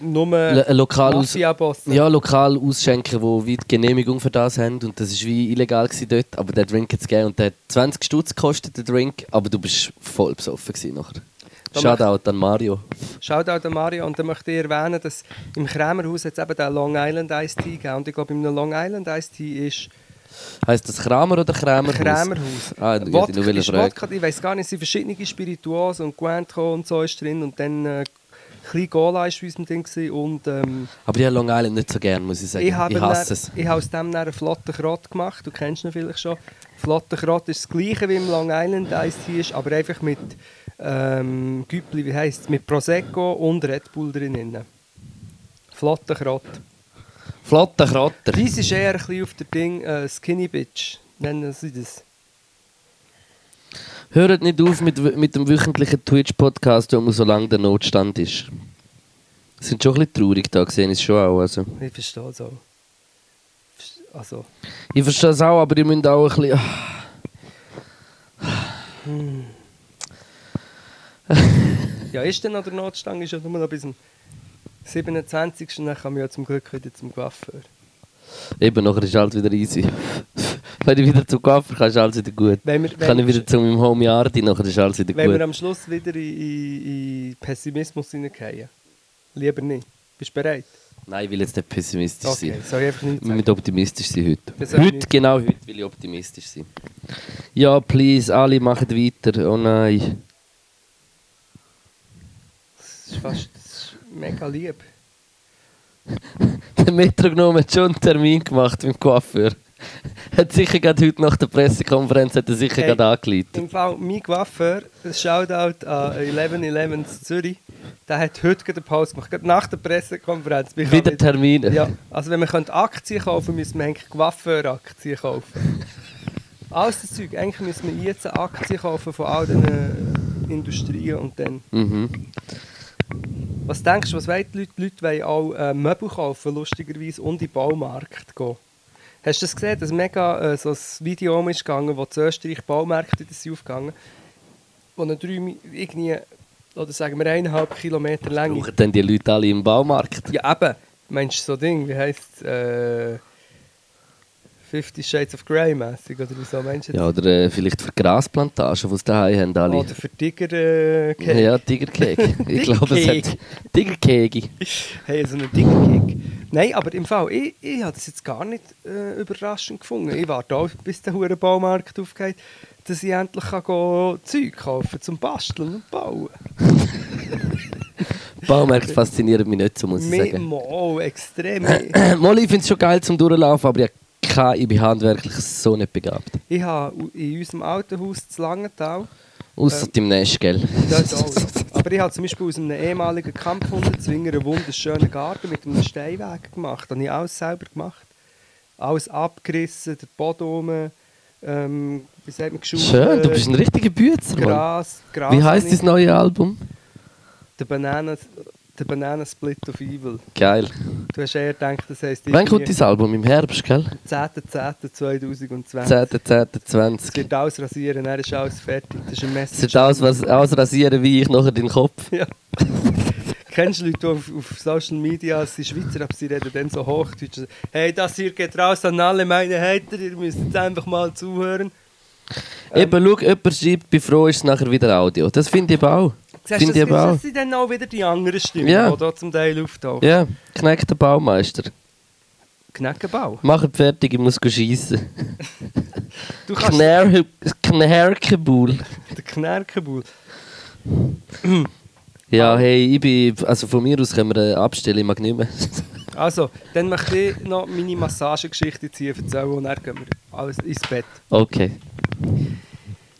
[SPEAKER 3] Nur
[SPEAKER 2] L- lokal aus-
[SPEAKER 3] Mafia-Bosse.
[SPEAKER 2] ja, lokal ausschenken, die weit Genehmigung für das haben und das war wie illegal gewesen dort, aber der Drink hat es gegeben und der hat 20 Stutz gekostet, der Drink, aber du bist voll besoffen gewesen nachher.
[SPEAKER 3] Da
[SPEAKER 2] Shoutout an Mario.
[SPEAKER 3] Schaut auch Mario und dann möchte ich erwähnen, dass im Krämerhaus jetzt eben den Long Island Iced Tea gegeben und ich glaube, in einem Long Island Iced Tea ist
[SPEAKER 2] Heißt das Kramer oder Krämerhaus?
[SPEAKER 3] Krämerhaus.
[SPEAKER 2] Ah, ich wollte nur
[SPEAKER 3] ist
[SPEAKER 2] fragen.
[SPEAKER 3] Wodka, ich weiß gar nicht, es sind verschiedene Spirituosen und Cointreau und so ist drin und dann äh, ein bisschen Cola war bei uns Ding gewesen und ähm,
[SPEAKER 2] Aber ich habe Long Island nicht so gern, muss ich sagen.
[SPEAKER 3] ich
[SPEAKER 2] Ich,
[SPEAKER 3] habe
[SPEAKER 2] hasse
[SPEAKER 3] dann-
[SPEAKER 2] es.
[SPEAKER 3] ich habe aus dem dann einen flotten Krott gemacht, du kennst ihn vielleicht schon. Flotter Krott ist das gleiche wie im Long Island Iced Tea, ist, aber einfach mit ähm, Güppli, wie heisst es, mit Prosecco und Red Bull drinnen. Flotter Krott.
[SPEAKER 2] Flotter Krotter.
[SPEAKER 3] Dies ist eher ein bisschen auf der Ding äh, Skinny Bitch. Nennen sie das.
[SPEAKER 2] Hört nicht auf mit, mit dem wöchentlichen Twitch-Podcast, wo man so lange der Notstand ist. Es sind schon ein bisschen traurig da, sehe ich es schon auch. Also.
[SPEAKER 3] Ich verstehe es auch. Verst- Also,
[SPEAKER 2] Ich verstehe es auch, aber ihr müsst auch ein bisschen...
[SPEAKER 3] ja, ist denn noch der Notstand? Ist ja nur noch bis zum 27. Dann kann man ja zum Glück wieder zum Coiffeur.
[SPEAKER 2] Eben, nachher ist alles wieder easy. Wenn ich wieder zum Koffer kann, ist alles wieder gut.
[SPEAKER 3] Wenn wir-
[SPEAKER 2] kann
[SPEAKER 3] wenn-
[SPEAKER 2] ich wieder zu meinem Homie Ardi, nachher ist alles wieder
[SPEAKER 3] Wenn wir
[SPEAKER 2] gut.
[SPEAKER 3] am Schluss wieder in, in, in Pessimismus hineingehen. Lieber nicht. Bist du bereit?
[SPEAKER 2] Nein, ich will jetzt nicht pessimistisch
[SPEAKER 3] Okay,
[SPEAKER 2] sein.
[SPEAKER 3] soll ich einfach nicht
[SPEAKER 2] Wir
[SPEAKER 3] sagen.
[SPEAKER 2] müssen optimistisch sein heute.
[SPEAKER 3] Das hab ich
[SPEAKER 2] heute,
[SPEAKER 3] nicht.
[SPEAKER 2] genau heute will ich optimistisch sein. Ja, please, alle machen weiter. Oh nein.
[SPEAKER 3] Das ist fast das ist mega lieb.
[SPEAKER 2] Der Metronom hat schon einen Termin gemacht mit dem Coiffeur. Hat sicher gerade heute nach der Pressekonferenz hat er sicher
[SPEAKER 3] Hey.
[SPEAKER 2] gerade angeleitet.
[SPEAKER 3] Im Fall mein Coiffeur, ein Shoutout an 1111 Zürich, der hat heute gerade eine Pause gemacht. Gerade nach der Pressekonferenz. Ich kann
[SPEAKER 2] Wieder
[SPEAKER 3] mit-
[SPEAKER 2] Termine.
[SPEAKER 3] Ja, also wenn wir könnte Aktien kaufen müssen wir eigentlich Coiffeur-Aktien kaufen. Alles das Zeug. Eigentlich müssen wir jetzt Aktien kaufen von all den äh, Industrien und dann...
[SPEAKER 2] Mhm.
[SPEAKER 3] Was denkst du, was wollen die Leute? Die Leute wollen auch äh, Möbel kaufen, lustigerweise, und in den Baumarkt gehen. Hast du das gesehen, dass mega äh, so ein Video um ist gegangen, wo zu Österreich Baumärkte das sind aufgegangen, wo eine drei, Mi- irgendwie, oder sagen wir eineinhalb Kilometer Länge...
[SPEAKER 2] Brauchen dann die Leute alle im Baumarkt?
[SPEAKER 3] Ja, eben. Meinst du so Ding, wie heisst es? Äh, Fifty Shades of Grey mäßig oder wieso meinst du
[SPEAKER 2] Ja,
[SPEAKER 3] das?
[SPEAKER 2] oder äh, vielleicht für Grasplantagen, die sie daheim haben alle.
[SPEAKER 3] Oder für Tiger äh, Cake.
[SPEAKER 2] Ja, Tigerkeg. ich glaube, es hat... Tigerkegi.
[SPEAKER 3] Hey, so einen dicken Kick. Nein, aber im Fall, ich, ich habe das jetzt gar nicht äh, überraschend gefunden. Ich warte auch, bis der Hurenbaumarkt aufgeht. dass ich endlich kann gehen, Zeug kaufen zum Basteln und Bauen.
[SPEAKER 2] Baumärkte faszinieren mich nicht, so muss ich
[SPEAKER 3] Mehr,
[SPEAKER 2] sagen.
[SPEAKER 3] mal, extrem.
[SPEAKER 2] Molly, ich finde es schon geil zum Durchlaufen, aber ich, habe keine, ich bin handwerklich so nicht begabt.
[SPEAKER 3] ich habe in unserem alten Haus zu Langenthal Ähm,
[SPEAKER 2] Außer dem Nest, gell?
[SPEAKER 3] Dort auch. Aber ich habe zum Beispiel aus einem ehemaligen Kampfhundezwinger einen wunderschönen Garten mit einem Steinweg gemacht. Das habe ich alles selber gemacht. Alles abgerissen, der Boden rum, ähm, wie sagt man, geschaut.
[SPEAKER 2] Schön, du bist ein richtiger Bützer, Mann.
[SPEAKER 3] Gras, Gras.
[SPEAKER 2] Wie heisst
[SPEAKER 3] habe ich-
[SPEAKER 2] dein neues Album?
[SPEAKER 3] Der Banana, der Banana Split of Evil.
[SPEAKER 2] Geil.
[SPEAKER 3] Du hast eher gedacht, das heisst...
[SPEAKER 2] Wann kommt dein Album? Im Herbst, gell?
[SPEAKER 3] 10.10.2020.
[SPEAKER 2] 10.10.20.
[SPEAKER 3] Es wird alles rasieren, dann ist alles fertig. Das ist ein
[SPEAKER 2] Es
[SPEAKER 3] Message.
[SPEAKER 2] wird alles, was, alles rasieren, wie ich nachher deinen Kopf.
[SPEAKER 3] Ja. Kennst du Leute, die auf, auf Social Media sind Schweizer, aber sie reden dann so Hochdeutsch. Hey, das hier geht raus an alle meine Hater, ihr müsst jetzt einfach mal zuhören. Ähm.
[SPEAKER 2] Eben, schau, jemand schreibt, bei froh ist es nachher wieder Audio. Das finde ich aber auch.
[SPEAKER 3] Siehst du,
[SPEAKER 2] Finde ich
[SPEAKER 3] das,
[SPEAKER 2] aber
[SPEAKER 3] das
[SPEAKER 2] auch.
[SPEAKER 3] sind dann auch wieder die anderen Stimmen,
[SPEAKER 2] Ja.
[SPEAKER 3] die da zum Teil auftauchen.
[SPEAKER 2] Ja, knackt der Baumeister.
[SPEAKER 3] Knäckenbau.
[SPEAKER 2] Macht fertig, ich muss schiessen.
[SPEAKER 3] Du kannst
[SPEAKER 2] Knärkebul.
[SPEAKER 3] den Knärkenbull. Ah.
[SPEAKER 2] Ja, hey, ich bin. Also von mir aus können wir äh, abstellen, ich mag nicht mehr.
[SPEAKER 3] Also, dann möchte ich noch meine Massagegeschichte ziehen, erzählen und dann gehen wir alles ins Bett.
[SPEAKER 2] Okay.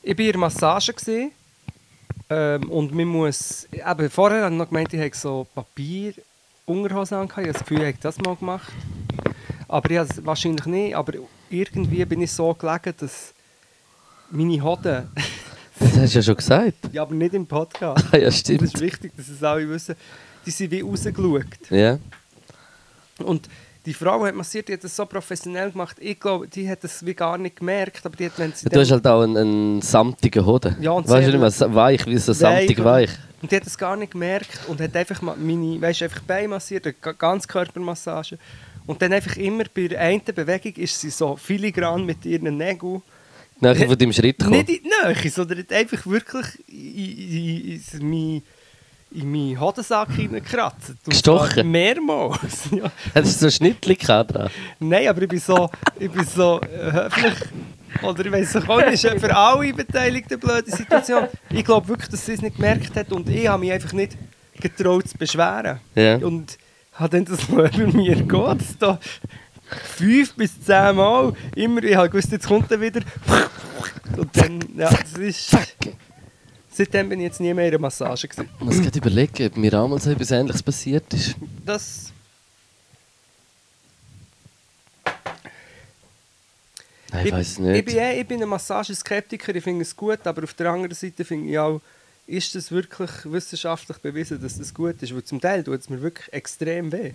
[SPEAKER 3] Ich war in der Massage. Gewesen, ähm, und man muss... Eben, vorher habe ich noch gemeint, ich hätte so Papier Unterhose an. Ich habe das Gefühl, ich hätte das mal gemacht. Aber ich habe es wahrscheinlich nicht. Aber irgendwie bin ich so gelegen, dass meine Hoden...
[SPEAKER 2] Das hast du ja schon gesagt.
[SPEAKER 3] ja, aber nicht im Podcast.
[SPEAKER 2] Ah, ja,
[SPEAKER 3] Das
[SPEAKER 2] stimmt.
[SPEAKER 3] ist wichtig, dass es alle wissen. Die sind wie rausgeschaut.
[SPEAKER 2] Ja.
[SPEAKER 3] Und die Frau die hat massiert, die hat das so professionell gemacht. Ich glaube, die hat das wie gar nicht gemerkt, aber die hat, wenn sie
[SPEAKER 2] Du hast
[SPEAKER 3] dann-
[SPEAKER 2] halt auch einen, einen samtigen Hoden.
[SPEAKER 3] Ja, und
[SPEAKER 2] weißt du nicht
[SPEAKER 3] sehr-
[SPEAKER 2] mehr, sa- weich, wie so samtig weich.
[SPEAKER 3] Und die hat das gar nicht gemerkt und hat einfach ma- meine, weißt, einfach Beine massiert, eine Ga- Ganzkörpermassage. Und dann einfach immer bei der einen Bewegung ist sie so filigran mit ihren Nägeln.
[SPEAKER 2] Nachher von deinem Schritt kommen.
[SPEAKER 3] Nicht in die Nähe, sondern hat einfach wirklich in, in, in, in, in meinen Hodensack hineingekratzt. Und zwar
[SPEAKER 2] Gestochen?
[SPEAKER 3] Mehrmals. ja.
[SPEAKER 2] Hättest du so Schnittchen gehabt dran?
[SPEAKER 3] Nein, aber ich bin so, ich bin so äh, höflich. Oder ich weiß auch nicht, ist ja für alle Beteiligten eine blöde Situation. Ich glaube wirklich, dass sie es nicht gemerkt hat und ich habe mich einfach nicht getraut zu beschweren.
[SPEAKER 2] Ja.
[SPEAKER 3] Und habe dann das mal über mir geht es da fünf bis zehn Mal immer, ich habe gewusst, jetzt kommt er wieder. Und dann, ja, das ist... Seitdem bin ich jetzt nie mehr in einer Massage gewesen.
[SPEAKER 2] Ich muss gerade überlegen, ob mir auch mal so etwas Ähnliches passiert ist.
[SPEAKER 3] Das...
[SPEAKER 2] Nein, ich weiß es
[SPEAKER 3] Ich bin,
[SPEAKER 2] nicht.
[SPEAKER 3] eh- ich bin ein Massageskeptiker, ich finde es gut, aber auf der anderen Seite finde ich auch, ist das wirklich wissenschaftlich bewiesen, dass das gut ist? Weil zum Teil tut es mir wirklich extrem weh.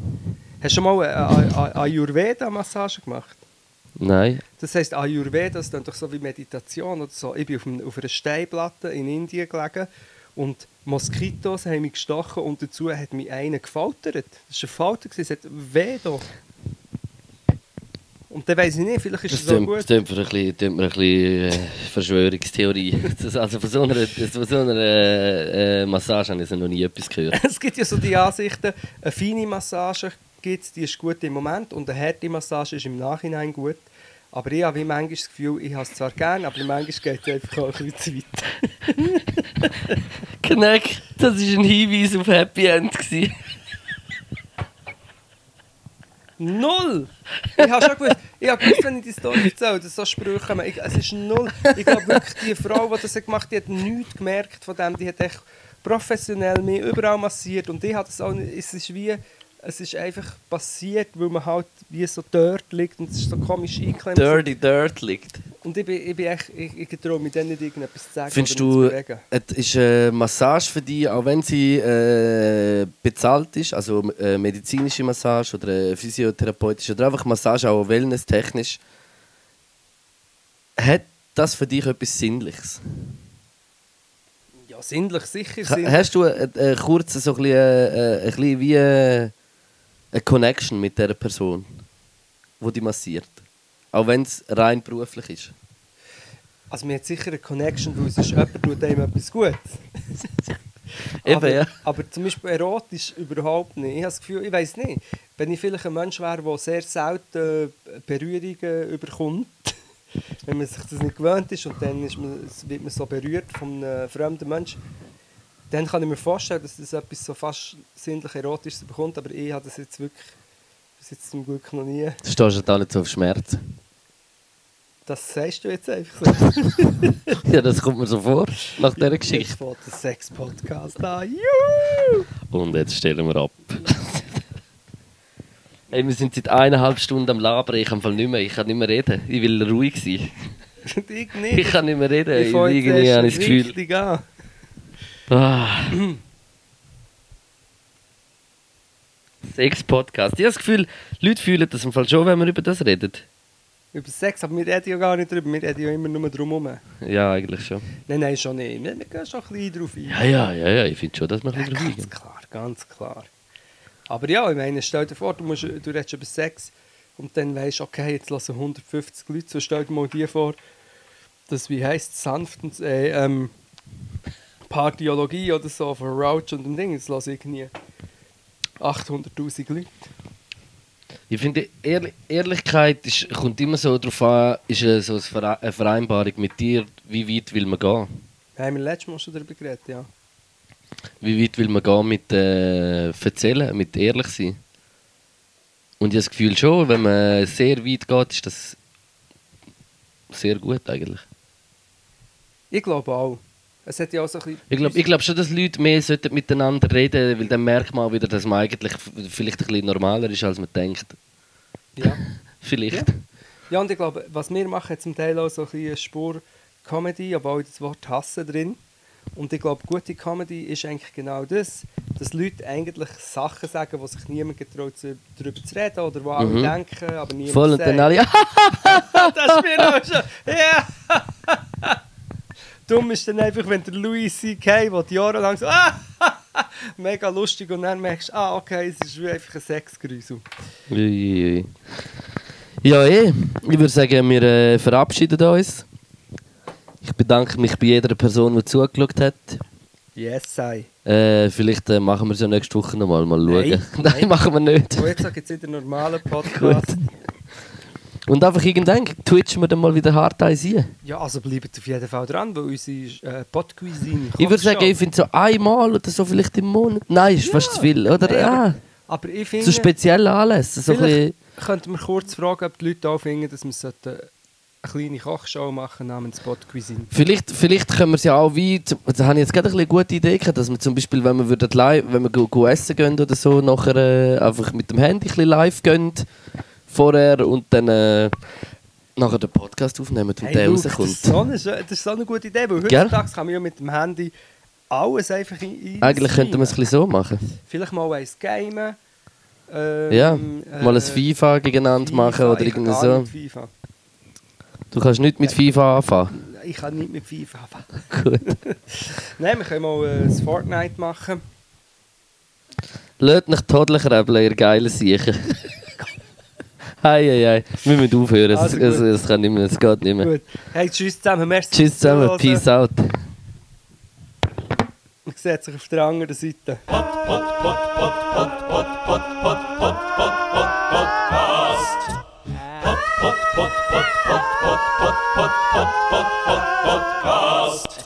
[SPEAKER 3] Hast du schon mal eine eine- eine Ayurveda-Massage gemacht?
[SPEAKER 2] Nein.
[SPEAKER 3] Das heisst, Ayurveda ist dann doch so wie Meditation oder so. Ich bin auf, einem, auf einer Steinplatte in Indien gelegen und Moskitos haben mich gestochen und dazu hat mich einer gefaltert. Das war eine Falter, gewesen, es hat weh da. Und dann weiss ich nicht, vielleicht ist
[SPEAKER 2] Das
[SPEAKER 3] es so
[SPEAKER 2] tönt
[SPEAKER 3] gut.
[SPEAKER 2] das tönt mir ein bisschen, tönt mir ein bisschen äh, Verschwörungstheorie. Das, also von so einer, das, von so einer äh, äh, Massage habe ich so noch nie etwas gehört.
[SPEAKER 3] es gibt ja so die Ansichten, eine feine Massage gibt's, die ist gut im Moment und eine harte Massage ist im Nachhinein gut. Aber ich habe wie manchmal das Gefühl, ich habe es zwar gerne, aber manchmal geht es einfach auch ein bisschen zu weit.
[SPEAKER 2] Knack, das war ein Hinweis auf Happy End. Gewesen.
[SPEAKER 3] Null! Ich habe schon gewusst, ich habe gewusst, wenn ich die Story erzähle, dass so Sprüche kommen. Ich, es ist null. Ich glaube wirklich, die Frau, die das hat gemacht hat, die hat nichts gemerkt von dem. Die hat echt professionell mich überall massiert. Und ich habe das auch nicht, es ist wie, es ist einfach passiert, weil man halt wie so dort liegt und es ist so komisch eingeklemmt.
[SPEAKER 2] Dirty Dirt liegt.
[SPEAKER 3] Und ich bin, ich bin echt, ich, ich traue mich dann nicht irgendetwas zu sagen
[SPEAKER 2] Findest
[SPEAKER 3] oder
[SPEAKER 2] du,
[SPEAKER 3] mich zu bewegen.
[SPEAKER 2] es ist eine Massage für dich, auch wenn sie äh, bezahlt ist, also äh, medizinische Massage oder äh, physiotherapeutische oder einfach Massage, auch wellness-technisch, hat das für dich etwas Sinnliches?
[SPEAKER 3] Ja, sinnlich, sicher.
[SPEAKER 2] Ha-
[SPEAKER 3] Sinnlich.
[SPEAKER 2] Hast du einen kurzen, so ein bisschen, äh, äh, ein bisschen wie äh, eine Connection mit dieser Person, die dich massiert? Auch wenn es rein beruflich ist.
[SPEAKER 3] Also man hat sicher eine Connection, weil es ist, jemand tut einem etwas Gutes.
[SPEAKER 2] Eben,
[SPEAKER 3] aber,
[SPEAKER 2] ja.
[SPEAKER 3] aber zum Beispiel erotisch überhaupt nicht. Ich habe das Gefühl, ich weiß nicht, wenn ich vielleicht ein Mensch wäre, der sehr selten äh, Berührungen überkommt, wenn man sich das nicht gewöhnt ist und dann ist man, wird man so berührt von einem fremden Menschen, dann kann ich mir vorstellen, dass das etwas so fast sinnlich Erotisches bekommt, aber ich habe das jetzt wirklich bis jetzt zum Glück noch nie.
[SPEAKER 2] Du stehst ja da nicht so auf Schmerz.
[SPEAKER 3] Das sagst du jetzt einfach so.
[SPEAKER 2] Ja, das kommt mir so vor, nach dieser
[SPEAKER 3] Jetzt
[SPEAKER 2] Geschichte.
[SPEAKER 3] fängt der Sex-Podcast an. Juhu!
[SPEAKER 2] Und jetzt stellen wir ab. Ey, wir sind seit eineinhalb Stunden am Labern. Ich kann voll nicht mehr. Ich kann nicht mehr reden. Ich will ruhig sein.
[SPEAKER 3] Und ich nicht.
[SPEAKER 2] Ich kann nicht mehr reden. Ich
[SPEAKER 3] fange jetzt
[SPEAKER 2] irgendwie
[SPEAKER 3] erst
[SPEAKER 2] habe ich das Gefühl.
[SPEAKER 3] richtig an.
[SPEAKER 2] Ah. Sex-Podcast. Ich habe das Gefühl, Leute fühlen das im Fall schon, wenn wir über das reden.
[SPEAKER 3] Über Sex, aber wir reden ja gar nicht drüber. Wir reden ja immer nur drum herum.
[SPEAKER 2] Ja, eigentlich schon.
[SPEAKER 3] Nein, nein, schon nicht. Wir wir gehen schon ein bisschen drauf ein.
[SPEAKER 2] Ja, ja, ja, ja. Ich finde schon, dass wir
[SPEAKER 3] Ja,
[SPEAKER 2] ein bisschen
[SPEAKER 3] ganz
[SPEAKER 2] ruhig
[SPEAKER 3] klar, ganz klar. Aber ja, ich meine, stell dir vor, du, musst, du redest über Sex und dann weißt du, okay, jetzt lassen 150 Leute, so stell dir mal die vor, das, wie heisst sanft und, äh, ähm, Partiologie oder so von Rauch und dem Ding, jetzt lasse ich nie 800'000 Leute.
[SPEAKER 2] Ich finde, Ehrli- Ehrlichkeit ist, kommt immer so darauf an, ist äh, so eine Vere- eine Vereinbarung mit dir, wie weit will man gehen?
[SPEAKER 3] Da haben wir letztes Mal schon darüber geredet, ja.
[SPEAKER 2] Wie weit will man gehen mit äh, erzählen, mit ehrlich sein? Und ich habe das Gefühl schon, wenn man sehr weit geht, ist das sehr gut eigentlich.
[SPEAKER 3] Ich glaube auch. Es hat ja auch so ein bisschen...
[SPEAKER 2] Ich glaube ich glaub schon, dass Leute mehr sollten miteinander reden weil dann merkt man auch wieder, dass man eigentlich f- vielleicht ein bisschen normaler ist, als man denkt.
[SPEAKER 3] Ja.
[SPEAKER 2] Vielleicht.
[SPEAKER 3] Ja. Ja, und ich glaube, was wir machen, hat zum Teil auch so ein bisschen eine Spur Comedy, aber auch das Wort Hassen drin. Und ich glaube, gute Comedy ist eigentlich genau das, dass Leute eigentlich Sachen sagen, die sich niemand getraut, zu- darüber zu reden oder wo alle denken, aber niemand
[SPEAKER 2] Mhm. Voll und
[SPEAKER 3] sagt.
[SPEAKER 2] dann alle.
[SPEAKER 3] Das ist mir auch schon. Ja! Dumm ist dann einfach, wenn der Louis C.K., der die jahrelang so ah, mega lustig und dann merkst du, ah, okay, es ist wie einfach ein Sexgrusel.
[SPEAKER 2] Uiuiui. Ja, eh. Ich würde sagen, wir äh, verabschieden uns. Ich bedanke mich bei jeder Person, die zugeschaut hat.
[SPEAKER 3] Yes, sei.
[SPEAKER 2] Äh, vielleicht äh, machen wir es ja nächste Woche nochmal. Mal schauen.
[SPEAKER 3] Nein,
[SPEAKER 2] Nein,
[SPEAKER 3] nein.
[SPEAKER 2] machen wir nicht.
[SPEAKER 3] Und jetzt gibt es wieder einen normalen Podcast.
[SPEAKER 2] Und einfach irgendwann twitchen wir dann mal wieder hart eins ein.
[SPEAKER 3] Ja, also bleibt auf jeden Fall dran, weil unsere äh, Podcuisine
[SPEAKER 2] Ich würde sagen, ich finde so einmal oder so vielleicht im Monat. Nein, ist fast zu viel, oder?
[SPEAKER 3] Nein,
[SPEAKER 2] ah,
[SPEAKER 3] aber, aber ich finde,
[SPEAKER 2] zu speziellen Anlässen. So ein bisschen,
[SPEAKER 3] vielleicht könnten wir kurz fragen, ob die Leute auch finden, dass wir sollten eine kleine Kochshow machen namens Podcuisine.
[SPEAKER 2] vielleicht, vielleicht können wir es ja auch wie. zum- Da habe ich jetzt gerade eine bisschen gute Idee gehabt, dass wir zum Beispiel, wenn wir, würden live, wenn wir go- go essen gehen oder so, nachher äh, einfach mit dem Handy ein bisschen live gehen. Vorher und dann äh, nachher den Podcast aufnehmen und der
[SPEAKER 3] Luke, das,
[SPEAKER 2] rauskommt.
[SPEAKER 3] ist so eine, das ist so eine gute Idee, weil
[SPEAKER 2] Gell?
[SPEAKER 3] heutzutage kann man ja mit dem Handy alles einfach in in-
[SPEAKER 2] Eigentlich könnten wir es ein bisschen so
[SPEAKER 3] streamen.
[SPEAKER 2] machen.
[SPEAKER 3] Vielleicht mal eins gamen. ähm,
[SPEAKER 2] Ja,
[SPEAKER 3] äh,
[SPEAKER 2] mal ein FIFA gegeneinander machen
[SPEAKER 3] FIFA.
[SPEAKER 2] oder
[SPEAKER 3] Ich kann
[SPEAKER 2] irgendwie
[SPEAKER 3] gar
[SPEAKER 2] so.
[SPEAKER 3] nicht Äh, FIFA.
[SPEAKER 2] Du kannst nicht mit FIFA anfangen.
[SPEAKER 3] Ich kann nicht mit FIFA anfangen.
[SPEAKER 2] Gut.
[SPEAKER 3] Nein, wir können mal äh, ein Fortnite machen.
[SPEAKER 2] Lasst nicht Todelkrebeln, ihr geilen Siechen. hei, hei, hei. Wir müssen aufhören.
[SPEAKER 3] Also
[SPEAKER 2] es, es,
[SPEAKER 3] gut.
[SPEAKER 2] es, kann nicht mehr, es geht nicht mehr.
[SPEAKER 3] Gut. Hey, tschüss zusammen. Merci
[SPEAKER 2] Tschüss
[SPEAKER 3] fürs
[SPEAKER 2] zusammen.
[SPEAKER 3] Zuhören.
[SPEAKER 2] Peace out.
[SPEAKER 3] Man sieht sich auf der anderen Seite.
[SPEAKER 1] Podcast.